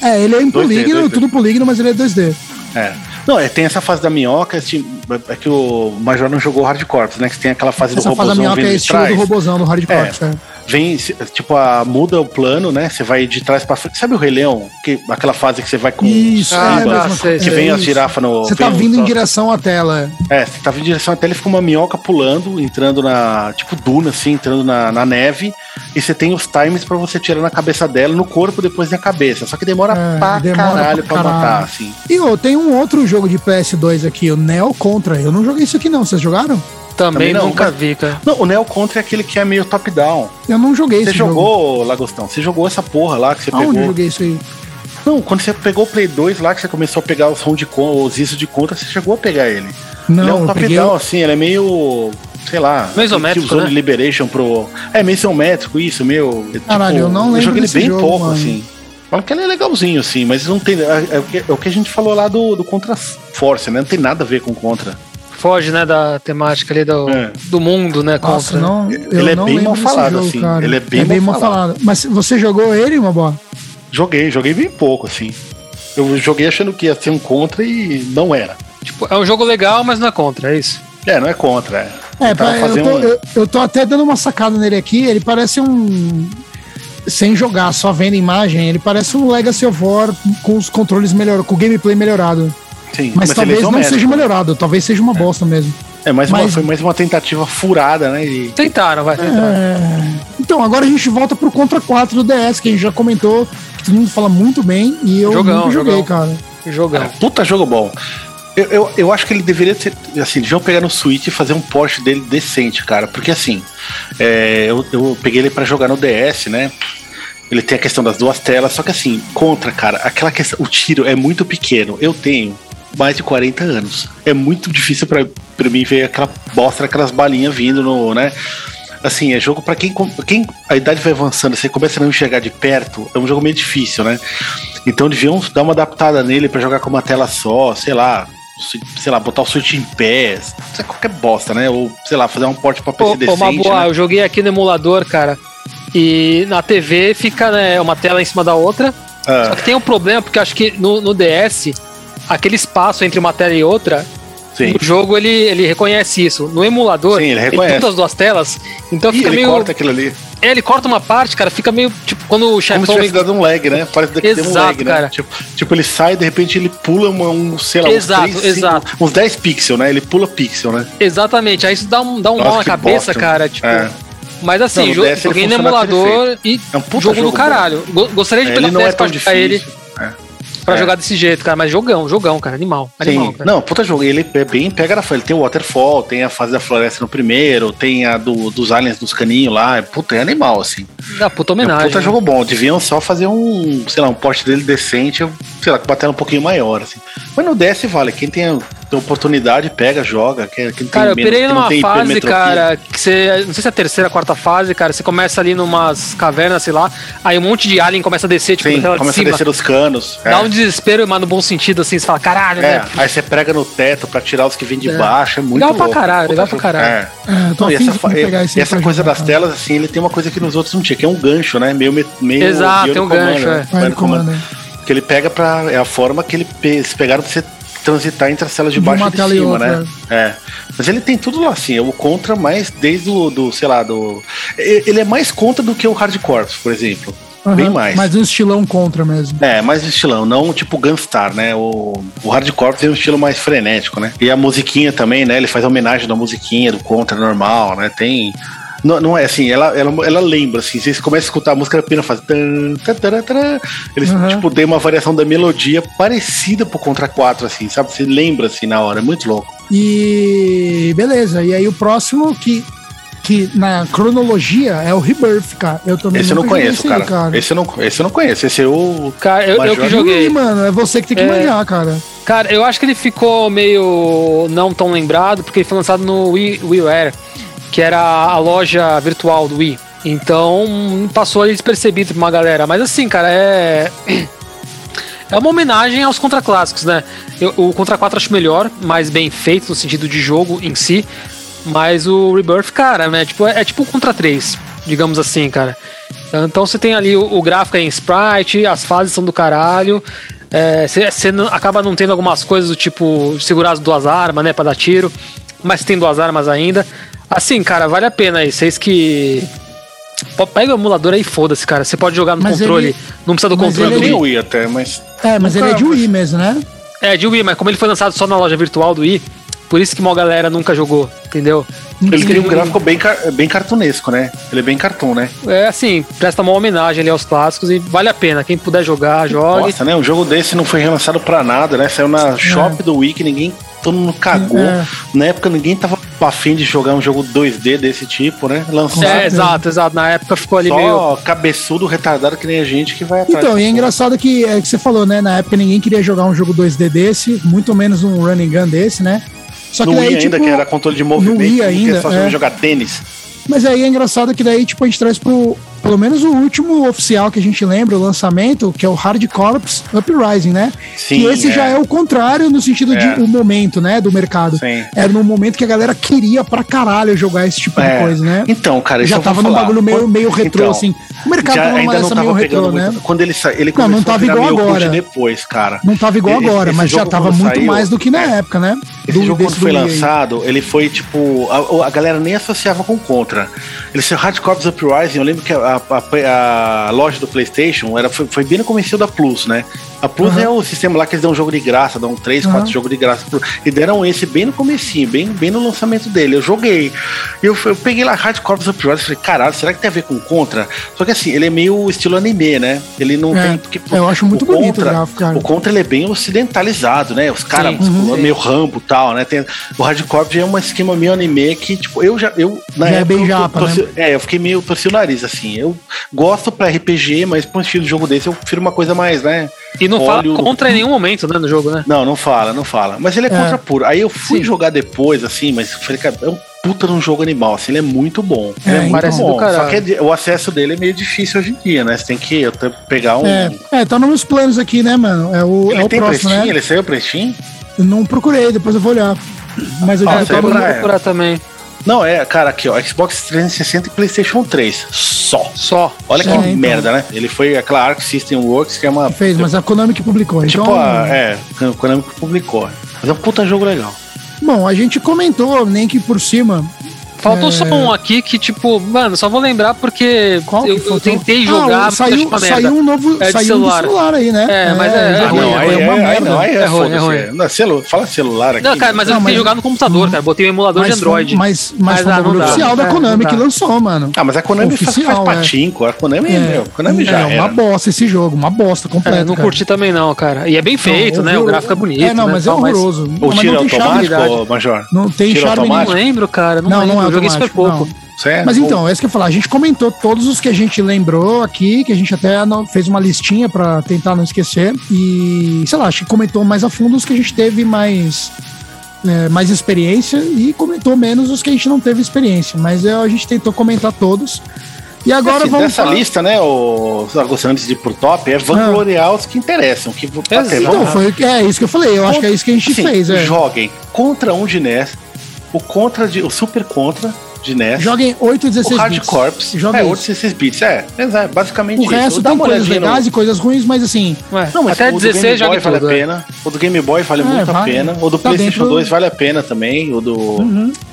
Speaker 1: É, ele é em
Speaker 2: 2D,
Speaker 1: polígono,
Speaker 2: 2D.
Speaker 1: tudo polígono, mas ele é 2D.
Speaker 2: É. Não, é, tem essa fase da minhoca, esse- é que o Major não jogou Hard Corps, né? Que tem aquela fase do
Speaker 1: Essa fase da
Speaker 2: robozão
Speaker 1: minhoca
Speaker 2: vindo
Speaker 1: é
Speaker 2: de
Speaker 1: estilo do
Speaker 2: trás.
Speaker 1: robozão, do hardcore. É.
Speaker 2: Vem, se- tipo, a, muda o plano, né? Você vai de trás pra frente. Sabe o Rei Leão? Que, aquela fase que você vai com
Speaker 1: Isso,
Speaker 2: os
Speaker 3: Ah,
Speaker 1: é,
Speaker 2: ribas,
Speaker 3: tá,
Speaker 1: a mesma coisa.
Speaker 2: que
Speaker 3: sei,
Speaker 2: vem
Speaker 1: é
Speaker 2: as
Speaker 1: isso.
Speaker 2: girafas no.
Speaker 1: Você tá
Speaker 2: vem os-
Speaker 1: vindo em direção à tela.
Speaker 2: É, você tá vindo em direção à tela e fica uma minhoca pulando, entrando na. Tipo duna, assim, entrando na, na neve. E você tem os times pra você tirar na cabeça dela, no corpo, depois na cabeça. Só que demora
Speaker 1: É,
Speaker 2: pra
Speaker 1: demora
Speaker 2: caralho
Speaker 1: pra
Speaker 2: pra, matar,
Speaker 1: caralho.
Speaker 2: assim.
Speaker 1: E ô, tem um outro jogo de PS2 aqui, o Neo Contra. Eu não joguei isso aqui não, vocês jogaram?
Speaker 3: Também,
Speaker 2: Também não,
Speaker 3: nunca
Speaker 2: mas-
Speaker 3: vi, cara.
Speaker 2: Não, o Neo Contra é aquele que é meio top-down.
Speaker 1: Eu não joguei
Speaker 2: Você
Speaker 1: esse jogo.
Speaker 2: jogou, Lagostão? Você jogou essa porra lá que você
Speaker 1: Aonde eu
Speaker 2: pegou? é
Speaker 1: joguei isso aí?
Speaker 2: Não, quando você pegou o Play 2 lá, que você começou a pegar o som de conta, os isso de conta, você chegou a pegar ele. ele é
Speaker 1: Não,
Speaker 2: um
Speaker 1: eu
Speaker 2: top
Speaker 1: peguei...
Speaker 2: down, assim, ele é meio. sei lá.
Speaker 3: Mesométrico,
Speaker 2: Tipo Zone
Speaker 3: né?
Speaker 2: Liberation pro. É, meio isométrico, isso, meio. é,
Speaker 1: Caralho, eu não lembro
Speaker 2: Eu joguei ele
Speaker 1: desse
Speaker 2: bem
Speaker 1: jogo,
Speaker 2: pouco,
Speaker 1: mano.
Speaker 2: assim. Falam que ele é legalzinho, assim, mas não tem. É, é o que- é o que a gente falou lá do, do Contra Force, né? Não tem nada a ver com Contra.
Speaker 3: Foge, né, da temática ali do,
Speaker 2: É.
Speaker 3: do mundo, né,
Speaker 1: Nossa,
Speaker 3: contra.
Speaker 1: não, eu
Speaker 2: Ele é
Speaker 1: não
Speaker 2: bem
Speaker 1: lembro
Speaker 2: mal
Speaker 1: desse
Speaker 2: falado,
Speaker 1: jogo,
Speaker 2: assim.
Speaker 1: cara.
Speaker 2: Ele é bem mal
Speaker 1: Mas você jogou ele, Mabó?
Speaker 2: Joguei, joguei bem pouco, assim. Eu joguei achando que ia ser um Contra e não era.
Speaker 3: Tipo, é um jogo legal, mas não é contra, é isso.
Speaker 2: É, não é Contra. É,
Speaker 1: É,
Speaker 2: Tentava
Speaker 1: pra- eu, tô,
Speaker 2: um-
Speaker 1: eu- eu tô até dando uma sacada nele aqui. Ele parece um. Sem jogar, só vendo imagem, ele parece um Legacy of War com os controles melhorados, com o gameplay melhorado.
Speaker 2: Sim,
Speaker 1: Mas,
Speaker 2: ele é
Speaker 1: talvez não
Speaker 2: isométrico,
Speaker 1: seja
Speaker 2: né?
Speaker 1: melhorado, talvez seja uma bosta mesmo.
Speaker 2: É, mais uma,
Speaker 1: Mas-
Speaker 2: foi mais uma tentativa furada, né? E
Speaker 3: Tentaram, vai,
Speaker 1: É.
Speaker 3: tentaram.
Speaker 1: Então, agora a gente volta pro Contra 4 do DS, que a gente já comentou, que todo mundo fala muito bem, e eu
Speaker 3: Jogão,
Speaker 1: nunca joguei,
Speaker 3: jogão.
Speaker 1: cara.
Speaker 2: Cara,
Speaker 3: Jogão.
Speaker 2: puta jogo bom. Eu, eu, eu acho que ele deveria ter. Assim, eles vão pegar no Switch e fazer um port dele decente, cara. Porque assim, é, eu, eu peguei ele pra jogar no DS, né? Ele tem a questão das duas telas, só que assim, contra, cara, aquela questão. O tiro é muito pequeno. Eu tenho mais de 40 anos. É muito difícil pra pra mim ver aquela bosta, aquelas balinhas vindo no, né? Assim, é jogo pra quem, com- quem a idade vai avançando, você começa a não enxergar de perto, é um jogo meio difícil, né? Então deviam dar uma adaptada nele pra jogar com uma tela só, sei lá, se- sei lá, botar o Switch em pé, sei, qualquer bosta, né? Ou sei lá, fazer um porte pra PC
Speaker 3: Pô, pô,
Speaker 2: decente.
Speaker 3: uma boa,
Speaker 2: né?
Speaker 3: eu joguei aqui no emulador, cara. E na TV fica né, uma tela em cima da outra.
Speaker 2: Ah.
Speaker 3: Só que tem um problema, porque eu acho que no, no DS, aquele espaço entre uma tela e outra,
Speaker 2: Sim.
Speaker 3: o jogo ele, ele reconhece isso. No emulador,
Speaker 2: Sim, ele reconhece.
Speaker 3: tem todas as duas telas. Então
Speaker 2: Ih,
Speaker 3: fica
Speaker 2: ele
Speaker 3: meio.
Speaker 2: corta aquilo ali.
Speaker 3: É, ele corta uma parte, cara, fica meio. Tipo, quando o
Speaker 2: Como se
Speaker 3: chefão.
Speaker 2: tivesse dado um lag, né? Parece que deu um
Speaker 3: Exato,
Speaker 2: lag, né?
Speaker 3: cara.
Speaker 2: Tipo, tipo, ele sai de repente ele pula uma- um, sei lá,
Speaker 3: Exato,
Speaker 2: uns,
Speaker 3: exato.
Speaker 2: uns 10 pixels, né? Ele pula pixel, né?
Speaker 3: Exatamente, aí isso dá um, dá um
Speaker 2: Nossa,
Speaker 3: mal na
Speaker 2: que
Speaker 3: cabeça,
Speaker 2: bosta.
Speaker 3: cara. Tipo,
Speaker 2: É.
Speaker 3: Mas assim,
Speaker 2: Não, no
Speaker 3: jo-
Speaker 2: DS ele
Speaker 3: joguei no
Speaker 2: funciona
Speaker 3: emulador e
Speaker 2: É um puta
Speaker 3: jogo,
Speaker 2: jogo
Speaker 3: do
Speaker 2: bom.
Speaker 3: caralho. Go- Gostaria de pegar
Speaker 2: Ele
Speaker 3: o
Speaker 2: não é
Speaker 3: DS
Speaker 2: tão
Speaker 3: pra jogar
Speaker 2: difícil.
Speaker 3: ele
Speaker 2: É.
Speaker 3: pra
Speaker 2: É.
Speaker 3: jogar desse jeito, cara. Mas jogão, jogão, cara. Animal. Animal,
Speaker 2: Sim.
Speaker 3: cara.
Speaker 2: Não, puta jogo. Ele é bem pega na folha. Ele tem o Waterfall, tem a fase da floresta no primeiro, tem a do, dos aliens dos caninhos lá. É, Puta, é animal, assim.
Speaker 3: Da
Speaker 2: É
Speaker 3: puta
Speaker 2: um
Speaker 3: homenagem. né?
Speaker 2: puta jogo bom. Deviam só fazer um, sei lá, um porte dele decente, sei lá, com uma tela um pouquinho maior, assim. Mas no DS vale. Quem tem a tem oportunidade, pega, joga. Quem, quem
Speaker 3: Cara, eu
Speaker 2: tem menos-
Speaker 3: pirei
Speaker 2: quem não
Speaker 3: numa
Speaker 2: tem
Speaker 3: fase,
Speaker 2: hipermetropia.
Speaker 3: cara, que você. Não sei se é a terceira, quarta fase, cara. Você começa ali numas cavernas, sei lá. Aí um monte de alien começa a descer, tipo,
Speaker 2: Sim,
Speaker 3: da tela de
Speaker 2: começa a
Speaker 3: cima.
Speaker 2: descer os canos. é.
Speaker 3: Dá um desespero, mas no bom sentido, assim. Você fala, caralho,
Speaker 2: É,
Speaker 3: né?
Speaker 2: aí você prega no teto pra tirar os que vêm de
Speaker 3: É.
Speaker 2: baixo, é muito
Speaker 3: Legal pra
Speaker 2: louco.
Speaker 3: caralho, legal
Speaker 2: Puta
Speaker 3: pra
Speaker 2: jogo.
Speaker 3: caralho.
Speaker 1: É, tô
Speaker 2: Não, e
Speaker 1: afim
Speaker 2: essa,
Speaker 1: de
Speaker 2: fa-
Speaker 1: pegar esse
Speaker 2: e
Speaker 1: aí
Speaker 2: essa
Speaker 1: pra
Speaker 2: coisa
Speaker 1: jogar,
Speaker 2: das
Speaker 1: cara.
Speaker 2: telas, assim, ele tem uma coisa que nos outros não tinha, que é um gancho, né? Meio, me- meio
Speaker 3: Exato,
Speaker 2: Bionic
Speaker 3: tem um
Speaker 2: Commando,
Speaker 3: gancho, é.
Speaker 2: né? Bionic
Speaker 1: Bionic Commando,
Speaker 2: Commando. Que ele pega pra... É a forma que ele pe- eles pegaram pra você transitar entre as telas de
Speaker 1: De
Speaker 2: baixo
Speaker 1: uma
Speaker 2: e de
Speaker 1: tela e
Speaker 2: cima,
Speaker 1: outra,
Speaker 2: né? É. Mas ele tem tudo lá, assim, é o contra mais desde o, do, sei lá, do... e- Ele é mais contra do que o Hardcore, por exemplo. Bem
Speaker 1: Aham,
Speaker 2: mais.
Speaker 1: Mas um estilão contra mesmo.
Speaker 2: É, mais estilão, não tipo Gunstar, né? O, o Hardcore tem um estilo mais frenético, né? E a musiquinha também, né? Ele faz homenagem da musiquinha, do contra normal, né? Tem. Não, não é assim, ela, ela, ela lembra, assim, vocês começam a escutar a música, a pena faz. tan, tan, taran, taran. Eles,
Speaker 1: Uhum.
Speaker 2: tipo, dêem uma variação da melodia parecida pro Contra 4, assim, sabe? Você lembra, assim, na hora, é muito louco.
Speaker 1: E beleza, e aí o próximo que, que na cronologia é o Rebirth, cara. Eu também
Speaker 2: Esse eu não
Speaker 1: nunca joguei
Speaker 2: conheço,
Speaker 1: esse aí,
Speaker 2: cara. Esse, eu não, esse eu não conheço, esse eu.
Speaker 3: Cara, eu, eu que
Speaker 2: Major.
Speaker 1: Ih,
Speaker 3: joguei.
Speaker 1: mano, é você que tem que
Speaker 3: É.
Speaker 1: manjar, cara.
Speaker 3: Cara, eu acho que ele ficou meio não tão lembrado, porque ele foi lançado no Wii, WiiWare, que era a loja virtual do Wii. Então, passou ali despercebido pra uma galera. Mas assim, cara, é. É uma homenagem aos contraclássicos, né? Eu- o Contra 4 eu acho melhor, mais bem feito no sentido de jogo em si. Mas o Rebirth, cara, né? Tipo, é, é tipo o Contra 3, digamos assim, cara. Então você tem ali o, o gráfico é em sprite, as fases são do caralho. Você acaba não tendo algumas coisas do tipo segurar as duas armas, né, pra dar tiro. Mas tem duas armas ainda. Assim, cara, vale a pena aí. Vocês que. Pô, Pega o emulador aí e foda-se, cara. Você pode jogar no
Speaker 1: Mas
Speaker 3: controle.
Speaker 1: ele-
Speaker 3: Não precisa do
Speaker 1: mas
Speaker 2: Eu
Speaker 3: controle
Speaker 1: ele
Speaker 3: do
Speaker 2: nem
Speaker 3: Wii.
Speaker 2: o Wii até, mas.
Speaker 1: É, mas ele é de Wii mesmo, né?
Speaker 3: É, de Wii, mas como ele foi lançado só na loja virtual do Wii, por isso que uma galera nunca jogou, entendeu?
Speaker 2: Ele tem um
Speaker 3: Sim.
Speaker 2: gráfico bem, car- bem cartunesco, né? Ele é bem cartoon, né?
Speaker 3: É assim, presta uma homenagem ali aos clássicos e vale a pena. Quem puder jogar, jogue.
Speaker 2: Nossa, né? Um jogo desse não foi relançado pra nada, né? Saiu na shop do Wii que ninguém. Todo mundo cagou.
Speaker 1: É.
Speaker 2: Na época ninguém tava afim de jogar um jogo 2D desse tipo, né? Lançou
Speaker 3: é,
Speaker 1: certeza.
Speaker 3: exato, exato. Na época ficou ali
Speaker 2: só
Speaker 3: meio.
Speaker 2: cabeçudo, retardado que nem a gente que vai atrás.
Speaker 1: Então, e é
Speaker 2: disso.
Speaker 1: engraçado que é que você falou, né? Na época ninguém queria jogar um jogo 2D desse, muito menos um running gun desse, né? Só que
Speaker 2: No
Speaker 1: daí,
Speaker 2: Wii ainda,
Speaker 1: tipo,
Speaker 2: que era controle de
Speaker 1: no
Speaker 2: movimento,
Speaker 1: Wii
Speaker 2: que
Speaker 1: ainda,
Speaker 2: só
Speaker 1: é.
Speaker 2: jogar tênis.
Speaker 1: Mas aí é engraçado que daí, tipo, a gente traz pro. Pelo menos o último oficial que a gente lembra, o lançamento, que é o Hard Corps Uprising, né?
Speaker 2: Sim,
Speaker 1: e esse
Speaker 2: é.
Speaker 1: já é o contrário no sentido
Speaker 2: É.
Speaker 1: de o momento, né? Do mercado.
Speaker 2: Sim.
Speaker 1: Era no momento que a galera queria pra caralho jogar esse tipo
Speaker 2: É.
Speaker 1: de coisa, né?
Speaker 2: Então, cara, isso
Speaker 1: já
Speaker 2: eu vou
Speaker 1: tava num
Speaker 2: falar.
Speaker 1: bagulho meio,
Speaker 2: Quando-
Speaker 1: meio retrô,
Speaker 2: Então,
Speaker 1: assim. O mercado
Speaker 2: já
Speaker 1: tava numa
Speaker 2: ainda não
Speaker 1: dessa meio
Speaker 2: tava
Speaker 1: retrô,
Speaker 2: pegando
Speaker 1: né?
Speaker 2: muito. Quando ele saiu, ele
Speaker 1: não
Speaker 2: começou
Speaker 1: tava
Speaker 2: a virar
Speaker 1: igual
Speaker 2: meio cult
Speaker 1: agora.
Speaker 2: depois, cara.
Speaker 1: Não tava igual
Speaker 2: Esse-
Speaker 1: agora,
Speaker 2: esse
Speaker 1: mas já
Speaker 2: jogo
Speaker 1: tava
Speaker 2: quando
Speaker 1: muito
Speaker 2: saiu-
Speaker 1: mais do que na
Speaker 2: é.
Speaker 1: época, né?
Speaker 2: Esse
Speaker 1: do,
Speaker 2: jogo quando
Speaker 1: desse
Speaker 2: foi
Speaker 1: do Wii aí.
Speaker 2: lançado, ele foi tipo. A, a galera nem associava com Contra. Ele saiu Hard Corps Uprising. Eu lembro que a, a- a loja do PlayStation era, foi, foi bem no começo da Plus, né? A Plus
Speaker 1: Aham.
Speaker 2: é o sistema lá que eles dão jogo de graça, dão 3,
Speaker 1: Aham.
Speaker 2: 4 jogos de graça. pro- E deram esse bem no comecinho, bem, bem no lançamento dele. Eu joguei. E eu, eu peguei lá Hard Corps Uprising e falei, caralho, será que tem a ver com Contra? Só que assim, ele é meio estilo anime, né? Ele não
Speaker 1: É,
Speaker 2: tem. Porque,
Speaker 1: eu acho muito
Speaker 2: o
Speaker 1: bonito o gráfico, cara.
Speaker 2: o Contra ele é bem ocidentalizado, né? Os caras
Speaker 3: Sim.
Speaker 2: musculosos,
Speaker 3: Uhum.
Speaker 2: meio Rambo e tal, né? Tem, o hardcore já é um esquema meio anime que, tipo, eu já. Eu, na
Speaker 1: Já é bem
Speaker 2: eu
Speaker 1: japa,
Speaker 2: torci- É, eu fiquei meio torci o nariz, assim. Eu gosto pra RPG, mas pra um estilo de jogo desse eu prefiro uma coisa mais, né?
Speaker 3: E não fala
Speaker 2: Olha o-
Speaker 3: contra em nenhum momento, né, no jogo, né?
Speaker 2: Não, não fala, não fala. Mas ele é,
Speaker 1: É.
Speaker 2: contra puro. Aí eu fui
Speaker 3: Sim.
Speaker 2: jogar depois, assim, mas eu falei, cara, é um puta de um jogo animal, assim, ele é muito bom.
Speaker 1: É,
Speaker 2: Ele é, muito
Speaker 3: parece do
Speaker 2: bom. Só
Speaker 3: caralho.
Speaker 2: que é de- o acesso dele é meio difícil hoje em dia, né? Você tem que até pegar um.
Speaker 1: É, é, tá nos meus planos aqui, né, mano? É o,
Speaker 2: Ele
Speaker 1: é o
Speaker 2: tem
Speaker 1: próximo,
Speaker 2: prestinho?
Speaker 1: né?
Speaker 2: Ele saiu prestinho?
Speaker 1: Eu Não procurei, depois eu vou olhar. Mas eu
Speaker 2: Ah,
Speaker 1: já
Speaker 2: isso aí
Speaker 1: tava.
Speaker 3: Eu vou
Speaker 2: pra-
Speaker 3: procurar também.
Speaker 2: Não, é, cara, aqui, ó, Xbox 360 e PlayStation 3. Só.
Speaker 3: Só.
Speaker 2: Olha
Speaker 1: Só,
Speaker 2: que
Speaker 1: então.
Speaker 2: merda, né? Ele foi aquela Arc System Works, que é uma.
Speaker 1: Fez, mas a Konami que publicou.
Speaker 2: Tipo,
Speaker 1: então,
Speaker 2: a, é, o Konami que publicou. Mas é um puta jogo legal.
Speaker 1: Bom, a gente comentou, nem que por cima.
Speaker 3: Faltou só um aqui que, tipo, mano, só vou lembrar porque
Speaker 1: É. Qual que
Speaker 3: eu, eu
Speaker 1: faltou?
Speaker 3: tentei
Speaker 1: Ah,
Speaker 3: jogar,
Speaker 1: o-
Speaker 3: mas achei
Speaker 1: saiu,
Speaker 3: uma merda.
Speaker 1: saiu um novo
Speaker 3: É de
Speaker 1: saiu um
Speaker 3: celular.
Speaker 1: de celular aí, né?
Speaker 3: É, mas é-
Speaker 1: já
Speaker 3: Ah,
Speaker 1: foi,
Speaker 3: não,
Speaker 1: foi uma
Speaker 2: aí
Speaker 1: merda.
Speaker 2: não, aí é
Speaker 3: É ruim,
Speaker 2: foda-se.
Speaker 3: é ruim.
Speaker 2: Não, celu- Fala celular aqui.
Speaker 3: Não, cara, mas eu
Speaker 1: Não,
Speaker 3: tentei
Speaker 1: Ah, mas- Uhum.
Speaker 3: jogar no computador, cara. Botei um emulador de
Speaker 1: Mas foi-
Speaker 3: Android.
Speaker 1: Mas, mas,
Speaker 3: Mas
Speaker 1: foi um
Speaker 3: ah, não
Speaker 1: bagulho
Speaker 3: dá.
Speaker 1: oficial da
Speaker 3: É,
Speaker 1: Konami
Speaker 3: não
Speaker 1: que
Speaker 3: dá.
Speaker 1: lançou, mano.
Speaker 2: Ah, mas a Konami faz,
Speaker 1: Oficial,
Speaker 2: faz
Speaker 1: é.
Speaker 2: patinco. A Konami, meu, a Konami já
Speaker 1: é
Speaker 2: era.
Speaker 1: uma bosta esse jogo, uma bosta completa.
Speaker 3: É, não
Speaker 1: cara.
Speaker 3: curti também não, cara. E é bem feito, né? O
Speaker 1: horror-
Speaker 3: gráfico é bonito.
Speaker 1: É, não,
Speaker 3: né,
Speaker 1: mas é
Speaker 3: tal,
Speaker 1: horroroso.
Speaker 2: O
Speaker 1: Mas
Speaker 2: tiro
Speaker 1: não tem charme.
Speaker 2: automático,
Speaker 3: habilidade.
Speaker 2: ô, Major?
Speaker 1: Não tem
Speaker 2: Tiro
Speaker 1: charme
Speaker 3: Não
Speaker 2: automático?
Speaker 3: lembro, cara. Não,
Speaker 1: Não, não
Speaker 3: lembro.
Speaker 1: é
Speaker 3: eu joguei super
Speaker 1: automático,
Speaker 3: pouco.
Speaker 1: não.
Speaker 2: Isso é
Speaker 1: Mas
Speaker 2: bom.
Speaker 1: então, é isso que eu ia falar. A gente comentou todos os que a gente lembrou aqui, que a gente até ano- fez uma listinha pra tentar não esquecer. E, sei lá, acho que comentou mais a fundo os que a gente teve mais, é, mais experiência e comentou menos os que a gente não teve experiência. Mas é, a gente tentou comentar todos. E agora
Speaker 2: Assim,
Speaker 1: vamos.
Speaker 2: dessa
Speaker 1: falar- Ah.
Speaker 2: lista, né, o Augusto, antes de ir pro top, é vangloriar os que interessam. Que, tá
Speaker 3: Exato.
Speaker 2: vamos-
Speaker 1: Então, foi, é isso que eu falei. Eu acho que é isso que a gente
Speaker 2: Assim,
Speaker 1: fez. É.
Speaker 2: Joguem contra um de NES, o contra de, o super contra de NES,
Speaker 1: Joguem 8 e
Speaker 2: o
Speaker 1: 16
Speaker 2: hard
Speaker 1: bits.
Speaker 2: corps,
Speaker 1: Joga
Speaker 2: é
Speaker 1: isso.
Speaker 2: outros 16 bits, é, é basicamente
Speaker 1: O resto
Speaker 2: isso.
Speaker 1: tem coisas
Speaker 2: olhadinha no-
Speaker 1: legais e coisas ruins, mas assim,
Speaker 3: Ué,
Speaker 2: Não, mas
Speaker 3: até
Speaker 2: o do Game Boy
Speaker 3: 16 joguei
Speaker 2: vale
Speaker 3: tudo.
Speaker 2: a pena. O do Game Boy vale
Speaker 1: É,
Speaker 2: muito a
Speaker 1: vale.
Speaker 2: pena. O do
Speaker 1: Tá
Speaker 2: PlayStation
Speaker 1: dentro- Uhum.
Speaker 2: 2 vale a pena também. O do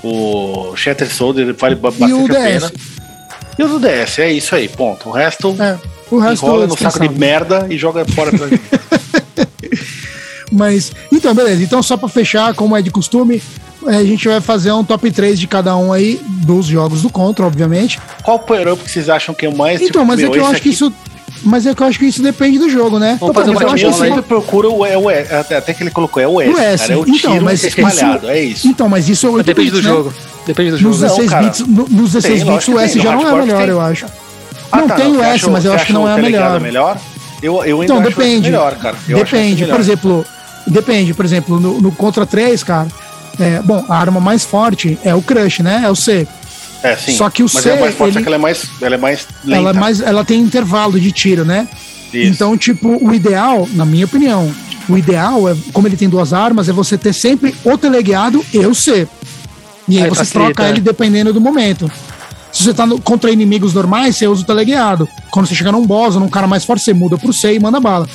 Speaker 2: o Shattered Soldier vale ba- bastante
Speaker 1: E o
Speaker 2: a pena.
Speaker 1: DS.
Speaker 2: E o do DS, é isso aí, ponto. O resto
Speaker 1: É, o resto
Speaker 2: enrola
Speaker 1: é
Speaker 2: no saco de
Speaker 1: dispensável.
Speaker 2: merda e joga fora pela
Speaker 1: Mas, então, beleza. Então, só pra fechar, como é de costume, eh, a gente vai fazer um top 3 de cada um aí, dos jogos do Contra, obviamente.
Speaker 2: Qual power-up que vocês acham que é o mais...
Speaker 1: então, mas
Speaker 2: meu,
Speaker 1: é que eu
Speaker 2: esse
Speaker 1: acho que
Speaker 2: aqui-
Speaker 1: isso. Mas é que eu acho que isso depende do jogo, né?
Speaker 3: Vamos fazer
Speaker 1: Então, mas
Speaker 3: um
Speaker 2: Mas
Speaker 1: eu
Speaker 2: eu,
Speaker 1: acho que
Speaker 3: bate-bola
Speaker 1: assim,
Speaker 2: sempre procuro o, é o, é, até, até que ele colocou, é o S,
Speaker 1: o S.
Speaker 2: cara, é o tiro
Speaker 1: Então, mas isso-
Speaker 2: espalhado, é isso.
Speaker 1: Então, mas isso é 8
Speaker 3: Depende do
Speaker 1: bits, né?
Speaker 3: jogo. Depende do
Speaker 1: Nos
Speaker 3: jogo.
Speaker 2: Não,
Speaker 1: 16
Speaker 2: cara.
Speaker 1: bits, no- nos 16 bits
Speaker 2: é lógico
Speaker 1: o
Speaker 2: que
Speaker 1: S
Speaker 2: tem.
Speaker 1: já
Speaker 2: No
Speaker 1: não é o
Speaker 2: hardcore
Speaker 1: melhor,
Speaker 2: tem.
Speaker 1: eu acho.
Speaker 2: Ah,
Speaker 1: não,
Speaker 2: tá,
Speaker 1: tem o
Speaker 2: você
Speaker 1: S,
Speaker 2: achou-
Speaker 1: mas eu
Speaker 2: você
Speaker 1: acho que não
Speaker 2: achou
Speaker 1: é
Speaker 2: o
Speaker 1: o melhor.
Speaker 2: Telegrado melhor? Eu, eu ainda
Speaker 1: Então,
Speaker 2: acho
Speaker 1: depende.
Speaker 2: esse melhor, cara. Eu acho esse
Speaker 1: depende,
Speaker 2: melhor.
Speaker 1: por exemplo, depende, por exemplo, no, no Contra 3, cara, é, bom, a arma mais forte é o Crush, né? É o C.
Speaker 2: É, sim.
Speaker 1: só que o
Speaker 2: mas
Speaker 1: C,
Speaker 2: ela é mais forte,
Speaker 1: ele-
Speaker 2: só que ela é mais, ela é mais lenta.
Speaker 1: Ela, é mais, ela tem intervalo de tiro, né?
Speaker 2: Isso.
Speaker 1: Então, tipo, o ideal, na minha opinião, o ideal é, como ele tem duas armas, é você ter sempre o teleguiado e o C. E aí,
Speaker 3: Aí
Speaker 1: você
Speaker 3: facilita,
Speaker 2: é.
Speaker 1: troca
Speaker 3: né?
Speaker 1: ele dependendo do momento. Se você tá no- contra inimigos normais, você usa o teleguiado. Quando você chega num boss ou num cara mais forte, você muda pro C e manda bala.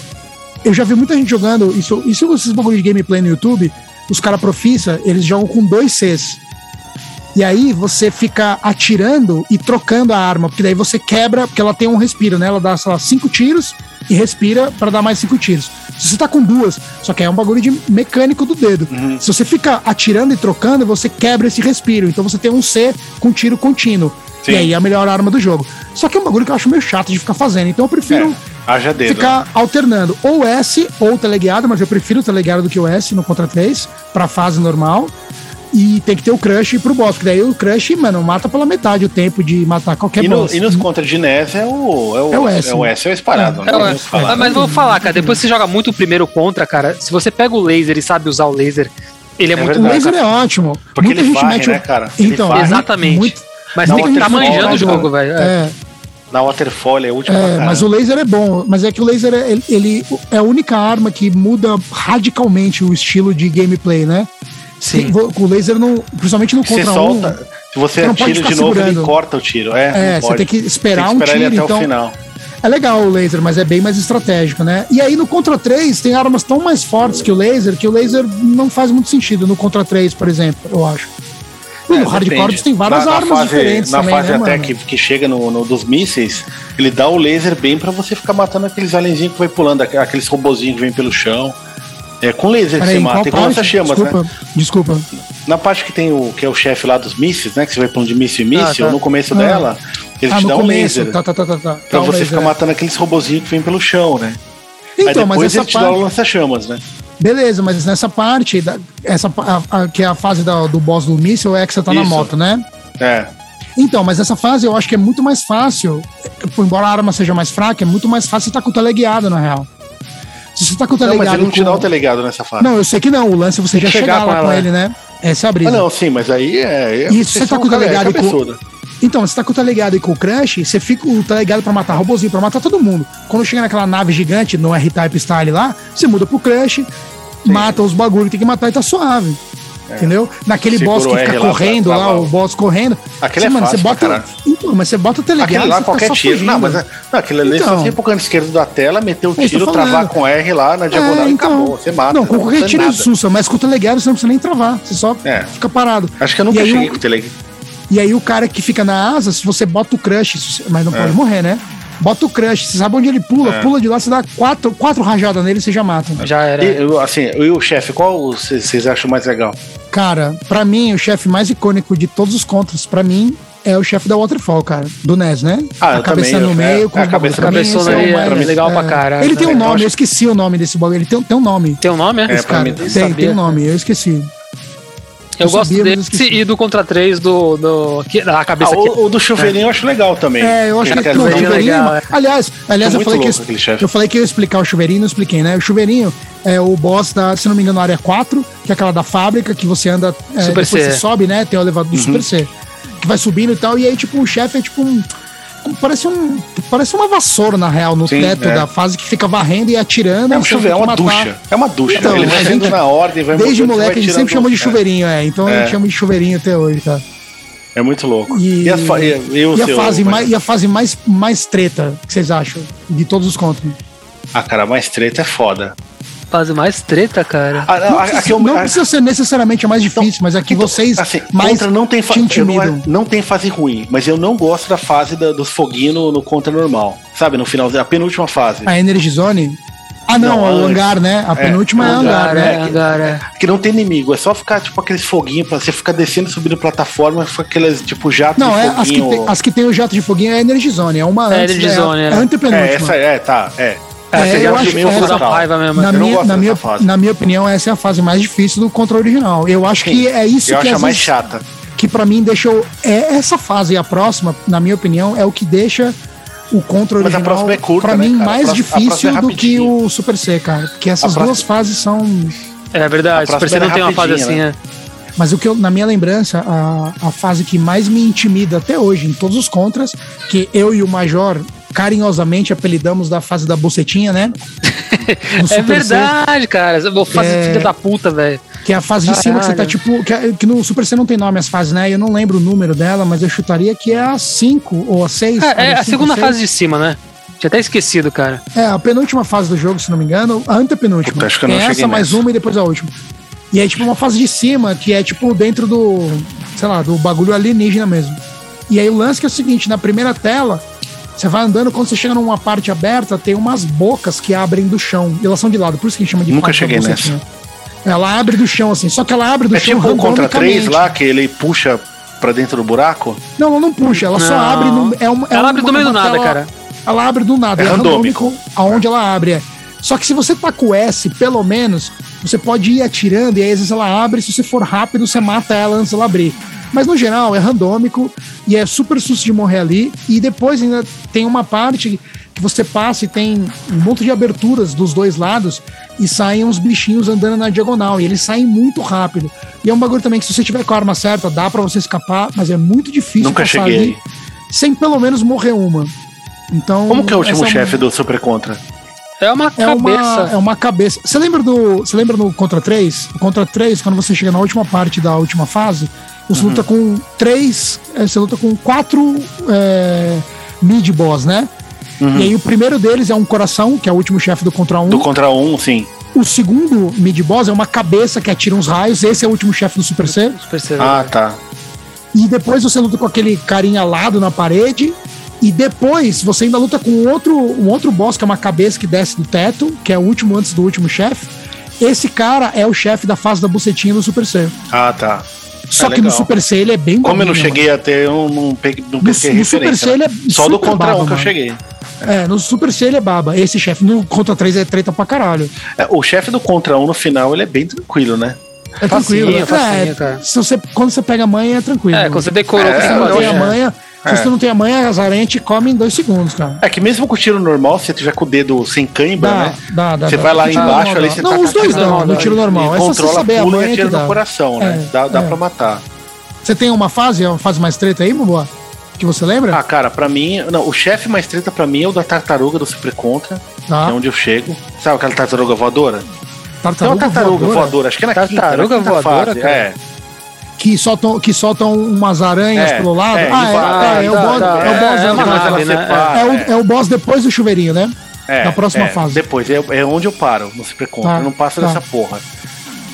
Speaker 1: eu já vi muita gente jogando isso. E se esses bagulho de gameplay no YouTube, os caras profissa, eles jogam com dois Cs. E aí você fica atirando e trocando a arma, porque daí você quebra, porque ela tem um respiro, né? Ela dá, sei lá, cinco tiros e respira para dar mais cinco tiros. Se você tá com duas, só que é um bagulho de mecânico do dedo.
Speaker 2: Uhum.
Speaker 1: Se você fica atirando e trocando, você quebra esse respiro. Então você tem um C com tiro contínuo.
Speaker 2: Sim.
Speaker 1: E aí é a melhor arma do jogo. Só que é um bagulho que eu acho meio chato de ficar fazendo. Então eu prefiro
Speaker 2: É, Haja dedo. né?
Speaker 1: ficar alternando ou S ou teleguiado, mas eu prefiro o teleguiado do que o S no Contra 3 pra fase normal. E tem que ter o crush pro boss, porque daí o crush, mano, mata pela metade o tempo de matar qualquer
Speaker 2: E, no-
Speaker 1: boss.
Speaker 2: e nos contra de NES é o, é o,
Speaker 1: É o S,
Speaker 2: É o, S, é o esparado.
Speaker 3: É,
Speaker 2: né? Vamos
Speaker 3: mas-
Speaker 2: falar.
Speaker 3: mas vou falar, cara, depois que você joga muito o primeiro contra, cara, se você pega o laser e sabe usar o laser, ele
Speaker 2: É
Speaker 3: é, muito
Speaker 1: O
Speaker 3: bom,
Speaker 2: verdade.
Speaker 1: laser
Speaker 3: cara.
Speaker 1: é ótimo.
Speaker 2: Porque ele varre,
Speaker 1: o-
Speaker 2: né, cara? Ele
Speaker 1: Então,
Speaker 2: varre.
Speaker 3: Exatamente.
Speaker 1: muito-
Speaker 3: Mas
Speaker 2: Não,
Speaker 3: tem que estar
Speaker 2: tem que
Speaker 3: manjando
Speaker 2: falar,
Speaker 3: o jogo, velho. É.
Speaker 1: É,
Speaker 2: Na Waterfall é o último pra
Speaker 1: é,
Speaker 2: caramba.
Speaker 1: mas o laser é bom. Mas é que o laser é, ele, ele é a única arma que muda radicalmente o estilo de gameplay, né?
Speaker 3: Sim.
Speaker 1: Vo- O laser não. Principalmente no
Speaker 2: Você
Speaker 1: contra um.
Speaker 2: solta, se você
Speaker 1: você não pode
Speaker 2: atira de
Speaker 1: ficar
Speaker 2: novo, ele
Speaker 1: segurando.
Speaker 2: corta o tiro. É,
Speaker 1: É,
Speaker 2: não
Speaker 1: você
Speaker 2: pode.
Speaker 1: tem que esperar um
Speaker 2: ele
Speaker 1: tiro,
Speaker 2: até
Speaker 1: então-
Speaker 2: o final.
Speaker 1: É legal o laser, mas é bem mais estratégico, né? E aí no Contra 3 tem armas tão mais fortes que o laser que o laser não faz muito sentido no Contra 3, por exemplo, eu acho. No
Speaker 2: É,
Speaker 1: Hard
Speaker 2: depende.
Speaker 1: Corps tem várias
Speaker 2: Na- na
Speaker 1: armas
Speaker 2: fase-
Speaker 1: diferentes
Speaker 2: Na
Speaker 1: também,
Speaker 2: fase
Speaker 1: né,
Speaker 2: até
Speaker 1: mano?
Speaker 2: que, que chega no, no dos mísseis, ele dá o laser bem pra você ficar matando aqueles alienzinhos que vai pulando, aqu- aqueles robozinhos que vem pelo chão. É com laser que
Speaker 1: Peraí,
Speaker 2: você
Speaker 1: em qual
Speaker 2: mata, e com
Speaker 1: parte?
Speaker 2: lança chamas, né?
Speaker 1: desculpa, desculpa.
Speaker 2: Na parte que tem o que é o chefe lá dos mísseis, né? Que você vai pulando de míssil em
Speaker 3: Ah,
Speaker 2: míssil,
Speaker 3: tá.
Speaker 2: no começo
Speaker 1: Ah.
Speaker 2: dela, ele te dá um laser.
Speaker 1: Tá, tá, tá, tá, tá.
Speaker 2: Pra
Speaker 1: Tá um
Speaker 2: você
Speaker 1: laser.
Speaker 2: ficar matando aqueles robozinhos que vem pelo chão, né? Aí
Speaker 1: Então, mas
Speaker 2: depois
Speaker 1: essa
Speaker 2: ele te dá o
Speaker 1: parte.
Speaker 2: lança-chamas, né?
Speaker 1: Beleza, mas nessa parte, da- essa, pa- a- a- que é a fase da- do boss do míssil, é que você tá na
Speaker 2: Isso.
Speaker 1: moto, né?
Speaker 2: É.
Speaker 1: Então, mas essa fase eu acho que é muito mais fácil. pô, Embora a arma seja mais fraca, é muito mais fácil você tá com o teleguiado, na real. Se você tá com o
Speaker 2: Não,
Speaker 1: teleguiado.
Speaker 2: mas ele não te
Speaker 1: com-
Speaker 2: dá o telegado nessa fase.
Speaker 1: Não, eu sei que não. O lance é você já
Speaker 3: que
Speaker 1: chegar,
Speaker 3: chegar
Speaker 1: lá
Speaker 3: com
Speaker 1: com,
Speaker 3: ela.
Speaker 1: ele, né? Essa é a brisa.
Speaker 2: Ah, não, sim, mas aí é. é-
Speaker 1: Isso, você
Speaker 2: vocês
Speaker 1: tá
Speaker 2: são
Speaker 1: com o delegado
Speaker 2: é cabeçuda.
Speaker 1: Então, você tá com o teleguiado e com o Crush, você fica o teleguiado pra matar robozinho, pra matar todo mundo. Quando chega naquela nave gigante, no R-Type Style lá, você muda pro Crush, mata os bagulho que tem que matar e tá suave. Entendeu? Naquele
Speaker 2: É. Segura
Speaker 1: boss
Speaker 2: o
Speaker 1: que
Speaker 2: R
Speaker 1: fica
Speaker 2: lá pra
Speaker 1: correndo lá,
Speaker 2: travar o-
Speaker 1: o boss correndo.
Speaker 2: Aquele é fácil
Speaker 1: você
Speaker 2: pra
Speaker 1: bota.
Speaker 2: caralho.
Speaker 1: Então, mas você bota o teleguiado.
Speaker 2: Aquele lá,
Speaker 1: você tá
Speaker 2: qualquer
Speaker 1: só
Speaker 2: tiro. Não,
Speaker 1: fugindo.
Speaker 2: mas é- não, aquilo ali
Speaker 1: Então.
Speaker 2: só você ir pro canto esquerdo da tela, meter
Speaker 1: É
Speaker 2: o
Speaker 1: isso que eu
Speaker 2: tiro,
Speaker 1: tô
Speaker 2: travar
Speaker 1: falando.
Speaker 2: com R lá na diagonal
Speaker 1: É,
Speaker 2: e acabou. Você mata.
Speaker 1: Não, com qualquer
Speaker 2: precisa
Speaker 1: tiro
Speaker 2: nada.
Speaker 1: sussa, mas com o teleguiado você não precisa nem travar. Você só
Speaker 2: É.
Speaker 1: fica parado.
Speaker 2: Acho que eu
Speaker 1: E
Speaker 2: nunca
Speaker 1: aí
Speaker 2: cheguei
Speaker 1: o-
Speaker 2: com o telegado.
Speaker 1: E aí o cara que fica na asa, se você bota o crush, se- mas
Speaker 2: É.
Speaker 1: não pode morrer, né? Bota o crush, você sabe onde ele pula, pula de lá, você dá quatro, quatro rajadas nele e você já mata.
Speaker 3: Já era.
Speaker 2: E, eu, assim, e o chefe, qual o- vocês vocês acham mais legal?
Speaker 1: Cara, pra mim, o chefe mais icônico de todos os contras, pra mim, é o chefe da Waterfall, cara, do NES, né?
Speaker 2: Ah, eu
Speaker 1: a cabeça
Speaker 2: também,
Speaker 1: no
Speaker 2: eu-
Speaker 1: meio,
Speaker 2: é,
Speaker 1: com
Speaker 2: a
Speaker 1: os bagulhos.
Speaker 2: cabeça-
Speaker 1: Pra mim,
Speaker 3: cabeçona
Speaker 1: esse é o
Speaker 3: ali é
Speaker 1: mais-
Speaker 3: legal pra caralho,
Speaker 1: Ele tem
Speaker 3: né?
Speaker 1: um
Speaker 2: Então,
Speaker 1: nome,
Speaker 2: acho-
Speaker 1: eu esqueci o nome desse bagulho, ele tem, tem um nome.
Speaker 3: Tem o nome?
Speaker 2: É,
Speaker 1: esse
Speaker 2: pra
Speaker 1: cara.
Speaker 2: mim, eu
Speaker 1: tem,
Speaker 2: sabia.
Speaker 1: tem um nome, eu esqueci.
Speaker 3: Eu,
Speaker 1: Eu
Speaker 3: gosto
Speaker 1: sabia, mas eu
Speaker 3: desse
Speaker 1: esqueci.
Speaker 3: e do Contra 3 do. do que, da
Speaker 2: Ah,
Speaker 3: cabeça aqui.
Speaker 2: o, o do chuveirinho eu acho legal também.
Speaker 1: É, eu acho
Speaker 2: Ele
Speaker 1: que
Speaker 2: quer
Speaker 1: não, o
Speaker 2: dizer,
Speaker 3: Chuveirinho é
Speaker 1: chuveirinho.
Speaker 3: legal, é.
Speaker 1: Aliás, aliás eu,
Speaker 2: muito
Speaker 1: falei que
Speaker 2: louco aquele
Speaker 1: eu,
Speaker 2: chefe.
Speaker 1: eu falei que eu ia explicar o chuveirinho, não expliquei, né? O chuveirinho é o boss da, se não me engano, área 4, que é aquela da fábrica que você anda. É,
Speaker 3: Super
Speaker 1: depois
Speaker 3: C.
Speaker 1: você sobe, né? Tem o elevador do
Speaker 2: Uhum.
Speaker 1: Super C. Que vai subindo e tal. E aí, tipo, o chefe é tipo um. como- Parece um. Parece uma vassoura, na real, no
Speaker 2: Sim,
Speaker 1: teto
Speaker 2: é.
Speaker 1: da fase que fica varrendo e atirando.
Speaker 2: É um
Speaker 1: e você
Speaker 2: chuveiro, é
Speaker 1: tem
Speaker 2: uma
Speaker 1: que matar.
Speaker 2: ducha. É uma ducha.
Speaker 1: Então,
Speaker 2: ele vai
Speaker 1: a
Speaker 2: sendo
Speaker 1: gente-
Speaker 2: na ordem, vai
Speaker 1: Desde
Speaker 2: mudando, você vai
Speaker 1: moleque, a gente sempre
Speaker 2: tirando-
Speaker 1: chama de
Speaker 2: é.
Speaker 1: chuveirinho, é. Então a gente chama de chuveirinho até hoje, tá?
Speaker 2: É, muito louco.
Speaker 1: E,
Speaker 2: as fa- e- e o
Speaker 1: e a
Speaker 2: seu-
Speaker 1: fase, mais, e a fase mais, mais treta que vocês acham? De todos os contos.
Speaker 2: Ah, cara, mais treta é foda.
Speaker 3: Fase mais treta, cara.
Speaker 2: Ah, não,
Speaker 1: Não,
Speaker 2: a-
Speaker 1: precisa,
Speaker 2: a que eu-
Speaker 1: não
Speaker 2: a-
Speaker 1: precisa ser necessariamente a mais É difícil, mas aqui
Speaker 2: Então,
Speaker 1: vocês
Speaker 2: assim,
Speaker 1: mais
Speaker 2: contra não tem fa-
Speaker 1: te
Speaker 2: eu não,
Speaker 1: intimidam.
Speaker 2: acho- não tem fase ruim, mas eu não gosto da fase da- dos foguinhos no, no contra normal. Sabe, no final, a penúltima fase.
Speaker 1: A Energy Zone? Ah, não,
Speaker 2: Não,
Speaker 1: é o
Speaker 2: antes.
Speaker 1: hangar, né? A
Speaker 2: É,
Speaker 1: penúltima é
Speaker 2: é
Speaker 1: o
Speaker 2: o
Speaker 1: hangar, né?
Speaker 2: é que-
Speaker 3: agora.
Speaker 2: Que não tem inimigo, é só ficar tipo aqueles foguinhos, pra você ficar descendo, subindo plataforma, fica aqueles tipo jato
Speaker 1: Não,
Speaker 2: de
Speaker 1: é, as, que
Speaker 2: foguinho.
Speaker 1: tem, as que tem o jato de foguinho é a Energy Zone. É uma
Speaker 3: É
Speaker 1: antes,
Speaker 3: Energy
Speaker 1: é a-
Speaker 3: Zone,
Speaker 1: é a
Speaker 3: né?
Speaker 2: É,
Speaker 1: antepenúltima.
Speaker 2: essa é, tá, é.
Speaker 1: É,
Speaker 2: Essa
Speaker 1: eu
Speaker 2: o
Speaker 1: acho-
Speaker 2: primeiro
Speaker 1: é,
Speaker 3: Dá
Speaker 2: fatal.
Speaker 3: raiva mesmo.
Speaker 1: na,
Speaker 2: eu não
Speaker 1: minha,
Speaker 2: gosto
Speaker 1: na,
Speaker 2: dessa
Speaker 1: minha,
Speaker 2: fase.
Speaker 1: na minha opinião, essa é a fase mais difícil do contra original. Eu acho que é isso
Speaker 2: eu
Speaker 1: que
Speaker 2: acho a
Speaker 1: às
Speaker 2: mais
Speaker 1: vezes,
Speaker 2: chata.
Speaker 1: que pra mim deixou. É essa fase e a próxima, na minha opinião, é o que deixa o contra
Speaker 2: Mas a
Speaker 1: original
Speaker 2: próxima é curta,
Speaker 1: pra
Speaker 2: né,
Speaker 1: mim
Speaker 2: cara? A
Speaker 1: mais
Speaker 2: próxima- a próxima é
Speaker 1: difícil do que
Speaker 2: rapidinho.
Speaker 1: o Super C, cara. Porque essas
Speaker 2: próxima-
Speaker 1: duas fases são
Speaker 3: É
Speaker 2: A
Speaker 3: verdade,
Speaker 2: próxima
Speaker 3: Super C não
Speaker 2: era
Speaker 3: tem uma fase assim,
Speaker 2: rapidinho,
Speaker 3: né?
Speaker 1: Mas o que eu, na minha lembrança, a, a fase que mais me intimida até hoje em todos os contras, que eu e o Major carinhosamente apelidamos da fase da bucetinha, né? No
Speaker 3: É
Speaker 1: Super
Speaker 3: verdade, cara. Eu vou fazer
Speaker 1: É.
Speaker 3: filha da puta, velho.
Speaker 1: C, que é a fase de cima que você tá
Speaker 3: Caralho.
Speaker 1: tipo. Que, que no Super C não tem nome as fases, né? Eu não lembro o número dela, mas eu chutaria que é a 5 ou a 6.
Speaker 3: É, é a segunda fase de cima, né? Tinha até esquecido, cara.
Speaker 1: É, a penúltima fase do jogo, se não me engano, a antepenúltima.
Speaker 2: Puta, acho que eu não
Speaker 1: é
Speaker 2: cheguei
Speaker 1: essa, mais
Speaker 2: nessa.
Speaker 1: uma e depois a última. E é tipo uma fase de cima, que é tipo dentro do, sei lá, do bagulho alienígena mesmo. E aí o lance que é o seguinte, na primeira tela, você vai andando, quando você chega numa parte aberta, tem umas bocas que abrem do chão. E elas são de lado, por isso que a gente chama de
Speaker 2: Nunca
Speaker 1: parte
Speaker 2: cheguei
Speaker 1: da
Speaker 2: nessa.
Speaker 1: boca, assim, ó. Ela abre do chão, assim, só que ela abre do
Speaker 2: É
Speaker 1: chão
Speaker 2: tipo o Contra 3
Speaker 1: randomicamente.
Speaker 2: lá, que ele puxa pra dentro do buraco.
Speaker 1: Não, ela não puxa, ela só
Speaker 3: Não.
Speaker 1: abre no. É uma, é
Speaker 3: Ela abre
Speaker 1: uma-
Speaker 3: do meio do
Speaker 1: uma
Speaker 3: nada,
Speaker 1: tela-
Speaker 3: cara.
Speaker 1: Ela abre do nada,
Speaker 2: É
Speaker 1: é,
Speaker 2: randômico.
Speaker 1: randômico aonde ela abre. é. Só que se você tá com o S, pelo menos, você pode ir atirando e aí às vezes ela abre. Se você for rápido, você mata ela antes dela abrir. Mas no geral é randômico e é super susto de morrer ali. E depois ainda tem uma parte que você passa e tem um monte de aberturas dos dois lados e saem uns bichinhos andando na diagonal. E eles saem muito rápido. E é um bagulho também que se você tiver com a arma certa, dá pra você escapar, mas é muito difícil
Speaker 2: Nunca
Speaker 1: passar
Speaker 2: cheguei
Speaker 1: ali sem pelo menos morrer uma. Então.
Speaker 2: Como que é o
Speaker 1: essa
Speaker 2: último
Speaker 1: uma-
Speaker 2: chefe do Super Contra?
Speaker 3: É uma
Speaker 1: É uma,
Speaker 3: cabeça.
Speaker 1: é uma cabeça. Você lembra do. Você lembra no Contra 3? O Contra 3, quando você chega na última parte da última fase, você
Speaker 2: Uhum.
Speaker 1: luta com três. eh, Você luta com quatro é, mid-boss, né? E aí o primeiro deles é um coração, que é o último chefe do Contra 1.
Speaker 2: Uhum. Do Contra 1, sim.
Speaker 1: O segundo mid-boss é uma cabeça que atira uns raios. Esse é o último chefe do Super C.
Speaker 3: Super Seven.
Speaker 2: Ah, tá.
Speaker 1: E depois você luta com aquele carinha alado na parede. E depois você ainda luta com outro, um outro boss, que é uma cabeça que desce do teto, que é o último antes do último chefe. Esse cara é o chefe da fase da bucetinha do Super C.
Speaker 2: Ah, tá.
Speaker 1: Só
Speaker 2: É
Speaker 1: que no
Speaker 2: legal.
Speaker 1: Super C ele é bem
Speaker 2: Como eu não
Speaker 1: bobinho,
Speaker 2: cheguei a ter, eu não peguei, não
Speaker 1: No-
Speaker 2: peguei
Speaker 1: no
Speaker 2: referência.
Speaker 1: Super
Speaker 2: né?
Speaker 1: Saiyan é
Speaker 2: Só do
Speaker 1: super
Speaker 2: Contra 1
Speaker 1: baba,
Speaker 2: que eu
Speaker 1: mano.
Speaker 2: cheguei.
Speaker 1: mano. É, no Super C ele é baba. Esse chefe no Contra 3 é treta pra caralho.
Speaker 2: É, o chefe do Contra 1 no final, ele é bem tranquilo, né?
Speaker 1: É
Speaker 3: Facinho,
Speaker 1: tranquilo.
Speaker 3: é facinho,
Speaker 1: é,
Speaker 3: cara.
Speaker 1: se você, quando você pega a manha, é tranquilo.
Speaker 3: É, quando você decorou
Speaker 2: É,
Speaker 3: que
Speaker 1: se
Speaker 3: você
Speaker 1: você não
Speaker 2: hoje
Speaker 1: tem
Speaker 3: fazia.
Speaker 1: a manha,
Speaker 2: É.
Speaker 1: se você não tem a manha, as aranhas te comem em dois segundos, cara.
Speaker 2: É que mesmo com o tiro normal, se você tiver com o dedo sem cãibra,
Speaker 1: Dá,
Speaker 2: né?
Speaker 1: dá, dá,
Speaker 2: você
Speaker 1: dá.
Speaker 2: vai lá
Speaker 1: No tiro
Speaker 2: embaixo,
Speaker 1: normal
Speaker 2: ali
Speaker 1: dá.
Speaker 2: você
Speaker 1: Não, os dois
Speaker 2: atacando
Speaker 1: dão, no
Speaker 2: normal,
Speaker 1: tiro normal.
Speaker 2: e
Speaker 1: É só você
Speaker 2: Controla,
Speaker 1: saber a
Speaker 2: pula
Speaker 1: manha
Speaker 2: e atira
Speaker 1: que dá.
Speaker 2: no coração, né?
Speaker 1: É,
Speaker 2: dá dá
Speaker 1: é.
Speaker 2: pra matar.
Speaker 1: Você tem uma fase, é uma fase mais treta aí, Bubu? Que você lembra?
Speaker 2: Ah, cara, pra mim. Não, o chefe mais treta pra mim é o da tartaruga do Super Contra, que é
Speaker 1: tá.
Speaker 2: onde eu chego. Sabe aquela tartaruga voadora? Tem um é uma tartaruga voadora, acho que é na quinta,
Speaker 3: Tartaruga
Speaker 2: na quinta
Speaker 3: voadora,
Speaker 2: fase,
Speaker 3: cara?
Speaker 2: É.
Speaker 1: Que soltam, que soltam umas aranhas
Speaker 2: É,
Speaker 1: pelo lado.
Speaker 2: é,
Speaker 1: ah, é,
Speaker 2: invade,
Speaker 1: é, é o boss,
Speaker 3: tá,
Speaker 1: é o boss,
Speaker 3: é,
Speaker 1: né,
Speaker 3: uma
Speaker 1: que
Speaker 2: mas
Speaker 1: vai
Speaker 2: ela
Speaker 3: nave, né?
Speaker 2: separa,
Speaker 1: falar. É o- é o boss depois do chuveirinho, né?
Speaker 2: É,
Speaker 1: Na próxima
Speaker 2: é,
Speaker 1: fase.
Speaker 2: Depois, é, é onde eu paro no Super Contra.
Speaker 1: Tá,
Speaker 2: eu não passo
Speaker 1: tá.
Speaker 2: dessa porra.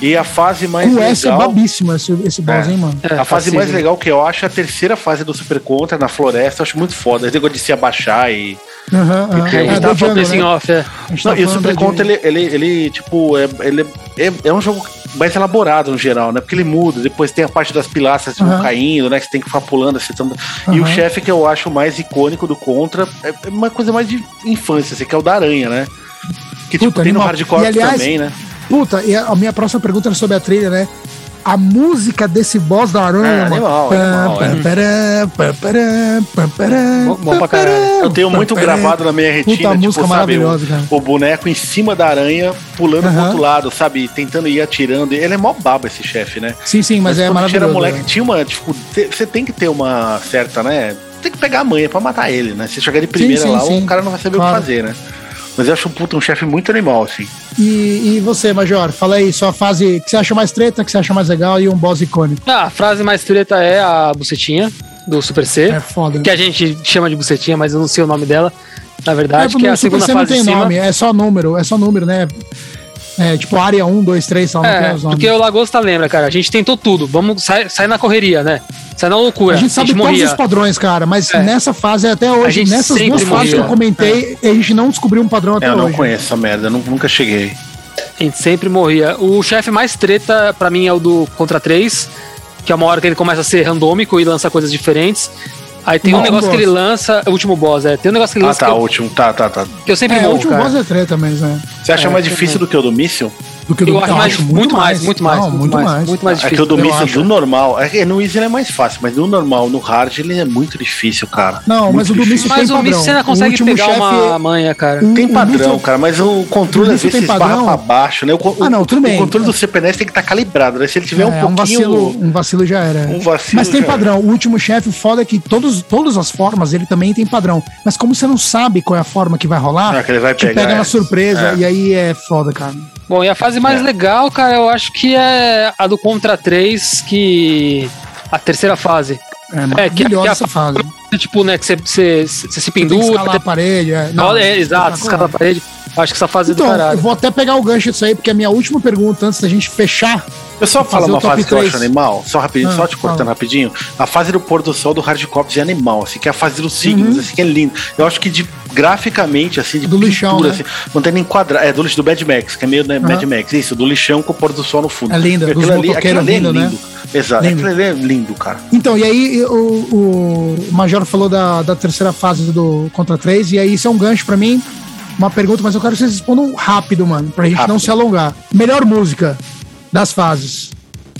Speaker 2: E a fase mais
Speaker 1: O
Speaker 2: legal.
Speaker 1: S é babíssimo esse, esse boss,
Speaker 2: É.
Speaker 1: hein, mano?
Speaker 3: É,
Speaker 2: a fase
Speaker 3: facinho.
Speaker 2: mais legal que eu acho é a terceira fase do Super Contra na floresta. Eu acho muito foda. Esse negócio de se abaixar e.
Speaker 1: Aham, aham.
Speaker 2: tem-
Speaker 3: É, a
Speaker 2: É,
Speaker 3: gente
Speaker 2: do
Speaker 3: tava
Speaker 1: do
Speaker 3: falando
Speaker 1: Django,
Speaker 3: isso em
Speaker 1: né?
Speaker 3: off, é.
Speaker 1: A gente tá
Speaker 2: Não, e o
Speaker 1: falando
Speaker 2: Super
Speaker 1: de-
Speaker 2: Contra, ele, ele, ele, tipo, é, ele é, é um jogo mais elaborado no geral, né? Porque ele muda, depois tem a parte das pilastras que vão
Speaker 1: Aham. caindo,
Speaker 2: caindo, né? Que você tem que ficar pulando, acertando. E o
Speaker 1: Aham.
Speaker 2: chefe que eu acho mais icônico do Contra é é uma coisa mais de infância, assim, que é o da aranha, né? Que tipo,
Speaker 1: Puta,
Speaker 2: tem no
Speaker 1: animal.
Speaker 2: Hardcore
Speaker 1: E, aliás,
Speaker 2: também, né?
Speaker 1: Puta, e a a minha próxima pergunta era sobre a trilha, né? A música desse boss da aranha,
Speaker 2: É,
Speaker 1: mano.
Speaker 2: animal,
Speaker 1: Pam,
Speaker 2: animal,
Speaker 1: pam,
Speaker 2: é.
Speaker 1: param, pam, param, pam, param,
Speaker 3: Bom- bom pra
Speaker 1: pam,
Speaker 3: caralho.
Speaker 1: param,
Speaker 2: Eu tenho
Speaker 1: pam,
Speaker 2: muito
Speaker 1: param.
Speaker 2: gravado na minha retina, tipo,
Speaker 1: Puta música maravilhosa,
Speaker 2: o-
Speaker 1: cara.
Speaker 2: o, boneco em cima da aranha, pulando pro
Speaker 1: Aham.
Speaker 2: outro lado, sabe? Tentando ir atirando. Ele é mó baba esse chefe, né?
Speaker 1: Sim, sim, mas, é
Speaker 2: quando a gente era
Speaker 1: maravilhoso.
Speaker 2: moleque,
Speaker 1: né?
Speaker 2: tinha uma. Tipo, te- você tem que ter uma certa, né? Tem que pegar a manha pra matar ele, né? Se chegar de primeira
Speaker 1: sim,
Speaker 2: lá,
Speaker 1: sim.
Speaker 2: o cara não vai saber
Speaker 1: Claro.
Speaker 2: o que fazer, né? Mas eu acho um puta um chefe muito animal, assim.
Speaker 1: E, e você, Major, fala aí, sua fase que você acha mais treta, que você acha mais legal e um boss icônico.
Speaker 3: Ah, a frase mais treta é a bucetinha do Super C.
Speaker 1: É foda.
Speaker 3: Que a gente chama de bucetinha, mas eu não sei o nome dela. Na
Speaker 1: É,
Speaker 3: verdade,
Speaker 1: porque
Speaker 3: que é
Speaker 1: o
Speaker 3: a
Speaker 1: Super
Speaker 3: segunda
Speaker 1: C
Speaker 3: fase
Speaker 1: não
Speaker 3: de
Speaker 1: tem
Speaker 3: cima.
Speaker 1: nome, é só número, é só número, né? É tipo área 1, 2, 3, só não
Speaker 3: É,
Speaker 1: tem os nomes.
Speaker 3: porque o Lagosta lembra, cara. A gente tentou tudo. Vamos sair sai na correria, né? Sai na loucura.
Speaker 1: A gente sabe todos os padrões, cara, mas
Speaker 3: É.
Speaker 1: nessa fase até hoje,
Speaker 3: gente
Speaker 1: nessas
Speaker 3: sempre
Speaker 1: duas fases
Speaker 3: morria. É.
Speaker 1: que eu comentei, a gente não descobriu um padrão até
Speaker 2: É, eu não
Speaker 1: hoje.
Speaker 2: conheço essa merda, eu nu- nunca cheguei.
Speaker 3: A gente sempre morria. O chefe mais treta, pra mim, é o do Contra 3, que é uma hora que ele começa a ser randômico e lança coisas diferentes. Aí tem um
Speaker 1: Não,
Speaker 3: negócio que
Speaker 1: boss.
Speaker 3: ele lança. O último boss, é. Tem um negócio que ele
Speaker 2: Ah,
Speaker 3: lança
Speaker 2: tá,
Speaker 3: que, eu,
Speaker 2: ótimo. Tá, tá, tá.
Speaker 3: que eu sempre
Speaker 1: É, o
Speaker 3: morro.
Speaker 1: último
Speaker 3: cara.
Speaker 1: boss é treta mesmo, né?
Speaker 2: Você acha
Speaker 3: É,
Speaker 2: mais
Speaker 3: eu
Speaker 2: difícil
Speaker 3: também.
Speaker 2: do que o do míssil?
Speaker 1: Do que o
Speaker 3: Eu
Speaker 1: do-
Speaker 3: acho
Speaker 1: Não,
Speaker 3: mais- muito mais, muito mais,
Speaker 1: Não,
Speaker 3: muito mais, muito mais
Speaker 2: É que
Speaker 3: Difícil,
Speaker 2: o do
Speaker 1: eu
Speaker 2: míssil
Speaker 1: acho.
Speaker 2: do normal. É, que no Easy ele é mais fácil, mas no normal, no hard, ele é muito difícil, cara.
Speaker 1: Não,
Speaker 2: Muito
Speaker 1: mas o do
Speaker 2: difícil.
Speaker 1: míssil tem
Speaker 3: Mas o
Speaker 1: padrão.
Speaker 3: Miss Senna
Speaker 1: O
Speaker 3: consegue
Speaker 1: último
Speaker 3: pegar
Speaker 1: chefe-
Speaker 3: uma manha, cara.
Speaker 1: o-
Speaker 2: Tem
Speaker 1: o
Speaker 2: padrão,
Speaker 1: míssil-
Speaker 2: cara, mas o
Speaker 1: O
Speaker 2: controle às
Speaker 1: míssil
Speaker 2: vezes
Speaker 1: tem
Speaker 2: esbarra
Speaker 1: padrão?
Speaker 2: pra baixo, né? O, co-
Speaker 1: Ah, não,
Speaker 2: o-
Speaker 1: tudo bem.
Speaker 2: O controle do CPNS tem que estar calibrado, né? Se ele tiver
Speaker 1: É,
Speaker 2: um pouquinho.
Speaker 1: um vacilo, um vacilo já era.
Speaker 2: um vacilo
Speaker 1: Mas tem
Speaker 2: já era.
Speaker 1: padrão. O último chefe, o foda é que todos, todas as formas ele também tem padrão. Mas como você não sabe qual é a forma que vai rolar,
Speaker 2: Ah, que ele vai
Speaker 1: te
Speaker 2: pegar,
Speaker 1: pega
Speaker 2: é.
Speaker 1: na surpresa
Speaker 2: É.
Speaker 1: e aí é foda, cara.
Speaker 3: Bom, e a fase mais
Speaker 2: É.
Speaker 3: legal, cara, eu acho que é a do Contra 3, que. A terceira fase.
Speaker 1: É maravilhosa essa fase.
Speaker 3: Tipo, né, que você, você, você se
Speaker 1: Tem que
Speaker 3: pendura.
Speaker 1: escalar a parede. É,
Speaker 3: Olha, é, exato, escala a parede. Acho que essa fase é do
Speaker 1: Então, eu
Speaker 3: caralho.
Speaker 1: vou até pegar o gancho disso aí, porque a minha última pergunta, antes da gente fechar,
Speaker 2: Eu só falar
Speaker 1: Fazer o
Speaker 2: uma
Speaker 1: top
Speaker 2: fase que eu
Speaker 1: três.
Speaker 2: acho animal, só rapidinho,
Speaker 1: Ah,
Speaker 2: só te cortando
Speaker 1: fala.
Speaker 2: rapidinho. A fase do pôr do sol do hardcopy é animal, assim, que é a fase dos signos, assim, que é lindo. Eu acho que de graficamente, assim, de
Speaker 1: Uhum. Do lixão, né? Ah.
Speaker 2: assim, não tem nem quadra, é do lixo do Bad Max, que é meio né, Mad Max, isso, do lixão com o pôr do sol no fundo.
Speaker 1: É lindo, dos motoqueiros vindo, né?
Speaker 2: é Exato,
Speaker 1: Lindo.
Speaker 2: aquilo ali é lindo, cara.
Speaker 1: Então, e aí o, o Major falou da, da terceira fase do Contra 3, e aí isso é um gancho pra mim, uma pergunta, mas eu quero que vocês respondam rápido, mano, pra gente não
Speaker 2: Rápido.
Speaker 1: se alongar. Melhor música das fases.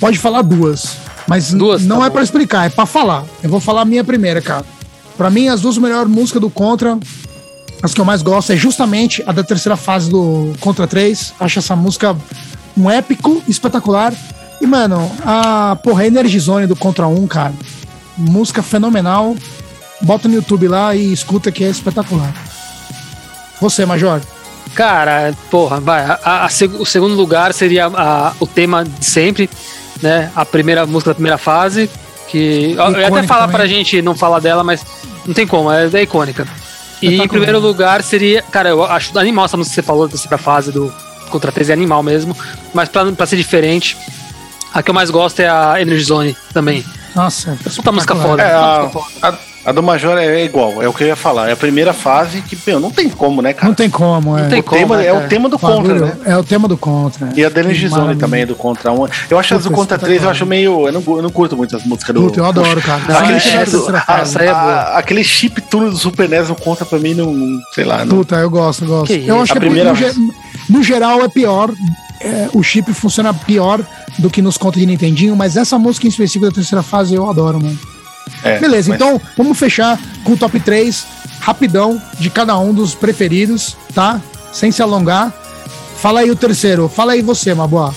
Speaker 1: Pode falar duas, mas n-
Speaker 3: Duas,
Speaker 1: não
Speaker 3: tá
Speaker 1: é
Speaker 3: bom.
Speaker 1: pra explicar, é pra falar. Eu vou falar a minha primeira, cara. Pra mim, as duas melhores músicas do Contra, as que eu mais gosto, é justamente a da terceira fase do Contra 3. Acho essa música um épico, espetacular. E, mano, a porra, a Energizone do Contra 1, cara. Música fenomenal. Bota no YouTube lá e escuta que é espetacular. Você, Major.
Speaker 3: Cara, porra, vai. a- a- a seg- o segundo lugar seria a- o tema de sempre, né? A primeira música da primeira fase. Que. eu ia até
Speaker 1: Icônica
Speaker 3: falar
Speaker 1: também.
Speaker 3: pra gente não falar dela, mas não tem como, é, é icônica. E em
Speaker 1: Espetacular.
Speaker 3: primeiro lugar seria. Cara, eu acho animal essa música que você falou, da terceira fase do Contra 13 é animal mesmo. Mas pra, pra ser diferente, a que eu mais gosto é a Energy Zone também.
Speaker 1: Nossa,
Speaker 3: Puta música
Speaker 1: espetacular.
Speaker 3: foda.
Speaker 2: É, a,
Speaker 3: puta música foda.
Speaker 2: a- a do Major é igual, é o que eu ia falar. É a primeira fase que, meu, não tem como, né, cara?
Speaker 1: Não tem como, é.
Speaker 3: tem
Speaker 2: o tema,
Speaker 3: como, né,
Speaker 2: é
Speaker 3: cara?
Speaker 2: o tema do contra, né?
Speaker 1: É o tema do Contra.
Speaker 2: E a Delenjizone
Speaker 1: Maravilha.
Speaker 2: também é do Contra 1. Eu acho as do
Speaker 1: Puta,
Speaker 2: Contra 3, eu
Speaker 1: espetacular.
Speaker 2: acho meio. Eu não, eu não curto muito as músicas do.
Speaker 1: Puta, eu
Speaker 2: Puxa,
Speaker 1: adoro, cara.
Speaker 3: Não,
Speaker 2: aquele,
Speaker 3: é-
Speaker 2: chip
Speaker 3: essa
Speaker 2: do-
Speaker 1: terceira
Speaker 2: a-
Speaker 1: fase.
Speaker 3: aí é
Speaker 2: a-
Speaker 3: boa.
Speaker 2: aquele chip tudo do Super NES no Contra pra mim não. não- Sei lá. Não.
Speaker 1: Puta, eu gosto, eu gosto. eu
Speaker 3: Que isso,
Speaker 1: acho
Speaker 2: a
Speaker 1: que é
Speaker 2: primeira
Speaker 1: no, ge- no geral é pior. é, o chip funciona pior do que nos contos de Nintendinho, mas essa música em específico da terceira fase eu adoro, mano.
Speaker 2: É,
Speaker 1: Beleza,
Speaker 2: mas-
Speaker 1: então vamos fechar com o top 3, rapidão, de cada um dos preferidos, tá? Sem se alongar. Fala aí o terceiro. Fala aí você, Maboa.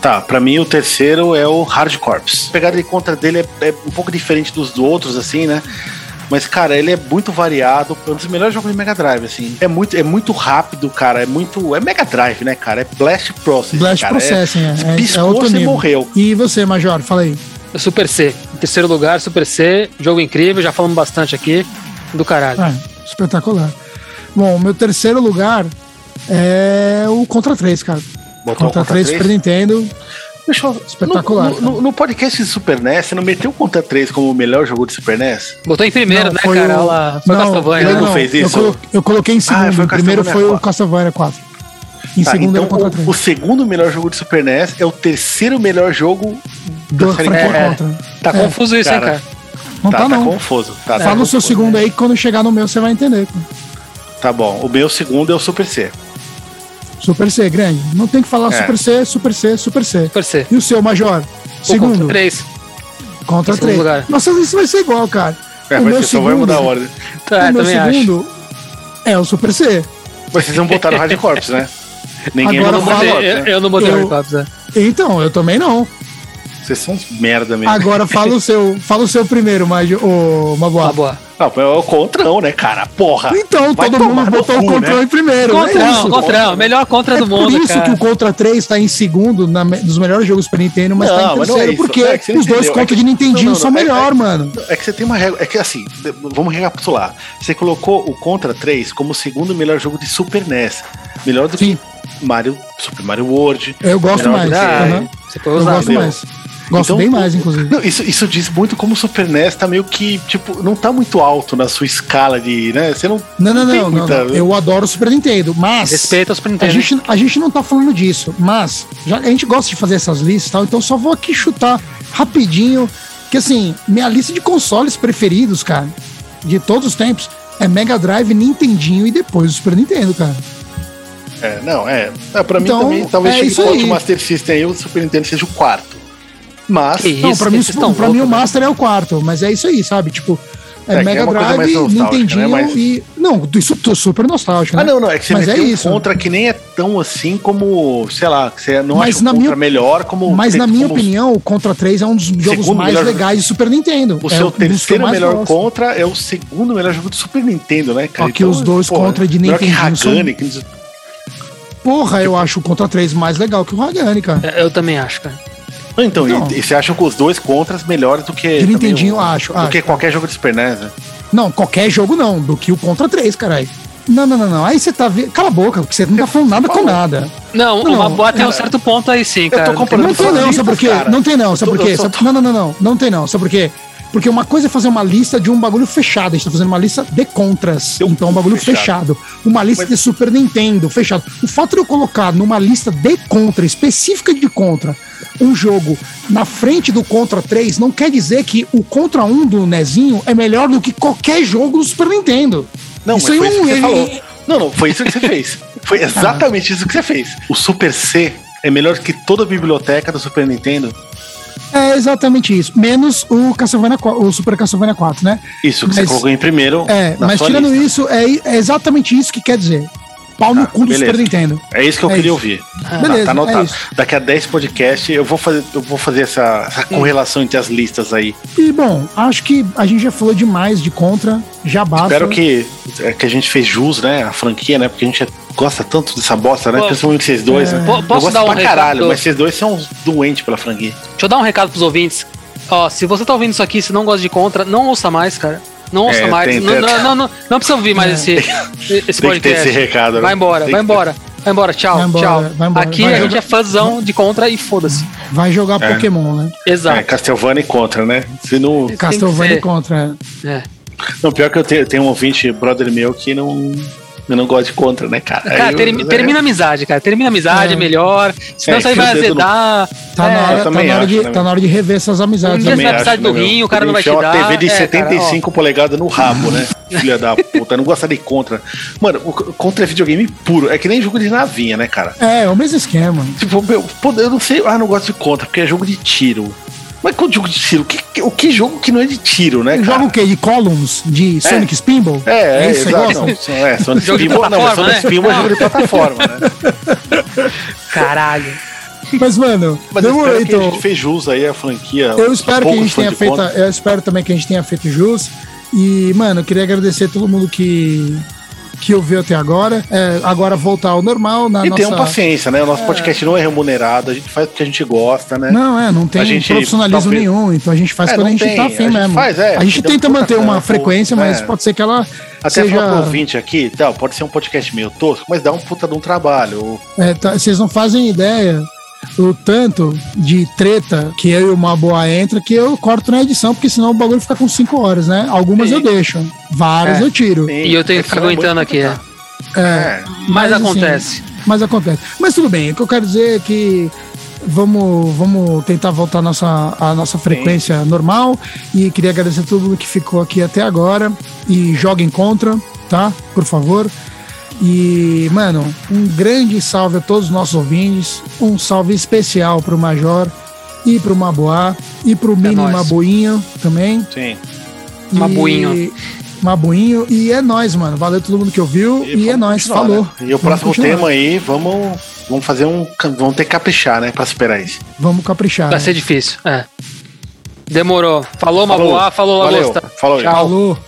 Speaker 2: Tá, pra mim o terceiro é o Hard Corps. A pegada de Contra dele é, é um pouco diferente dos outros, assim, né? Mas, cara, ele é muito variado. É um dos melhores jogos de Mega Drive, assim. É muito, é muito rápido, cara. É muito. É Mega Drive, né, cara? É Blast Process.
Speaker 1: Blast
Speaker 2: cara.
Speaker 1: Processing, é,
Speaker 2: É,
Speaker 1: é, é
Speaker 2: piscou,
Speaker 1: outro
Speaker 2: você
Speaker 1: nível.
Speaker 2: morreu.
Speaker 1: E você, Major, fala aí.
Speaker 3: Super C. Em terceiro lugar, Super C. Jogo incrível, já falamos bastante aqui. Do caralho.
Speaker 1: Ah, espetacular. Bom, meu terceiro lugar é o Contra 3, cara.
Speaker 2: Botou o
Speaker 1: Contra,
Speaker 2: Contra
Speaker 1: 3
Speaker 2: três?
Speaker 1: Super Nintendo.
Speaker 2: Deixa eu-
Speaker 1: Espetacular,
Speaker 2: No, no, no podcast de Super NES, você não meteu o Contra 3 como o melhor jogo de Super NES?
Speaker 3: Botou em primeiro,
Speaker 1: Não,
Speaker 3: né,
Speaker 1: foi o-
Speaker 3: cara? Ela foi
Speaker 1: não,
Speaker 3: Castlevania.
Speaker 2: não,
Speaker 3: né?
Speaker 2: não. fez isso? Ah,
Speaker 1: Eu, colo- eu coloquei em segundo.
Speaker 2: foi o
Speaker 1: o primeiro
Speaker 2: Castlevania
Speaker 1: foi o
Speaker 2: 4.
Speaker 1: Castlevania 4. Em
Speaker 2: Tá,
Speaker 1: segundo
Speaker 2: então
Speaker 1: era o Contra 3.
Speaker 2: o, o segundo melhor jogo de Super NES é o terceiro melhor jogo
Speaker 1: Do,
Speaker 2: da série
Speaker 1: franquia
Speaker 2: Contra.
Speaker 1: Contra.
Speaker 3: Tá
Speaker 1: É,
Speaker 3: confuso isso,
Speaker 2: Cara,
Speaker 3: hein, cara?
Speaker 1: Não tá,
Speaker 2: Tá, tá
Speaker 1: não.
Speaker 2: confuso. Tá, tá
Speaker 1: Fala o seu
Speaker 2: confuso.
Speaker 1: segundo aí que quando chegar no meu você vai entender.
Speaker 2: Tá bom. O meu segundo é o Super C.
Speaker 1: Super C, grande. Não tem que falar
Speaker 2: É.
Speaker 1: Super C, Super C, Super C.
Speaker 3: Super C.
Speaker 1: E o seu, Major? Segundo,
Speaker 3: Três.
Speaker 1: contra
Speaker 3: Segundo
Speaker 1: 3.
Speaker 3: lugar.
Speaker 1: Nossa, isso vai ser igual, cara.
Speaker 2: É,
Speaker 1: O
Speaker 2: vai
Speaker 1: meu
Speaker 2: ser, só vai
Speaker 1: segundo-
Speaker 2: mudar a ordem.
Speaker 3: Tá,
Speaker 1: o
Speaker 3: eu
Speaker 1: meu
Speaker 3: também acho.
Speaker 1: segundo é o Super C.
Speaker 2: Mas vocês não botaram o Hard Corps, né? Ninguém
Speaker 1: Agora
Speaker 3: Eu não
Speaker 2: botou o Hard
Speaker 1: fala-
Speaker 3: botei-
Speaker 2: Corps,
Speaker 3: Eu
Speaker 2: né?
Speaker 3: eu não botei o
Speaker 1: Eu-
Speaker 3: Hard Corps, né?
Speaker 1: Então, eu também não.
Speaker 2: Vocês são uns merda mesmo.
Speaker 1: Agora fala o seu, fala o seu primeiro, Major, ô, Maboa.
Speaker 3: Tá boa.
Speaker 2: Não, é o Contrão, né, cara? Porra.
Speaker 1: Então,
Speaker 2: Vai
Speaker 1: todo
Speaker 2: tomar
Speaker 1: mundo
Speaker 2: no
Speaker 1: botou o
Speaker 2: cu, né?
Speaker 1: controle primeiro. é
Speaker 3: Contra,
Speaker 1: isso.
Speaker 3: contra, melhor contra
Speaker 1: É
Speaker 3: do
Speaker 1: por
Speaker 3: mundo,
Speaker 1: isso
Speaker 3: cara.
Speaker 1: que o Contra 3 tá em segundo na, me- dos melhores jogos Super Nintendo, mas tá
Speaker 2: Não,
Speaker 1: em
Speaker 2: mas não é
Speaker 1: terceiro
Speaker 2: isso.
Speaker 1: porque
Speaker 2: É que você não
Speaker 1: os dois
Speaker 2: entendeu.
Speaker 1: contos
Speaker 2: É que-
Speaker 1: de Nintendinho
Speaker 2: não, não,
Speaker 1: são
Speaker 2: não, é-
Speaker 1: melhor,
Speaker 2: é-
Speaker 1: mano.
Speaker 2: É que você tem uma regra. É que assim, de- vamos recapitular. Você colocou o Contra 3 como o segundo melhor jogo de Super NES. Melhor do
Speaker 1: Sim,
Speaker 2: que Mario, Super Mario World.
Speaker 1: eu gosto
Speaker 2: Melhor
Speaker 1: mais.
Speaker 2: do que-
Speaker 1: aham.
Speaker 3: Ah, Você foi
Speaker 1: né? Eu
Speaker 3: usado.
Speaker 1: gosto
Speaker 2: entendeu?
Speaker 1: mais. Gosto
Speaker 2: Então,
Speaker 1: bem mais, inclusive.
Speaker 2: Não, isso, isso diz muito como o Super NES tá meio que, tipo, não tá muito alto na sua escala de. né? Você não.
Speaker 1: Não, não,
Speaker 2: tem
Speaker 1: não, não,
Speaker 2: muita-
Speaker 1: não. Eu adoro o Super Nintendo, mas.
Speaker 3: Respeita os Super
Speaker 1: A
Speaker 3: Nintendo.
Speaker 1: gente, a gente não tá falando disso, mas já, a gente gosta de fazer essas listas e tal, então só vou aqui chutar rapidinho. Que assim, minha lista de consoles preferidos, cara, de todos os tempos, é Mega Drive, Nintendinho e depois o Super Nintendo, cara.
Speaker 2: É, não, é. é pra
Speaker 1: Então,
Speaker 2: mim também, talvez
Speaker 1: é
Speaker 2: chegue
Speaker 1: isso
Speaker 2: o
Speaker 1: aí.
Speaker 2: outro Master System aí, o Super Nintendo seja o quarto. Mas.
Speaker 3: Que
Speaker 1: Não,
Speaker 3: Isso,
Speaker 1: pra mim,
Speaker 3: vocês estão
Speaker 1: o- pra mim o
Speaker 3: loucos, né?
Speaker 1: Master é o quarto, mas é isso aí, sabe? Tipo,
Speaker 2: É,
Speaker 1: é,
Speaker 2: que é
Speaker 1: Mega
Speaker 2: uma coisa mais
Speaker 1: Drive,
Speaker 2: nostálgica,
Speaker 1: Nintendinho
Speaker 2: né? Mas-
Speaker 1: e. Não, isso tô super nostálgico, né?
Speaker 2: Ah, não, não, é que você
Speaker 1: Mas é
Speaker 2: meteu um
Speaker 1: isso.
Speaker 2: contra que nem é tão assim como, sei lá, que você não
Speaker 1: Mas
Speaker 2: acha o
Speaker 1: na
Speaker 2: contra
Speaker 1: minha-
Speaker 2: melhor, como.
Speaker 1: Mas na
Speaker 2: como
Speaker 1: minha
Speaker 2: o-
Speaker 1: opinião, o Contra 3 é um dos jogos
Speaker 2: Segundo
Speaker 1: mais
Speaker 2: melhor-
Speaker 1: legais de Super Nintendo.
Speaker 2: O
Speaker 1: É
Speaker 2: seu
Speaker 1: um dos que eu
Speaker 2: terceiro
Speaker 1: mais
Speaker 2: melhor
Speaker 1: gosto.
Speaker 2: contra é o segundo melhor jogo do Super Nintendo, né, cara?
Speaker 1: Só que os dois contra de
Speaker 2: melhor que
Speaker 1: Nintendinho são-
Speaker 2: Hagane, que diz-
Speaker 1: Porra, eu acho o Contra 3 mais legal que o Hagane, cara.
Speaker 3: Eu também acho, cara.
Speaker 2: Então,
Speaker 1: Então.
Speaker 2: e, e você acha que os dois contras melhores do que.
Speaker 1: De
Speaker 2: também
Speaker 1: Nintendinho,
Speaker 2: o-
Speaker 1: eu acho,
Speaker 2: Do
Speaker 1: acho.
Speaker 2: que qualquer jogo de Super NES, né?
Speaker 1: Não, qualquer jogo não, do que o Contra 3, caralho. Não, não, não, não. Aí você tá vendo. Cala a boca, porque você não tá falando nada com nada.
Speaker 3: Não,
Speaker 1: Não,
Speaker 3: o Mabu até um certo ponto aí sim,
Speaker 2: tô
Speaker 3: cara. não tem
Speaker 2: comparando
Speaker 1: Não
Speaker 3: muito-
Speaker 2: com
Speaker 1: tem não,
Speaker 2: listas,
Speaker 1: sabe por quê?
Speaker 2: cara.
Speaker 1: Não tem não, sabe
Speaker 2: Eu
Speaker 1: por
Speaker 2: tô-
Speaker 1: quê?
Speaker 2: eu tô-
Speaker 1: Sabe- Não, não, não, não. Não tem não, sabe por quê? Porque uma coisa é fazer uma lista de um bagulho fechado, a gente tá fazendo uma lista de contras.
Speaker 2: Eu-
Speaker 1: então, um bagulho fechado.
Speaker 2: fechado.
Speaker 1: Uma lista
Speaker 2: Mas-
Speaker 1: de Super Nintendo, fechado. O fato de eu colocar numa lista de contra, específica de contra, um jogo na frente do Contra 3, não quer dizer que o Contra 1 do Nezinho é melhor do que qualquer jogo do Super Nintendo.
Speaker 2: Não,
Speaker 1: isso
Speaker 2: mas
Speaker 1: aí
Speaker 2: foi
Speaker 1: é
Speaker 2: isso
Speaker 1: um
Speaker 2: que você
Speaker 1: erro.
Speaker 2: falou. Não, não, foi isso que você fez.
Speaker 1: Ah.
Speaker 2: Foi exatamente isso que você fez. O Super C é melhor que toda a biblioteca do Super Nintendo.
Speaker 1: É exatamente isso. Menos o, Castlevania, qu- o Super Castlevania 4, né?
Speaker 2: Isso que você
Speaker 1: Mas-
Speaker 2: colocou em primeiro.
Speaker 1: É,
Speaker 2: na
Speaker 1: mas
Speaker 2: sua
Speaker 1: tirando
Speaker 2: lista.
Speaker 1: isso, é, é exatamente isso que quer dizer. Pau no
Speaker 2: Tá,
Speaker 1: cu do
Speaker 2: beleza.
Speaker 1: Super Nintendo.
Speaker 2: É isso que eu
Speaker 1: É
Speaker 2: queria
Speaker 1: isso.
Speaker 2: ouvir. Tá,
Speaker 1: Beleza,
Speaker 2: tá anotado.
Speaker 1: é isso.
Speaker 2: Daqui a 10 podcasts eu vou fazer, eu vou fazer essa, essa correlação entre as listas aí.
Speaker 1: E bom, acho que a gente já falou demais de contra, já basta.
Speaker 2: Espero que, é, que a gente fez jus, né? A franquia, né? Porque a gente gosta tanto dessa bosta, né?
Speaker 3: Pô,
Speaker 2: Principalmente vocês
Speaker 1: é.
Speaker 2: dois, né?
Speaker 3: Po-
Speaker 2: Eu
Speaker 3: posso
Speaker 2: gosto
Speaker 3: dar um
Speaker 2: pra caralho,
Speaker 3: recado?
Speaker 2: mas vocês dois são uns doentes pela franquia.
Speaker 3: Deixa eu dar um recado pros ouvintes. Ó, se você tá ouvindo isso aqui, se não gosta de contra, não ouça mais, cara. Não ouça
Speaker 2: É,
Speaker 3: mais.
Speaker 2: tem-
Speaker 3: não,
Speaker 2: tem-
Speaker 3: não, não, não, não precisa ouvir mais esse, esse
Speaker 2: É. Tem que ter
Speaker 3: podcast.
Speaker 2: esse recado, né?
Speaker 3: Vai embora,
Speaker 2: Tem que
Speaker 3: vai
Speaker 2: ter.
Speaker 3: embora. Vai embora, tchau,
Speaker 1: Vai embora,
Speaker 3: tchau.
Speaker 1: vai embora,
Speaker 3: Aqui
Speaker 1: vai
Speaker 3: a gente
Speaker 1: jogar-
Speaker 3: é fãzão de contra e foda-se.
Speaker 1: Vai jogar
Speaker 2: É.
Speaker 1: Pokémon, né?
Speaker 2: É,
Speaker 3: Exato.
Speaker 2: Castlevania e contra, né? Se não,
Speaker 3: Tem que
Speaker 1: Castlevania
Speaker 3: ser.
Speaker 1: contra.
Speaker 3: É.
Speaker 2: não, pior que eu tenho, tenho um ouvinte, brother meu, que não, eu não gosta de contra, né, cara?
Speaker 3: Cara,
Speaker 2: Aí eu-
Speaker 3: termi- termina a amizade, cara. Termina a amizade,
Speaker 1: É.
Speaker 3: é melhor. Senão
Speaker 2: É,
Speaker 3: você
Speaker 2: enfia
Speaker 3: vai
Speaker 2: o dedo no-
Speaker 3: azedar.
Speaker 1: Tá,
Speaker 3: É,
Speaker 1: na hora, tá,
Speaker 2: também
Speaker 1: na hora
Speaker 2: acho,
Speaker 1: de,
Speaker 2: né,
Speaker 1: tá na hora de rever essas amizades.
Speaker 3: Um dia
Speaker 1: né?
Speaker 3: você vai precisar do
Speaker 2: né, meu?
Speaker 3: rinho, o cara não vai te
Speaker 2: Enfiar
Speaker 3: dar,
Speaker 2: uma TV de
Speaker 3: é, cara,
Speaker 2: 75 polegadas no rabo, né? Filha da puta, não gosta de contra. Mano, o contra é videogame puro. É que nem jogo de navinha, né, cara?
Speaker 1: É, é o mesmo esquema.
Speaker 2: Tipo, meu, pô, eu não sei. Ah, não gosto de contra, porque é jogo de tiro. Mas quando jogo de tiro, que- que- o que jogo que não é de tiro, né, cara?
Speaker 1: Joga o quê? De Columns? De Sonic Spinball?
Speaker 2: É, é,
Speaker 1: isso que você
Speaker 2: exato.
Speaker 1: gosta?
Speaker 2: Não, é, Sonic
Speaker 3: Jogo de
Speaker 2: Spinball, não, mas
Speaker 3: plataforma,
Speaker 2: Sonic
Speaker 3: né?
Speaker 2: Spinball é jogo de plataforma, né?
Speaker 3: Caralho.
Speaker 1: Mas, mano,
Speaker 2: Mas eu
Speaker 1: demorou
Speaker 2: espero que a
Speaker 1: então.
Speaker 2: gente fez jus aí a franquia.
Speaker 1: Eu
Speaker 2: os
Speaker 1: espero que a
Speaker 2: poucos
Speaker 1: gente
Speaker 2: fãs
Speaker 1: tenha
Speaker 2: de
Speaker 1: feito.
Speaker 2: contra.
Speaker 1: Eu espero também que a gente tenha feito jus. E, mano, eu queria agradecer a todo mundo que, que ouviu até agora. É, agora voltar ao normal na
Speaker 2: E
Speaker 1: nossa.
Speaker 2: tenham paciência, né? O nosso podcast não é remunerado, a gente faz porque a gente gosta, né?
Speaker 1: Não, é, não tem
Speaker 2: A gente
Speaker 1: profissionalismo
Speaker 2: talvez-
Speaker 1: nenhum, então a gente faz
Speaker 2: É,
Speaker 1: quando a
Speaker 2: não
Speaker 1: gente
Speaker 2: tem,
Speaker 1: tá afim
Speaker 2: a gente
Speaker 1: mesmo.
Speaker 2: faz, é,
Speaker 1: a gente
Speaker 2: deu um
Speaker 1: tenta
Speaker 2: puta
Speaker 1: manter uma
Speaker 2: trampo,
Speaker 1: frequência, mas
Speaker 2: é.
Speaker 1: pode ser que ela
Speaker 2: Até
Speaker 1: seja.
Speaker 2: falar pro ouvinte aqui, tal, pode ser um podcast meio tosco, mas dá um puta de um trabalho.
Speaker 1: É, tá- vocês não fazem ideia o tanto de treta que eu e o Maboa entra que eu corto na edição, porque senão o bagulho fica com 5 horas, né? Algumas eu deixo, várias
Speaker 3: É.
Speaker 1: eu tiro.
Speaker 3: E eu tenho que ficar aguentando aqui, é.
Speaker 1: É.
Speaker 2: É.
Speaker 3: Mas
Speaker 1: assim,
Speaker 3: acontece.
Speaker 1: mas acontece. Mas tudo bem, o que eu quero dizer é que vamos, vamos tentar voltar a nossa, a nossa frequência normal. E queria agradecer a todo mundo que ficou aqui até agora. E joguem contra, tá? Por favor. E, mano, um grande salve a todos os nossos ouvintes. Um salve especial pro Major e pro Maboá e pro Mini
Speaker 3: É nóis.
Speaker 1: Maboinho também.
Speaker 2: É, Sim.
Speaker 1: E-
Speaker 3: Mabuinho.
Speaker 1: Mabuinho. E é nóis, mano. Valeu todo mundo que ouviu. E, é
Speaker 2: vamos
Speaker 1: nóis.
Speaker 2: continuar,
Speaker 1: Falou.
Speaker 2: né? E o
Speaker 1: Vamos
Speaker 2: próximo
Speaker 1: continuar.
Speaker 2: tema aí, vamos, vamos fazer um. Vamos ter que caprichar, né? Pra superar esse.
Speaker 1: Vamos caprichar. né?
Speaker 3: Vai ser difícil. É. Demorou. Falou,
Speaker 2: Falou.
Speaker 3: Mabuá, falou,
Speaker 2: Valeu.
Speaker 3: Lagosta.
Speaker 2: Falou.
Speaker 3: Tchau.
Speaker 1: Falou.